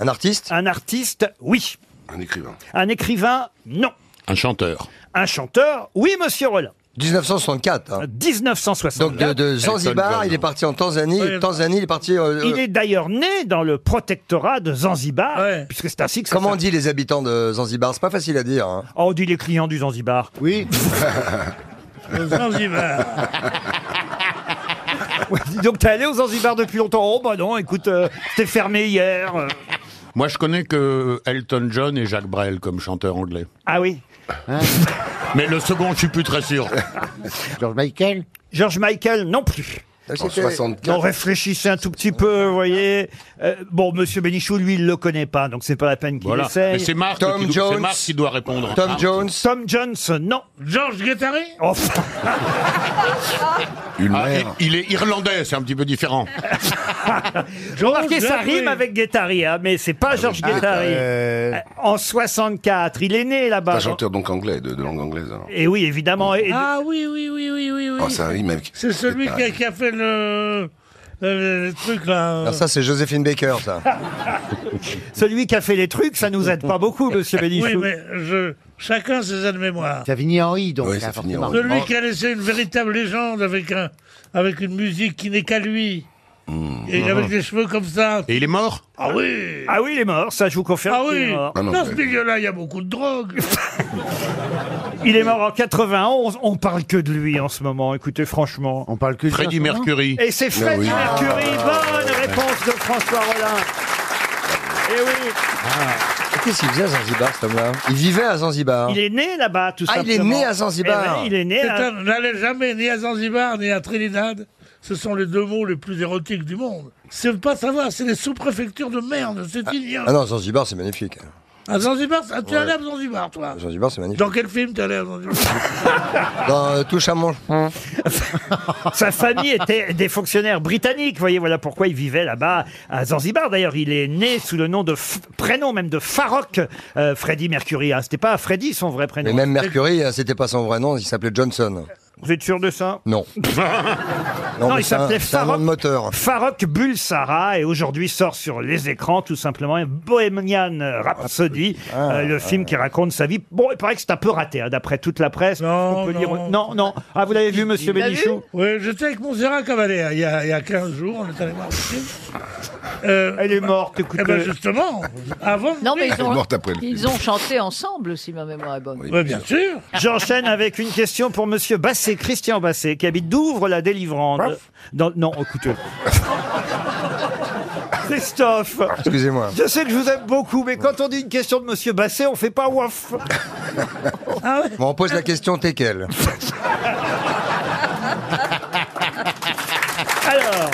S1: Un artiste Un artiste, oui.
S17: Un écrivain.
S1: Un écrivain, non.
S17: Un chanteur.
S1: Un chanteur, oui, monsieur Rollin.
S21: 1964. hein.
S1: 1964.
S21: Donc de,
S1: Euh,
S21: de Zanzibar, il est parti en Tanzanie. et Tanzanie, il est parti. euh,
S1: Il
S21: euh,
S1: est d'ailleurs né dans le protectorat de Zanzibar, puisque c'est ainsi que ça
S21: Comment on dit
S1: s'appelle.
S21: les habitants de Zanzibar C'est pas facile à dire. hein.
S1: Oh, on dit les clients du Zanzibar.
S21: Oui.
S1: Ouais, dis donc, t'es allé aux Zanzibar depuis longtemps Oh, bah non, écoute, euh, c'était fermé hier. euh.
S12: Moi, je connais que Elton John et Jacques Brel comme chanteurs anglais.
S1: Ah oui
S12: Mais le second, je suis plus très sûr.
S1: George Michael George Michael, non plus.
S12: En 64.
S1: On réfléchissait un tout petit peu, vous voyez. Euh, bon, Monsieur Bénichou, lui, il le connaît pas, donc c'est pas la peine qu'il
S12: Voilà.
S1: essaye.
S12: Mais c'est Marc, qui, doit- c'est Marc qui doit répondre. Ah. Marc.
S1: Tom Jones, non. George Guettari
S12: Ah, il, il est irlandais, c'est un petit peu différent.
S1: Remarquez, ça
S12: Guettari.
S1: rime avec Guettari, hein, mais c'est pas George Guettari. Euh, En 64, il est né là-bas.
S7: Un chanteur donc anglais, de, de langue anglaise. alors.
S1: Et oui, évidemment. et-
S3: Ah oui, oui, oui, oui, oui. oui.
S7: Oh, ça rime avec-
S3: C'est celui qui a, qui a fait le, le, le truc là.
S1: Ah,
S21: Alors ça, c'est Joséphine Baker, ça.
S1: Celui qui a fait les trucs, ça nous aide pas beaucoup, monsieur Bénichou.
S3: Oui, mais je, chacun ses aides mémoire.
S11: Savigny Henry, donc.
S3: Oui,
S11: hein,
S3: Savigny
S11: forcément.
S3: Celui qui a laissé une véritable légende avec, un, avec une musique qui n'est qu'à lui. Et
S1: Mmh.
S3: avec des cheveux comme ça.
S12: Et il est mort
S3: Ah oui
S1: Ah oui, il est mort, ça je vous confirme.
S3: Ah
S1: qu'il est
S3: oui
S1: mort.
S3: Dans ce milieu-là, il y a beaucoup de drogue.
S1: Il est mort en 91. On parle que de lui en ce moment. Écoutez, franchement. On parle que
S12: de Freddie lui en ce moment. Mercury.
S1: Et c'est
S12: Mais
S1: Freddie
S12: Ah oui.
S1: Mercury.
S12: Ah.
S1: Bonne réponse de François Rollin. Eh oui.
S21: Ah. Qu'est-ce qu'il faisait à Zanzibar, cet homme-là Il vivait à Zanzibar.
S1: Il est né là-bas, tout
S21: Ah, il est
S1: simplement.
S21: né à Zanzibar.
S1: Eh ouais, il est né à-
S3: Putain, N'allez jamais ni à Zanzibar ni à Trinidad. Ce sont les deux mots les plus érotiques du monde. C'est pas savoir, c'est des sous-préfectures de merde. C'est ignoble.
S21: Ah non, Zanzibar, c'est magnifique.
S3: À Zanzibar, ah, tu es
S21: Ouais.
S3: allé à Zanzibar, toi
S21: Zanzibar, c'est magnifique.
S3: Dans quel film t'es allé à Zanzibar
S21: Dans euh, Touche à mon...
S1: Sa famille était des fonctionnaires britanniques. Voyez, voilà pourquoi il vivait là-bas à Zanzibar. D'ailleurs, il est né sous le nom de F- prénom même de Farrokh euh, Freddie Mercury. hein. C'était pas Freddie son vrai prénom.
S21: Mais même Mercury, euh, c'était pas son vrai nom, il s'appelait Johnson.
S1: Vous êtes sûr de ça
S21: Non.
S1: Non,
S21: mais
S1: il
S21: c'est un-
S1: s'appelait
S21: C'est un nom
S1: Farrokh.
S21: de moteur.
S1: Farok Bulsara et aujourd'hui sort sur les écrans tout simplement un Bohemian
S21: Ah,
S1: Rhapsody, euh, le film qui raconte sa vie. Bon, il paraît que c'est un peu raté hein, d'après toute la presse. On peut
S3: non.
S1: lire- non, non. Ah, vous l'avez vu, Monsieur Bénichou
S3: Oui, j'étais avec Montserrat Cavalet il y, a, il y a 15 jours, on est allé voir le film. Euh,
S1: Elle est morte, écoutez.
S3: Eh ben justement, avant.
S19: Non, mais ils ont,
S3: film.
S19: ils ont chanté ensemble, si ma mémoire est bonne.
S3: sûr.
S1: J'enchaîne avec une question pour Monsieur Basset, Christian Basset, qui habite Douvres la Délivrande. Dans- non, écoutez. Christophe.
S21: Excusez-moi.
S1: Je sais que je vous aime beaucoup, mais quand on dit une question de Monsieur Basset, on fait pas waf.
S21: Bon, on pose la question, t'es quel
S1: Alors,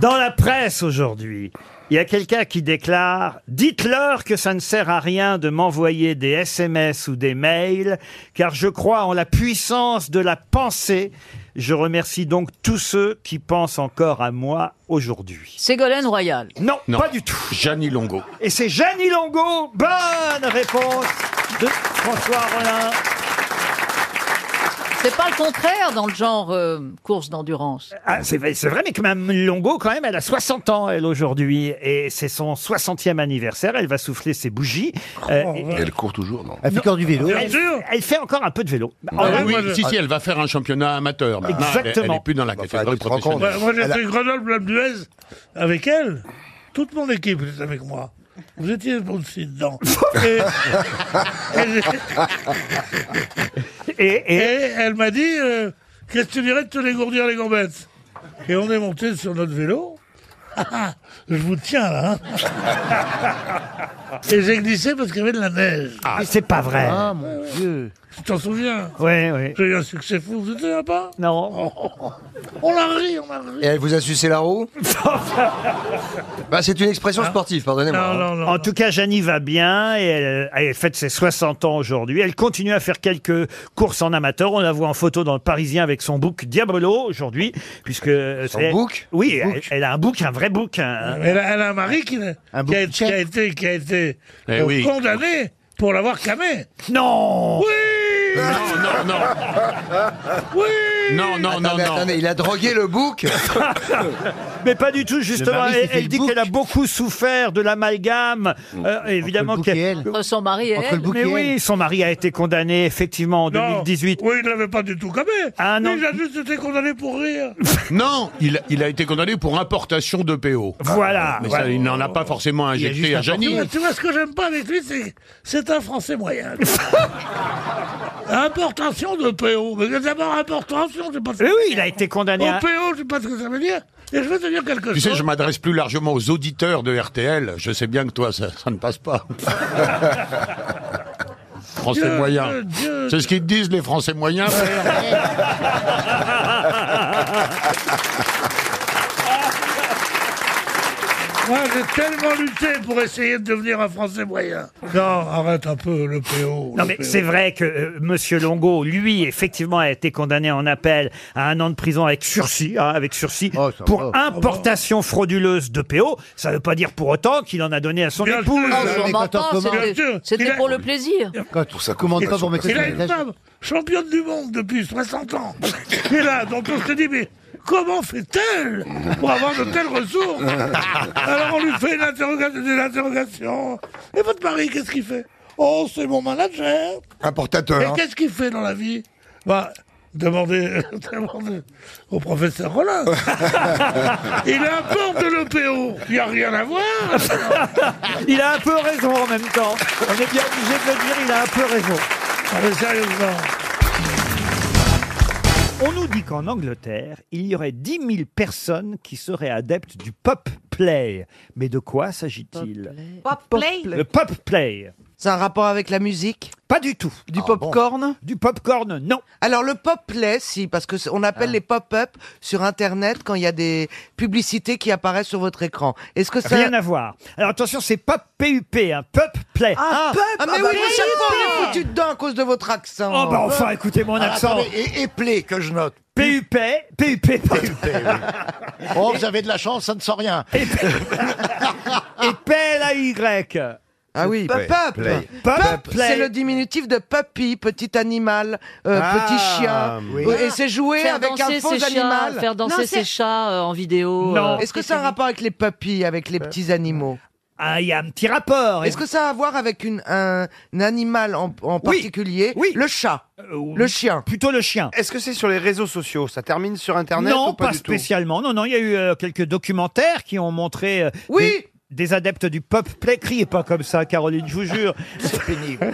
S1: dans la presse aujourd'hui, il y a quelqu'un qui déclare Dites-leur que ça ne sert à rien de m'envoyer des SMS ou des mails, car je crois en la puissance de la pensée. Je remercie donc tous ceux qui pensent encore à moi aujourd'hui.
S19: Ségolène Royal.
S1: Non, pas du tout.
S12: Gianni Longo.
S1: Et c'est Jeannie Longo. Bonne réponse de François Rollin.
S19: Ah, C'est pas le contraire dans le genre euh, course d'endurance.
S1: Ah, c'est vrai, c'est vrai, mais que Mme Longo, quand même, elle a 60 ans, elle, aujourd'hui. Et c'est son 60e anniversaire. Elle va souffler ses bougies. Euh, et-
S7: Elle court toujours, non
S1: Elle fait encore du vélo.
S7: Bien
S1: Elle, elle fait encore un peu de vélo.
S12: Ah
S1: En vrai,
S12: oui,
S1: moi, je-
S12: si, si, elle va faire un championnat amateur. maintenant. Elle- Elle,
S1: Exactement.
S12: n'est plus dans la catégorie professionnelle.
S3: Bah, moi, j'étais grenoble l'âme d'Huez avec elle. Toute mon équipe était avec moi. Vous étiez aussi dedans. Et, et
S1: j'ai- et
S3: elle m'a dit euh, Qu'est-ce que tu dirais de te dégourdir les gambettes Et on est monté sur notre vélo. Ah, Je vous tiens là. hein.
S1: Ah.
S3: Et j'ai glissé parce qu'il y avait de la neige.
S1: Mais c'est pas vrai.
S3: Ah mon Dieu. Tu t'en souviens
S1: Ouais, ouais.
S3: J'ai eu un succès fou, vous étiez là-bas Oh,
S1: Non.
S3: On a ri, on a ri.
S21: Et elle vous a sucé la roue Bah, c'est une expression sportive, pardonnez-moi. hein.
S1: En tout cas, Janie va bien et elle, elle fête ses 60 ans aujourd'hui. Elle continue à faire quelques courses en amateur. On la voit en photo dans le Parisien avec son bouc Diabolo aujourd'hui, puisque c'est-
S3: bouc
S1: Oui, elle, elle a un bouc, un vrai bouc. un-
S3: Ah. Elle a, elle a un mari qui, n'a- qui a, qui a été, qui a été
S1: Eh
S3: euh,
S1: oui.
S3: condamné pour l'avoir camé.
S1: Non
S3: Oui
S12: Non, non, non.
S3: Oui
S12: Non, non, non,
S27: Attendez,
S12: non.
S27: attendez, il a drogué le bouc.
S1: Mais pas du tout,
S27: Le
S1: justement.
S27: mari s'est
S1: Elle,
S27: fait
S1: elle
S27: le
S1: dit
S27: bouc.
S1: qu'elle a beaucoup souffert de l'amalgame. Euh, évidemment qu'elle.
S8: Entre son mari et elle.
S1: Mais oui, son mari a été condamné effectivement en
S3: Non.
S1: 2018.
S3: Oui, il l'avait pas du tout camé.
S1: Ah non.
S3: Il a juste été condamné pour rire.
S12: Non, il, il a été condamné pour importation de PO.
S1: Voilà,
S12: Mais
S1: voilà.
S12: ça, il n'en a pas forcément injecté à
S3: Tu
S12: Janine.
S3: vois, tu vois, ce que j'aime pas avec lui, c'est que c'est un Français moyen. Importation de PO. Mais d'abord, importation, c'est pas ce
S1: Mais Eh oui, il a été condamné à-
S3: Au PO, je sais pas ce que ça veut dire. Et je vais te dire quelque
S12: Tu
S3: chose.
S12: sais, je m'adresse plus largement aux auditeurs de RTL. Je sais bien que toi, ça, ça ne passe pas. Français
S3: Dieu,
S12: moyen.
S3: Dieu, Dieu.
S12: C'est ce qu'ils te disent, les Français moyens.
S3: Moi, j'ai tellement lutté pour essayer de devenir un Français moyen. Non, arrête un peu le PO.
S1: Non
S3: le
S1: mais
S3: PO.
S1: c'est vrai que euh, Monsieur Longo, lui, effectivement, a été condamné en appel à un an de prison avec sursis, hein, avec sursis pour
S3: va.
S1: importation frauduleuse de PO. Ça ne veut pas dire pour autant qu'il en a donné à son épouse.
S3: sûr. Ah, je Mais m'en quand on pense, commande- c'était- Bien sûr. c'était Il a- pour le
S1: plaisir.
S28: Pour ça, comment
S3: Il- Il a une femme championne du monde depuis 60 ans. Et là, donc on se dit, mais comment fait-elle pour avoir de telles ressources Alors on lui fait une interrogation, des interrogations. Et votre mari, qu'est-ce qu'il fait Oh, c'est mon manager. Et
S2: hein.
S27: Importateur.
S3: qu'est-ce qu'il fait dans la vie Bah, demandez, demandez au professeur Rollin. Il importe le PO. Il n'y a rien à voir.
S1: Il a un peu raison en même temps. On est bien obligé de le dire, il a un peu raison.
S3: mais sérieusement.
S1: On nous dit qu'en Angleterre, il y aurait 10 000 personnes qui seraient adeptes du pop play. Mais de quoi s'agit-il
S7: Pop play
S1: Le pop play.
S7: C'est un rapport avec la musique
S1: Pas du tout. Ah,
S7: Du popcorn
S1: Du popcorn, non. Ah.
S7: Alors le pop play, si, parce que c'est- on appelle les pop-up sur Internet quand il y a des publicités qui apparaissent sur votre écran. Est-ce que ça
S1: Rien à voir. Alors attention, c'est pas PUP, un hein. pop play.
S7: Ah, pop ah, mais
S13: bah,
S7: oui, mais chaque
S13: PUP.
S7: fois on est foutu dedans à cause de votre accent.
S1: Oh bah enfin, écoutez mon accent.
S13: Ah, et, et plaie que je note.
S1: PUP, PUP,
S13: Oh, vous avez de la chance, ça ne sent rien.
S1: et P la Y.
S7: Ah oui,
S13: Play,
S7: pop-up.
S13: play.
S7: Pop,
S1: Play.
S7: c'est le diminutif de puppy, petit animal, euh,
S8: Ah,
S7: petit chien. Euh,
S8: oui.
S7: Et c'est jouer
S8: Faire
S7: avec un
S8: danser
S7: faux
S8: ses chats,
S7: animal.
S8: faire danser
S7: Non,
S8: ses
S7: c'est-
S8: chats euh, en vidéo. euh,
S7: Est-ce que ça a un rapport avec les puppies, avec les petits animaux
S1: Ah, il y a un petit rapport.
S7: Est-ce que ça a à voir avec une, un, un animal en, en particulier Oui. Le chat. le chien.
S1: Euh, Plutôt le chien.
S6: Est-ce que c'est sur les réseaux sociaux Ça termine sur Internet
S1: non,
S6: ou pas, du tout
S1: spécialement. Non, non, il y a eu euh, quelques documentaires qui ont montré euh, des, des adeptes du pop play. Criez pas comme ça, Caroline, je vous jure. C'est pénible.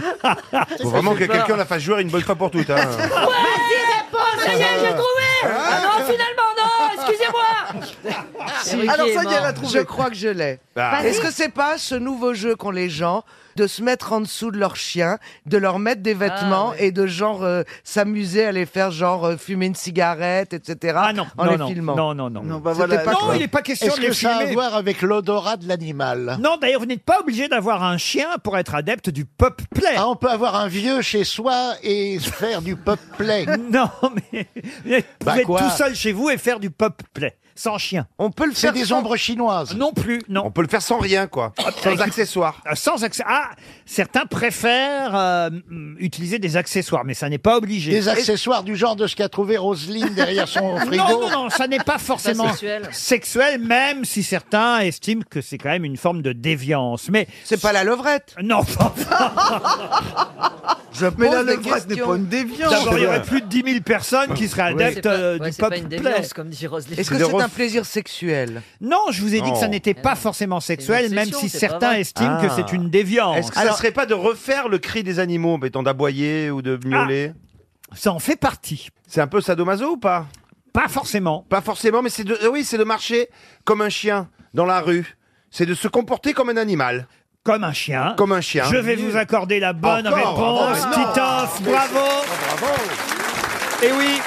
S6: Faut vraiment que quelqu'un la fasse jouer une bonne fois pour toutes. hein.
S13: réponds,
S6: ça y est, j'ai
S13: trouvé Ah non, finalement, non, excusez-moi
S7: Alors ça, y est, elle a trouvé. Ah, Je crois que je l'ai.
S1: Bah.
S7: Bah,
S13: Ah. Vas-y.
S7: Est-ce que c'est pas ce nouveau jeu qu'ont les gens de se mettre en dessous de leur chien, de leur mettre des vêtements et de genre euh, s'amuser à les faire genre euh, fumer une cigarette, etc. en
S1: Ah, non,
S7: les
S1: non,
S7: filmant.
S1: non, non, non. Non, bah
S7: C'était
S1: voilà.
S7: pas
S1: Non,
S7: toi.
S1: il est pas question
S7: Est-ce
S1: de
S7: que
S1: les
S7: ça a à
S1: filmer.
S7: voir
S13: Avec l'odorat de l'animal.
S1: Non, d'ailleurs, vous n'êtes pas obligé d'avoir un chien pour être adepte du pop play.
S13: Ah, on peut avoir un vieux chez soi et faire du pop play.
S1: non, mais vous
S13: Bah
S1: êtes
S13: quoi
S1: tout seul chez vous et faire du pop play sans chien.
S7: On peut le
S13: C'est des ombres chinoises.
S1: Non plus, non.
S6: On peut le faire sans rien, quoi. Sans accessoires.
S1: Ah, Sans accès. Ah, certains préfèrent euh, mm, utiliser des accessoires, mais ça n'est pas obligé.
S13: Des accessoires du genre de ce qu'a trouvé Roselyne derrière son frigo.
S1: Non, non, non, ça n'est pas forcément
S13: Pas
S1: sexuel.
S13: sexuel.
S1: même si certains estiment que c'est quand même une forme de déviance. Mais
S7: c'est pas la levrette.
S1: Non.
S7: Je
S1: pose des
S7: n'est
S1: questions. D'abord, il y aurait plus de 10 000 personnes qui seraient
S7: Ouais.
S1: adeptes
S7: C'est pas-
S1: euh,
S7: ouais,
S1: du
S7: c'est pas
S1: pop
S7: une
S1: play.
S7: déviance, comme dit Roselyne. Est-ce que c'est un plaisir sexuel
S1: Non, je vous ai dit que ça
S7: Eh Non. Ah.
S1: n'était pas forcément sexuel, même si certains estiment que c'est une déviance.
S6: Est-ce que ça serait pas de refaire le cri des animaux, en mettant d'aboyer ou de miauler
S1: Ah, Ça en fait partie.
S6: C'est un peu sadomaso ou pas
S1: Pas forcément.
S6: Pas forcément, mais c'est de, euh, oui, c'est de marcher comme un chien dans la rue. C'est de se comporter comme un animal.
S1: Comme un chien.
S6: Comme un chien.
S1: Je vais vous accorder la bonne
S6: Encore Ah,
S1: réponse,
S13: Ah,
S6: Bravo.
S1: Titoff, bravo.
S6: bravo.
S1: Et oui.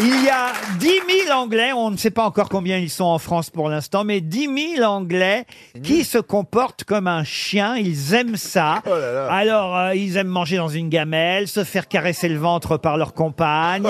S1: Il y a 10 000 Anglais, on ne sait pas encore combien ils sont en France pour l'instant, mais 10 000 Anglais qui se comportent comme un chien, ils aiment ça. Alors, euh, ils aiment manger dans une gamelle, se faire caresser le ventre par leur compagne.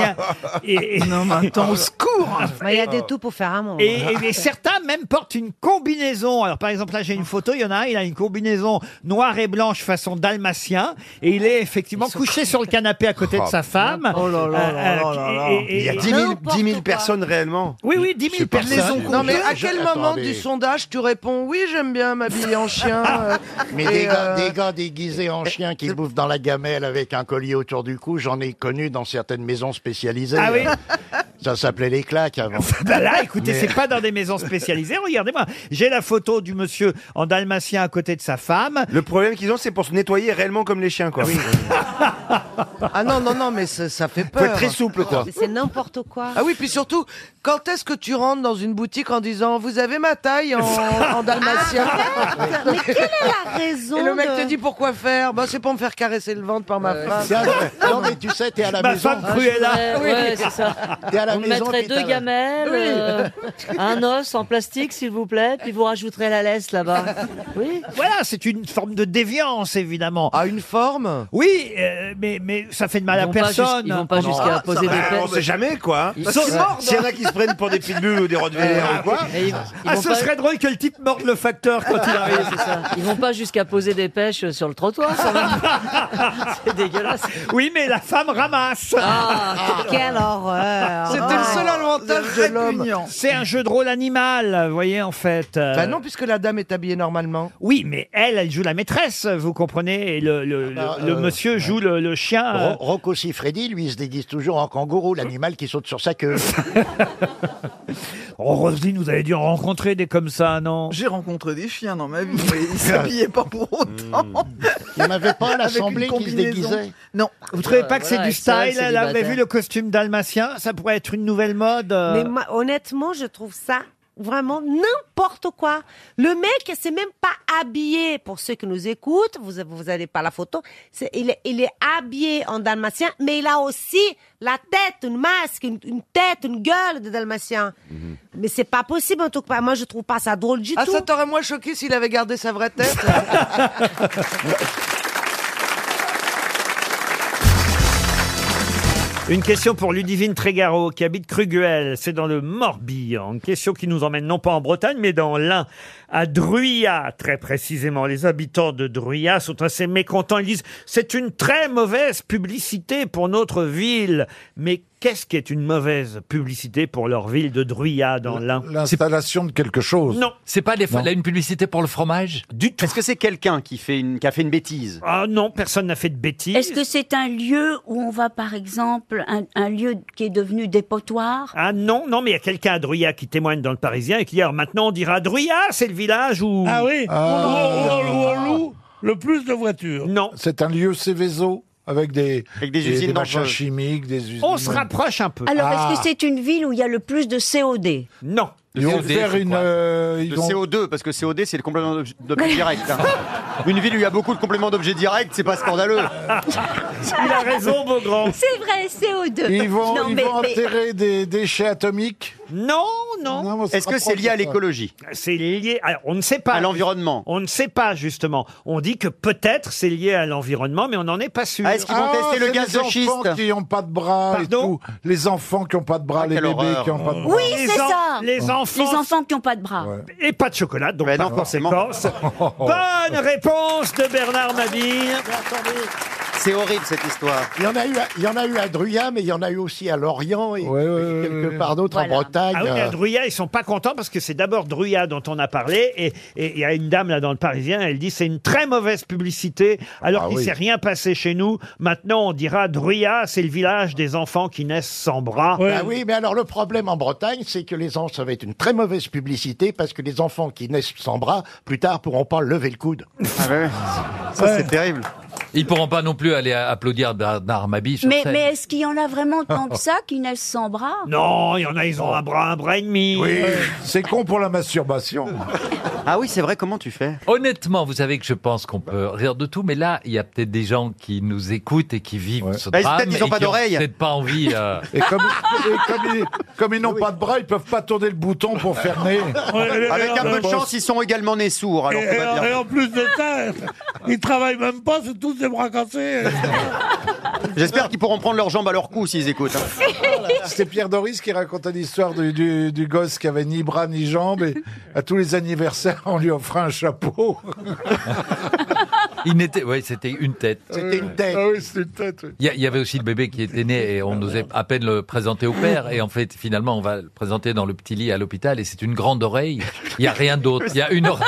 S1: Non, mais
S8: attends, au
S1: secours
S8: Il y a des tout pour faire un monde.
S1: et, et- et certains même portent une combinaison. Alors par exemple là j'ai une photo, il y en a un, il a une combinaison noire et blanche façon dalmatien et il est effectivement couché sur le canapé à côté de sa femme.
S13: Oh là là
S1: Euh,
S13: là
S1: euh,
S13: là là.
S1: et- et- et-
S13: Il y a 10 000, 10 000 personnes réellement.
S1: Oui, oui, 10 000 personnes.
S7: Non, mais à quel moment
S13: Attendez.
S7: du sondage tu réponds oui, j'aime bien m'habiller en chien euh,
S11: Mais
S7: et,
S11: des, gars,
S7: euh,
S11: des gars déguisés en chien qui bouffent dans la gamelle avec un collier autour du cou, j'en ai connu dans certaines maisons spécialisées.
S1: Ah oui
S11: Ça s'appelait les claques avant.
S1: Bah là, écoutez,
S11: Mais-
S1: c'est pas dans des maisons spécialisées. Regardez-moi, j'ai la photo du monsieur en dalmatien à côté de sa femme.
S13: Le problème qu'ils ont, c'est pour se nettoyer réellement comme les chiens, quoi.
S7: Ah non, non, non, mais ça, ça fait
S13: Faut
S7: peur.
S13: être très souple, quoi.
S8: Mais C'est n'importe quoi.
S7: Ah oui, puis surtout, quand est-ce que tu rentres dans une boutique en disant vous avez ma taille en, en dalmatien
S8: Ah, Mais quelle est la raison
S7: Et le mec
S8: de-
S7: te dit pourquoi faire Bah c'est pour me faire caresser le ventre par ma femme.
S11: Euh, c'est un- non, mais tu sais, t'es à la maison.
S8: Ah,
S22: Ouais, ouais, c'est ça.
S11: T'es à la
S22: On
S11: maison,
S22: mettrait
S11: puis
S22: deux
S11: t'as-
S22: gamelles,
S11: Oui.
S22: euh, un os en plastique, s'il vous plaît, puis vous rajouterez la laisse là-bas. Oui.
S1: Voilà, c'est une forme de déviance, évidemment. À
S7: une forme
S1: Oui, euh, mais, mais ça fait de mal
S22: Ils
S1: à
S22: vont pas
S1: personne.
S22: jus- ils vont pas jusqu'à
S1: Ah, ça
S22: poser
S1: va.
S22: des
S13: On sait jamais, quoi.
S1: Ils
S13: Parce
S1: sont
S13: que
S1: morts,
S13: S'il y en
S1: non
S13: a qui se prennent pour des pitbulls ou des rottweilers ou quoi.
S1: Ah, ce serait drôle que le type morde le facteur quand il arrive.
S22: C'est ça. Ils vont pas jusqu'à poser des pêches sur le trottoir, ça va. C'est dégueulasse.
S1: Oui, mais la femme ramasse.
S22: Ah,
S8: quelle horreur.
S7: C'était le seul avantage de l'homme.
S1: C'est un jeu de rôle animal, vous voyez, en fait. euh,
S7: Bah non, puisque la dame est habillée normalement.
S1: Oui, mais elle, elle joue la maîtresse, vous comprenez, et le, le- le-
S11: Ah,
S1: le
S11: euh,
S1: monsieur joue le, le chien. euh,
S11: Ro- Rocco Siffredi, lui, il se déguise toujours en kangourou, l'animal qui saute sur sa queue.
S1: Oh, Roselyne, vous avez dû en rencontrer des comme ça, non
S8: J'ai rencontré des chiens dans ma vie, mais ils s'habillaient pas pour autant.
S11: Il n'y en avait pas à l'Assemblée
S8: Avec
S11: qui se
S8: une combinaison.
S11: déguisait
S8: Non.
S1: Vous trouvez
S22: Euh,
S1: pas que c'est du style
S8: elle
S1: Elle avait vu le costume dalmatien, ça pourrait être une nouvelle mode. euh.
S8: Mais moi, honnêtement, je trouve ça vraiment n'importe quoi. Le mec, c'est même pas habillé. Pour ceux qui nous écoutent, vous vous allez pas la photo. c'est- il, est, il est habillé en dalmatien, mais il a aussi la tête, une masque, une, une tête, une gueule de dalmatien. Mais c'est pas possible en tout cas. Moi, je trouve pas ça drôle du
S7: Ah,
S8: tout.
S7: ça t'aurait moins choqué s'il avait gardé sa vraie tête.
S1: Une question pour Ludivine Trégaro, qui habite Cruguel, c'est dans le Morbihan. Une question qui nous emmène non pas en Bretagne, mais dans l'Ain, à Druya, très précisément. Les habitants de Druya sont assez mécontents. Ils disent, c'est une très mauvaise publicité pour notre ville. Mais qu'est-ce qui est une mauvaise publicité pour leur ville de Druya, dans l'Ain
S2: L'installation de quelque chose.
S1: Non.
S2: C'est pas des
S1: Non.
S2: là, une publicité pour le fromage
S1: Du tout.
S2: Est-ce que c'est quelqu'un qui, fait une, qui a fait une bêtise
S1: Ah non, personne n'a fait de bêtises.
S16: Est-ce que c'est un lieu où on va, par exemple, un, un lieu qui est devenu dépotoir
S1: Ah non, non, mais il y a quelqu'un à Druya qui témoigne dans le Parisien et qui dit, alors maintenant on dira Druya, c'est le village où...
S3: Ah oui
S2: Ah.
S3: Où, on- où on- où on loue le plus de voitures.
S1: Non.
S2: C'est un lieu Céveso avec des,
S3: Avec des usines
S2: machins
S3: dangereuses.
S2: chimiques, des usines.
S16: On se
S1: rapproche un peu.
S16: Alors, est-ce que c'est une ville où il y a le plus de COD
S1: Non.
S2: Ils vont faire une. euh, ils
S6: Le
S2: vont-
S6: CO2, parce que COD, c'est le complément d'objet- d'objet direct. hein. Une ville où il y a beaucoup de compléments d'objet direct, c'est pas scandaleux.
S1: Il a raison, Beaugrand.
S16: C'est vrai, CO2.
S2: Ils vont,
S16: Non,
S2: ils
S16: mais-
S2: vont
S16: mais-
S2: enterrer des déchets atomiques Ah
S1: Non, non.
S2: on se Est-ce que c'est rapproche lié à de ça. l'écologie
S1: C'est lié. Alors, on ne sait pas. À l'environnement. On ne sait pas, justement. On dit que peut-être c'est lié à l'environnement, mais on n'en est pas sûr.
S6: Ah,
S2: Ah,
S3: Ah,
S2: c'est les enfants qui n'ont pas de bras et tout. Les enfants qui n'ont pas de
S6: Ah,
S2: bras, les bébés qui n'ont pas de bras.
S16: Oui,
S1: Les
S16: c'est
S1: en-
S16: ça.
S1: les enfants-
S16: Les enfants qui n'ont pas de bras.
S1: Et pas de chocolat, donc
S2: Mais
S1: par
S2: Ben non, forcément.
S1: conséquence. Bonne réponse de Bernard Mabille.
S6: C'est horrible cette histoire.
S11: Il y, en a eu à, il y en a eu à Druya, mais il y en a eu aussi à Lorient et quelque
S1: ouais.
S11: part d'autre en Bretagne.
S1: Ah oui, mais à
S11: euh,
S1: Druya, ils sont pas contents parce que c'est d'abord Druya dont on a parlé et et il y a une dame là dans le Parisien, elle dit c'est une très mauvaise publicité alors
S2: Ah
S1: qu'il
S2: oui.
S1: s'est rien passé chez nous. Maintenant, on dira Druya, c'est le village des enfants qui naissent sans bras.
S11: Bah oui, mais alors le problème en Bretagne, c'est que les enfants, ça va être une très mauvaise publicité parce que les enfants qui naissent sans bras, plus tard, pourront pas lever le coude.
S6: Ça, c'est terrible.
S4: Ils pourront pas non plus aller a- applaudir Bernard Mabie sur
S16: Mais,
S4: scène.
S16: mais est-ce qu'il y en a vraiment tant que ça qui naissent sans bras
S1: Non, il y en a, ils ont un bras, un bras et demi.
S4: Oui,
S2: c'est con pour la masturbation.
S4: Ah oui, c'est vrai, comment tu fais Honnêtement, vous savez que je pense qu'on peut rire de tout, mais là, il y a peut-être des gens qui nous écoutent et qui vivent ce
S2: Bah, ils-
S4: drame
S2: peut-être ils ont
S4: et
S2: pas
S4: qui ont
S2: d'oreilles.
S4: peut-être pas envie... euh,
S2: Et comme, et comme ils, comme ils n'ont pas de bras, ils peuvent pas tourner le bouton pour fermer.
S6: Avec un peu de chance, ils sont également nés sourds. Alors
S13: et,
S6: tout va
S13: et-
S6: bien.
S13: et en plus de ça, ils travaillent même pas, c'est tous des bras cassés.
S6: J'espère qu'ils pourront prendre leurs jambes à leur cou s'ils écoutent. hein.
S2: C'était Pierre Doris qui racontait l'histoire du, du- du gosse qui avait ni bras ni jambes et à tous les anniversaires on lui offrait un chapeau.
S4: il n'était... Oui, c'était une tête.
S2: Ah oui, c'était une tête. oui.
S4: Il y, a- il y avait aussi le bébé qui était né et on osait à peine le présenter au père. Et en fait, finalement, on va le présenter dans le petit lit à l'hôpital et c'est une grande oreille. Il n'y a rien d'autre. Il y a une oreille.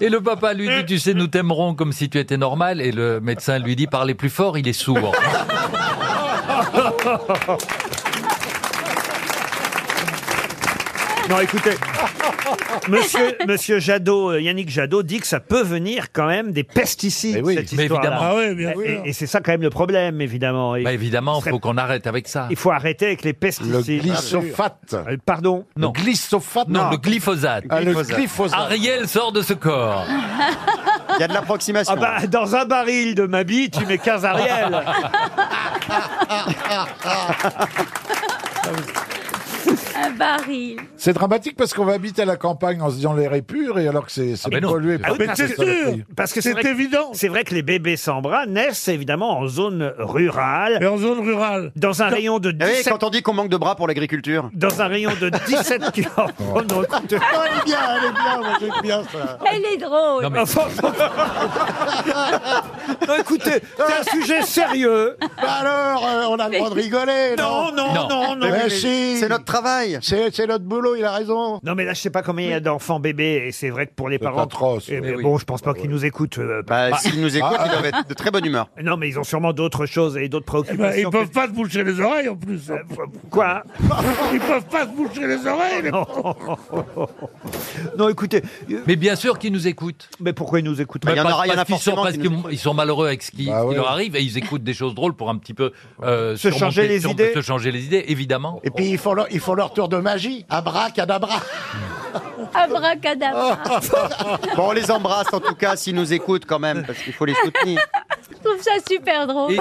S4: Et le papa lui dit, tu sais, nous t'aimerons comme si tu étais normal. Et le médecin lui dit, parlez plus fort, il est sourd.
S1: Non, écoutez, monsieur, monsieur Jadot, euh, Yannick Jadot dit que ça peut venir quand même des pesticides, cette
S4: Mais
S1: histoire-là.
S4: évidemment. Ah ouais, bien
S1: Et-
S4: sûr.
S1: et et c'est ça quand même le problème, évidemment. Et
S4: Bah, évidemment, faut qu'on arrête avec ça.
S1: Il faut arrêter avec les pesticides.
S4: Le glyphosate.
S1: Euh, Pardon
S4: Non.
S1: Le
S2: glyphosate
S4: Non, le glyphosate.
S1: Ah, le glyphosate.
S4: Ariel sort de ce corps.
S6: Il y a de l'approximation.
S1: Ah bah, dans un baril de Mabi, tu mets 15 Ariel.
S4: Ah,
S16: Un baril.
S2: C'est dramatique parce qu'on va habiter à la campagne en se disant l'air est pur et alors que c'est c'est pollué.
S1: Ah
S2: par-
S1: oui, parce que- Parce que c'est vrai que- C'est vrai que les bébés sans bras naissent évidemment en zone rurale.
S13: en zone rurale.
S1: Dans un rayon de
S6: Eh oui,
S1: 17
S6: quand on dit qu'on manque de bras pour l'agriculture.
S1: Dans un rayon de 17 kilomètres. Oh non, écoute.
S8: elle est bien, elle est bien, moi j'aime bien ça.
S16: Elle est drôle.
S1: Non, mais- Non, écoutez, c'est un sujet sérieux.
S11: Bah alors, euh, on a le droit de rigoler.
S1: Non, non, non, non.
S6: Eh
S13: Eh,
S11: Mais
S1: Mais
S11: si.
S1: c'est notre
S6: ben, travail.
S11: C'est c'est notre boulot, il a raison.
S1: Non mais là je sais pas combien il y a d'enfants bébés et c'est vrai que pour les parents
S2: atroce.
S1: Eh, mais bon je pense pas qu'ils nous écoutent euh,
S6: Bah,
S1: pas-
S6: s'ils nous écoutent, ils doivent être de très bonne humeur.
S1: Non mais ils ont sûrement d'autres choses et d'autres
S13: Ah. Eh ben,
S1: préoccupations.
S13: ils peuvent
S1: que-
S13: pas se boucher les oreilles en
S2: Euh,
S13: plus.
S1: Quoi
S13: Ils peuvent pas se boucher les oreilles. les pauvres.
S1: Non, écoutez. euh,
S4: Mais bien sûr qu'ils nous écoutent.
S1: Mais pourquoi ils nous écoutent
S4: Bah,
S6: Il y en
S4: parce-
S6: aura- il y en a
S4: parce qu'ils sont,
S6: forcément
S4: parce
S6: qui
S4: qu'ils-
S6: nous écoutent.
S4: ils sont malheureux avec ce qui,
S6: Bah
S4: ce qui
S6: ouais.
S4: leur arrive et ils écoutent des choses drôles pour un petit peu euh,
S1: Se changer
S4: surmonter-
S1: les
S4: sur-
S1: idées.
S4: se changer les idées, évidemment.
S11: Et puis ils font, leur, ils font leur tour de magie. Abracadabra.
S16: Abracadabra.
S6: Bon, on les embrasse en tout cas s'ils nous écoutent quand même, parce qu'il faut les soutenir.
S16: Je trouve ça super drôle.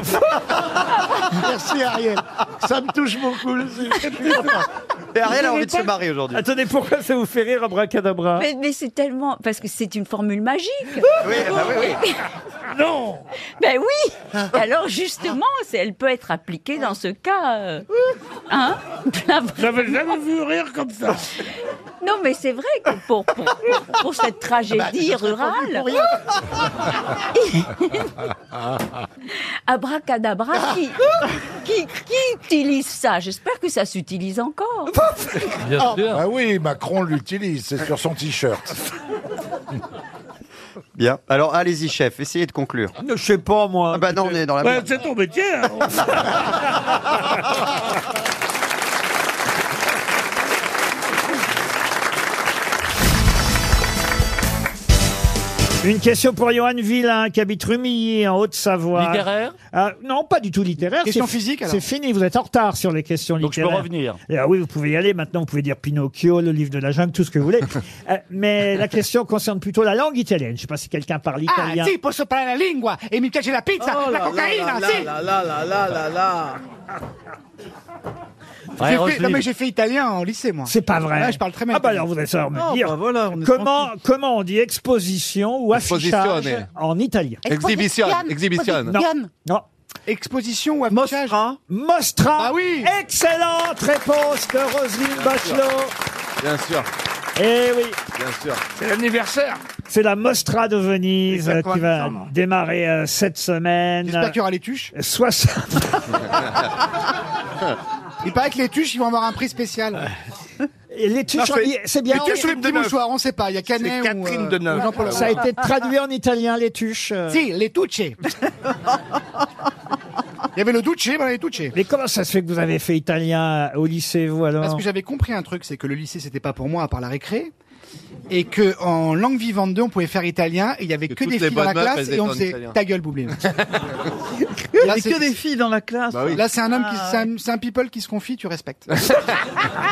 S11: Merci Ariel. Ça me touche beaucoup. le sujet.
S6: Et Ariel a envie
S16: Vous n'avez
S6: de se
S16: pas-
S6: marier aujourd'hui.
S1: Attendez, pourquoi ça vous fait rire abracadabra
S16: Mais, mais c'est tellement. Parce que c'est une formule magique.
S6: Oui, bah oui, oui. Ah.
S13: non
S16: Ben oui Alors justement, c'est- elle peut être appliquée dans ce cas. euh, Hein
S13: J'avais jamais vu rire comme ça.
S16: Non, mais c'est vrai que pour, pour, pour- pour cette
S6: Ah bah,
S16: tragédie rurale, abracadabra, qui, qui, qui utilise ça J'espère que ça s'utilise encore.
S2: Ah, bah oui, Macron l'utilise, c'est sur son t-shirt.
S6: Bien. Alors allez-y, chef, essayez de conclure.
S1: Je sais pas moi.
S6: Ah bah non, on est dans la
S13: Ouais,
S6: merde.
S13: c'est ton métier. hein.
S1: Une question pour Johan Villain qui habite Rumilly en Haute-Savoie.
S29: Littéraire
S1: Ah, Non, pas du tout littéraire.
S29: Question
S1: C'est-
S29: physique, alors
S1: C'est fini, vous êtes en retard sur les questions
S29: Donc, je peux
S1: littéraires.
S29: revenir.
S1: Et, ah oui, vous pouvez y aller maintenant, vous pouvez dire Pinocchio, le livre de la jungle, tout ce que vous voulez. Euh, mais la question concerne plutôt la langue italienne. Je ne sais pas si quelqu'un parle
S30: Ah,
S1: italien. Oh
S30: sì, posso parlare la lingua e mi piace la pizza, la hein, cocaïna, sì. J'ai fait- non, mais j'ai fait italien en lycée, moi.
S1: C'est pas vrai.
S30: Ouais, je parle très mal.
S1: Ah bah alors vous allez savoir me
S30: Non,
S1: dire
S30: bah voilà, on est
S1: comment comment on dit exposition ou affichage
S30: Esposizione.
S1: en italien.
S30: Exposition, exhibition.
S1: Non. non. hein?
S30: Exposition ou affichage
S1: Mostra. Ah oui. Excellente réponse de Roselyne Bachelot.
S31: Bien sûr,
S1: Eh oui.
S31: bien sûr.
S1: C'est l'anniversaire. C'est la Mostra de Venise euh,
S30: Exactement,
S1: qui va
S30: décembre.
S1: démarrer euh, cette semaine. Euh,
S30: J'espère qu'il y aura les tuches.
S1: 60.
S30: Il paraît que les tuches, ils vont avoir un prix spécial.
S1: les tuches,
S30: Non, c'est-
S1: on- c'est bien.
S30: Les tuches
S1: on-
S30: ou les petits mouchoirs, on sait pas. Il y a Canet ou,
S1: C'est Catherine
S30: euh,
S1: Deneuve.
S30: ou Jean-Paul
S1: Ça a
S30: Rouve.
S1: été traduit en italien, les tuches. euh.
S30: Si, les tuches. Il y avait le duce, ben les tuches.
S1: Mais comment ça se fait que vous avez fait italien euh, au lycée, vous alors
S30: Parce que j'avais compris un truc, c'est que le lycée, c'était pas pour moi à part la récré. et que en langue vivante 2, on pouvait faire italien, et il y avait que,
S14: toutes
S30: des
S14: les
S30: filles dans la
S14: bonnes meufs,
S30: classe,
S14: elles
S30: et on
S14: étaient en
S30: faisait
S14: italien.
S30: ta gueule, Boublil.
S14: Il y
S30: Là,
S14: avait
S30: c'est-
S14: que des filles dans la classe. Bah oui.
S30: Là, c'est un homme qui,
S14: Ah,
S30: c'est un, c'est un people qui se confie, tu respectes.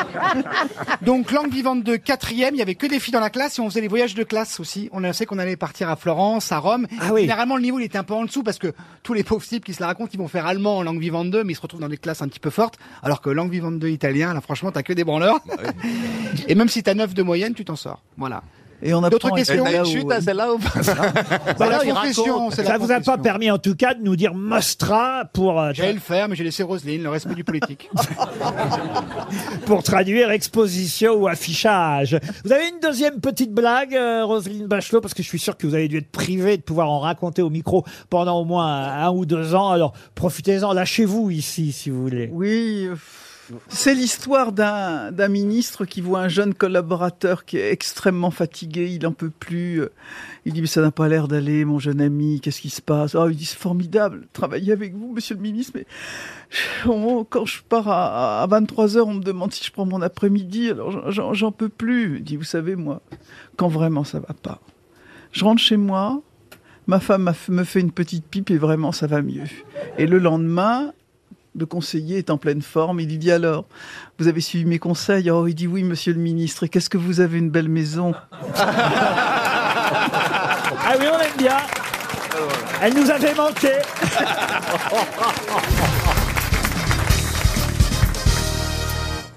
S30: Donc, langue vivante de quatrième, il y avait que des filles dans la classe et on faisait les voyages de classe aussi. On annonçait qu'on allait partir à Florence, à Rome.
S1: Ah
S30: Généralement, le niveau, il était un peu en dessous parce que tous les pauvres types qui se la racontent, ils vont faire allemand en langue vivante 2, mais ils se retrouvent dans des classes un petit peu fortes. Alors que langue vivante 2 italien, là, franchement, t'as que des branleurs. et même si t'as 9 de moyenne, tu t'en sors. Voilà.
S1: Et on
S30: D'autres questions
S1: celle-là ou pas
S30: C'est la confession, c'est la
S1: Ça vous a pas
S30: confession.
S1: permis en tout cas de nous dire Mostra pour, euh,
S30: J'allais le faire, mais j'ai laissé Roselyne, le respect du politique.
S1: pour traduire exposition ou affichage. Vous avez une deuxième petite blague, euh, Roselyne Bachelot, parce que je suis sûr que vous avez dû être privé de pouvoir en raconter au micro pendant au moins un, un ou deux ans. Alors profitez-en, lâchez-vous ici si vous voulez.
S15: Oui. euh, C'est l'histoire d'un d'un ministre qui voit un jeune collaborateur qui est extrêmement fatigué, il en peut plus. euh, Il dit mais ça n'a pas l'air d'aller, mon jeune ami, qu'est-ce qui se passe Ah, il dit c'est formidable, de travailler avec vous, Monsieur le ministre. Mais on- quand je pars à, 23h, on me demande si je prends mon après-midi. Alors j'en- j'en- j'en peux plus. Il dit vous savez moi, quand vraiment ça va pas, je rentre chez moi, ma femme m'a f- me fait une petite pipe et vraiment ça va mieux. Et le lendemain, le conseiller est en pleine forme. Il lui dit alors, vous avez suivi mes conseils Oh, il dit oui, monsieur le ministre. Et qu'est-ce que vous avez une belle maison
S1: Ah oui, on aime bien. Elle nous avait manqué.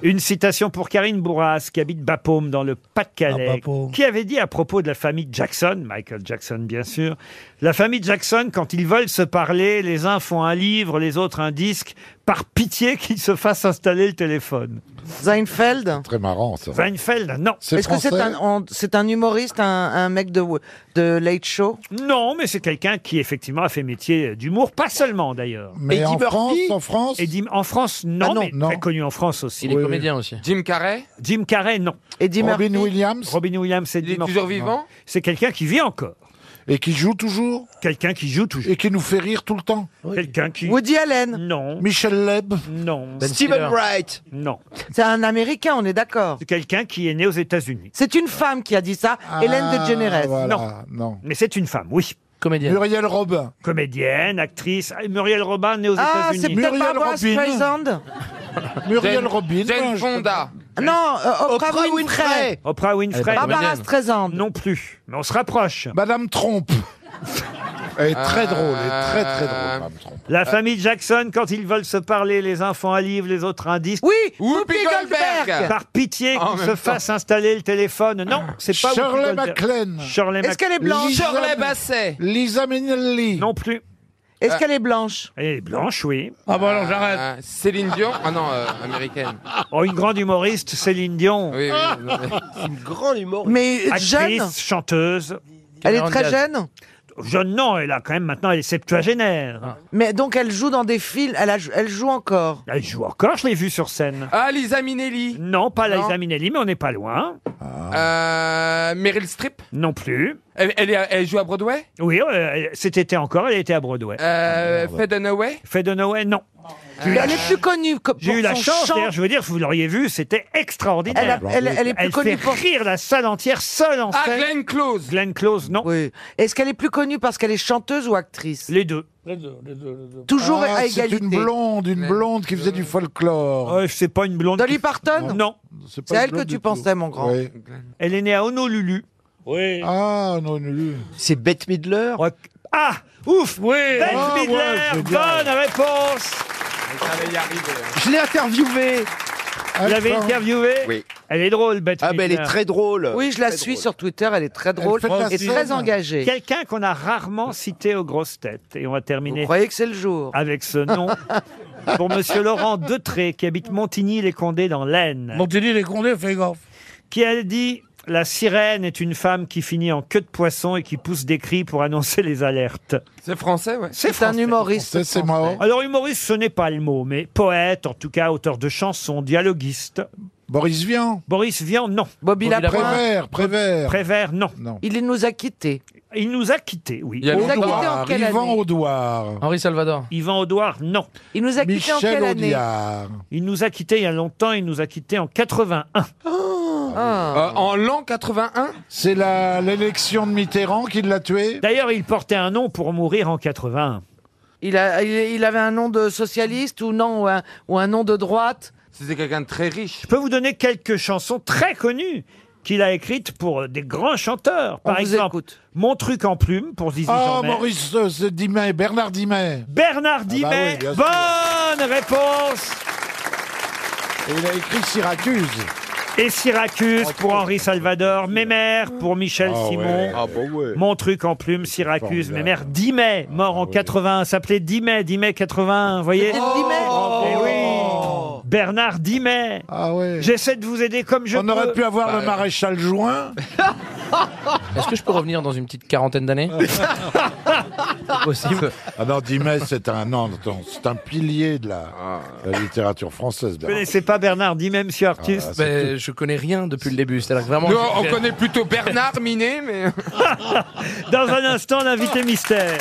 S1: Une citation pour Karine Bourras, qui habite Bapaume, dans le
S2: Ah,
S1: Pas-de-Calais,
S2: Bapaume.
S1: qui avait dit à propos de la famille Jackson, Michael Jackson bien sûr, la famille Jackson, quand ils veulent se parler, les uns font un livre, les autres un disque, par pitié qu'ils se fassent installer le téléphone.
S7: Seinfeld
S1: Très marrant ça. Seinfeld, non.
S7: Est-ce que c'est un, on- c'est un humoriste, un, un mec de, de Late Show
S1: Non, mais c'est quelqu'un qui effectivement a fait métier d'humour, pas seulement d'ailleurs.
S7: Mais Eddie en Murphy France,
S1: en France Eddie, En France, non, mais très connu en France aussi.
S13: Il est comédien aussi.
S1: Jim Carrey Jim Carrey, non.
S7: Eddie
S13: Robin Murphy
S1: Williams Robin Williams, c'est Il
S13: est toujours vivant
S1: C'est quelqu'un qui vit encore. Et qui joue toujours Quelqu'un qui joue toujours. Et qui nous fait rire tout le temps Quelqu'un qui...
S7: Woody Allen
S1: Non.
S7: Michel Leb
S1: Non.
S7: Ben Stephen Stiller. Wright
S1: Non.
S7: C'est un Américain, on est d'accord.
S1: C'est quelqu'un qui est né aux États-Unis.
S7: C'est une femme qui a dit ça, Hélène DeGeneres.
S1: Ah, Non. Mais c'est une femme, oui. Comédienne.
S7: Muriel
S1: Robin. Comédienne, actrice. Ah, Muriel Robin, née aux
S7: Ah, c'est
S1: États-Unis.
S7: peut-être Barbara Streisand
S1: Muriel Robin.
S13: Jane Fonda. Ah
S7: Non, euh, Oprah,
S13: Oprah
S7: Winfrey.
S13: Winfrey.
S1: Oprah
S13: Elle est pas
S1: Winfrey.
S13: Barbara comédienne.
S7: Streisand.
S1: Non plus. Mais on se rapproche.
S2: Madame Trompe. Elle est très
S1: Euh,
S2: drôle, elle est très très
S13: Euh,
S2: drôle, Madame Trompe.
S1: La famille Jackson, quand ils veulent se parler, les enfants à livre, les autres indices.
S7: Oui,
S13: Whoopi Goldberg. Goldberg.
S1: Par pitié
S13: En
S1: qu'ils
S13: même
S1: se
S13: temps.
S1: fassent installer le téléphone. Non, c'est pas Whoopi
S2: Shirley
S1: Goldberg.
S2: MacLaine.
S1: Shirley
S2: Est-ce
S1: Mac-
S2: qu'elle est blanche Lisa-
S13: Shirley Basset.
S2: Lisa Minnelli.
S1: Non plus.
S7: Est-ce
S13: Euh.
S7: qu'elle est blanche
S1: Elle est blanche, oui.
S2: Ah bah alors
S13: Ah, Céline Dion Ah non, euh, américaine.
S1: Oh, une grande humoriste, Céline Dion.
S13: Oui, oui, non, mais-
S7: Grand humour. Mais
S1: Actrice,
S7: jeune
S1: chanteuse.
S7: Elle est très jeune
S1: Jeune, non, elle a quand même maintenant, elle est septuagénaire.
S7: Mais donc elle joue dans des films, elle, a- elle joue encore.
S1: Elle joue encore, je l'ai vue sur scène.
S13: Ah, Lisa Minnelli.
S1: Non, pas
S13: Non.
S1: Liza Minnelli, mais on n'est pas loin.
S2: Ah.
S13: Euh, Meryl Streep
S1: Non plus.
S13: Elle, elle, est- elle joue à Broadway
S1: Oui, euh, cet été encore, elle était à Broadway.
S7: Ah,
S13: euh, Faye
S7: bah.
S13: Dunaway Euh,
S1: Fait de Noël, non. J'ai eu
S7: Mais
S1: la
S7: elle est plus connue que pour
S1: J'ai eu la
S7: son
S1: chance,
S7: chant.
S1: d'ailleurs, je veux dire, vous l'auriez vu, c'était extraordinaire.
S7: Elle a- elle- elle est plus connue
S1: fait
S7: pour-
S1: rire la salle entière, seule en
S7: Ah,
S1: scène.
S13: Glenn Close
S1: Glenn Close, non.
S7: Oui. Est-ce qu'elle est plus connue parce qu'elle est chanteuse ou actrice
S1: Les deux.
S2: Les deux, les deux, les deux.
S7: Toujours
S2: Ah,
S7: à
S2: c'est
S7: égalité.
S2: une blonde, une blonde qui faisait du folklore.
S1: Ouais, c'est pas une blonde.
S7: Dolly Parton
S1: Non.
S2: C'est
S7: C'est
S2: une
S7: elle que
S2: blonde
S7: tu
S2: du
S7: pensais,
S2: tout.
S7: mon grand.
S2: Ouais.
S1: Elle est née à Honolulu.
S2: Oui. Ah, non, non.
S1: C'est Bette Midler Ah Ouf
S2: Oui.
S1: Bette
S2: Ah, ouais,
S1: Midler
S2: génial.
S1: Bonne réponse
S13: J'allais y arriver.
S30: Je l'ai interviewée.
S1: Vous l'avez interviewée
S14: Oui.
S1: Elle est drôle, Bette
S14: Ah, ben, elle est
S1: Midler.
S14: très drôle.
S7: Oui, je la suis sur Twitter, elle est très drôle
S1: fait de la
S7: et
S1: scène.
S7: très engagée.
S1: Quelqu'un qu'on a rarement cité aux grosses têtes. Et on va terminer.
S7: Vous croyez que c'est le jour
S1: Avec ce nom. pour monsieur Laurent Detré, qui habite Montigny-les-Condés dans l'Aisne.
S2: Montigny-les-Condés, fais gaffe.
S1: Qui a dit La sirène est une femme qui finit en queue de poisson et qui pousse des cris pour annoncer les alertes.
S13: C'est français, ouais.
S7: C'est un humoriste.
S2: C'est
S7: français.
S2: mort.
S1: Alors, humoriste, ce n'est pas le mot, mais poète, en tout cas, auteur de chansons, dialoguiste.
S2: Boris Vian.
S1: Boris Vian, non.
S7: Bobby Lapin.
S2: Prévert, Prévert.
S1: Prévert, non.
S7: Il nous a quittés.
S1: Il nous a quittés, oui.
S2: Il y a
S7: Il nous a quittés en
S2: Audouard,
S7: quelle
S2: Yvan
S7: année
S2: Audouard.
S13: Henri Salvador.
S1: Yvan Audouard, non.
S7: Il nous a quittés en
S2: Michel
S7: quelle année
S2: Audiard.
S1: Il nous a quittés il y a longtemps, il nous a quittés en 81.
S8: Oh.
S2: Euh, en l'an 81 C'est la- l'élection de Mitterrand qui l'a tué
S1: D'ailleurs, il portait un nom pour mourir en 81.
S7: Il, a, il, il avait un nom de socialiste ou non, ou un, ou un nom de droite
S1: C'était quelqu'un de très riche. Je peux vous donner quelques chansons très connues qu'il a écrites pour des grands chanteurs. Par exemple, Mon truc en plume pour Zizi
S2: Oh,
S1: Jeanmaire.
S2: Maurice Ah, bah euh, ce Dimet, Bernard Dimet.
S1: Bernard
S2: Dimet,
S1: bonne réponse
S2: il a écrit Syracuse. Oh,
S1: Et Syracuse pour Henri Salvador, Mémère pour Michel
S2: Ah
S1: Simon.
S2: ouais. Ah
S1: bon Mon truc en plume, Syracuse,
S2: Formidable. Ah,
S1: Mémère, 10 mai, mort en 81, s'appelait 10 mai, 10 mai 81, vous voyez
S32: C'était le 10 mai
S1: Eh
S2: Oh.
S1: oui Bernard Dimet J'essaie de vous aider comme je
S2: Ah, On
S1: peux.
S2: aurait pu avoir
S7: Bah,
S2: le maréchal Juin.
S13: Est-ce que je peux revenir dans une petite quarantaine d'années
S2: Possible. Ah non, Dimet, c'est un, non, non, c'est un pilier de la, la littérature française.
S1: Vous
S2: Bernard.
S1: connaissez pas Bernard Dimet, monsieur Artus
S2: Ah, c'est
S13: Ben, Je connais rien depuis le début. C'est-à-dire que vraiment.
S1: Nous,
S13: j'ai-
S1: on
S13: j'ai-
S1: connaît
S33: Plutôt Bernard Minet, mais.
S1: Dans un instant, l'invité mystère.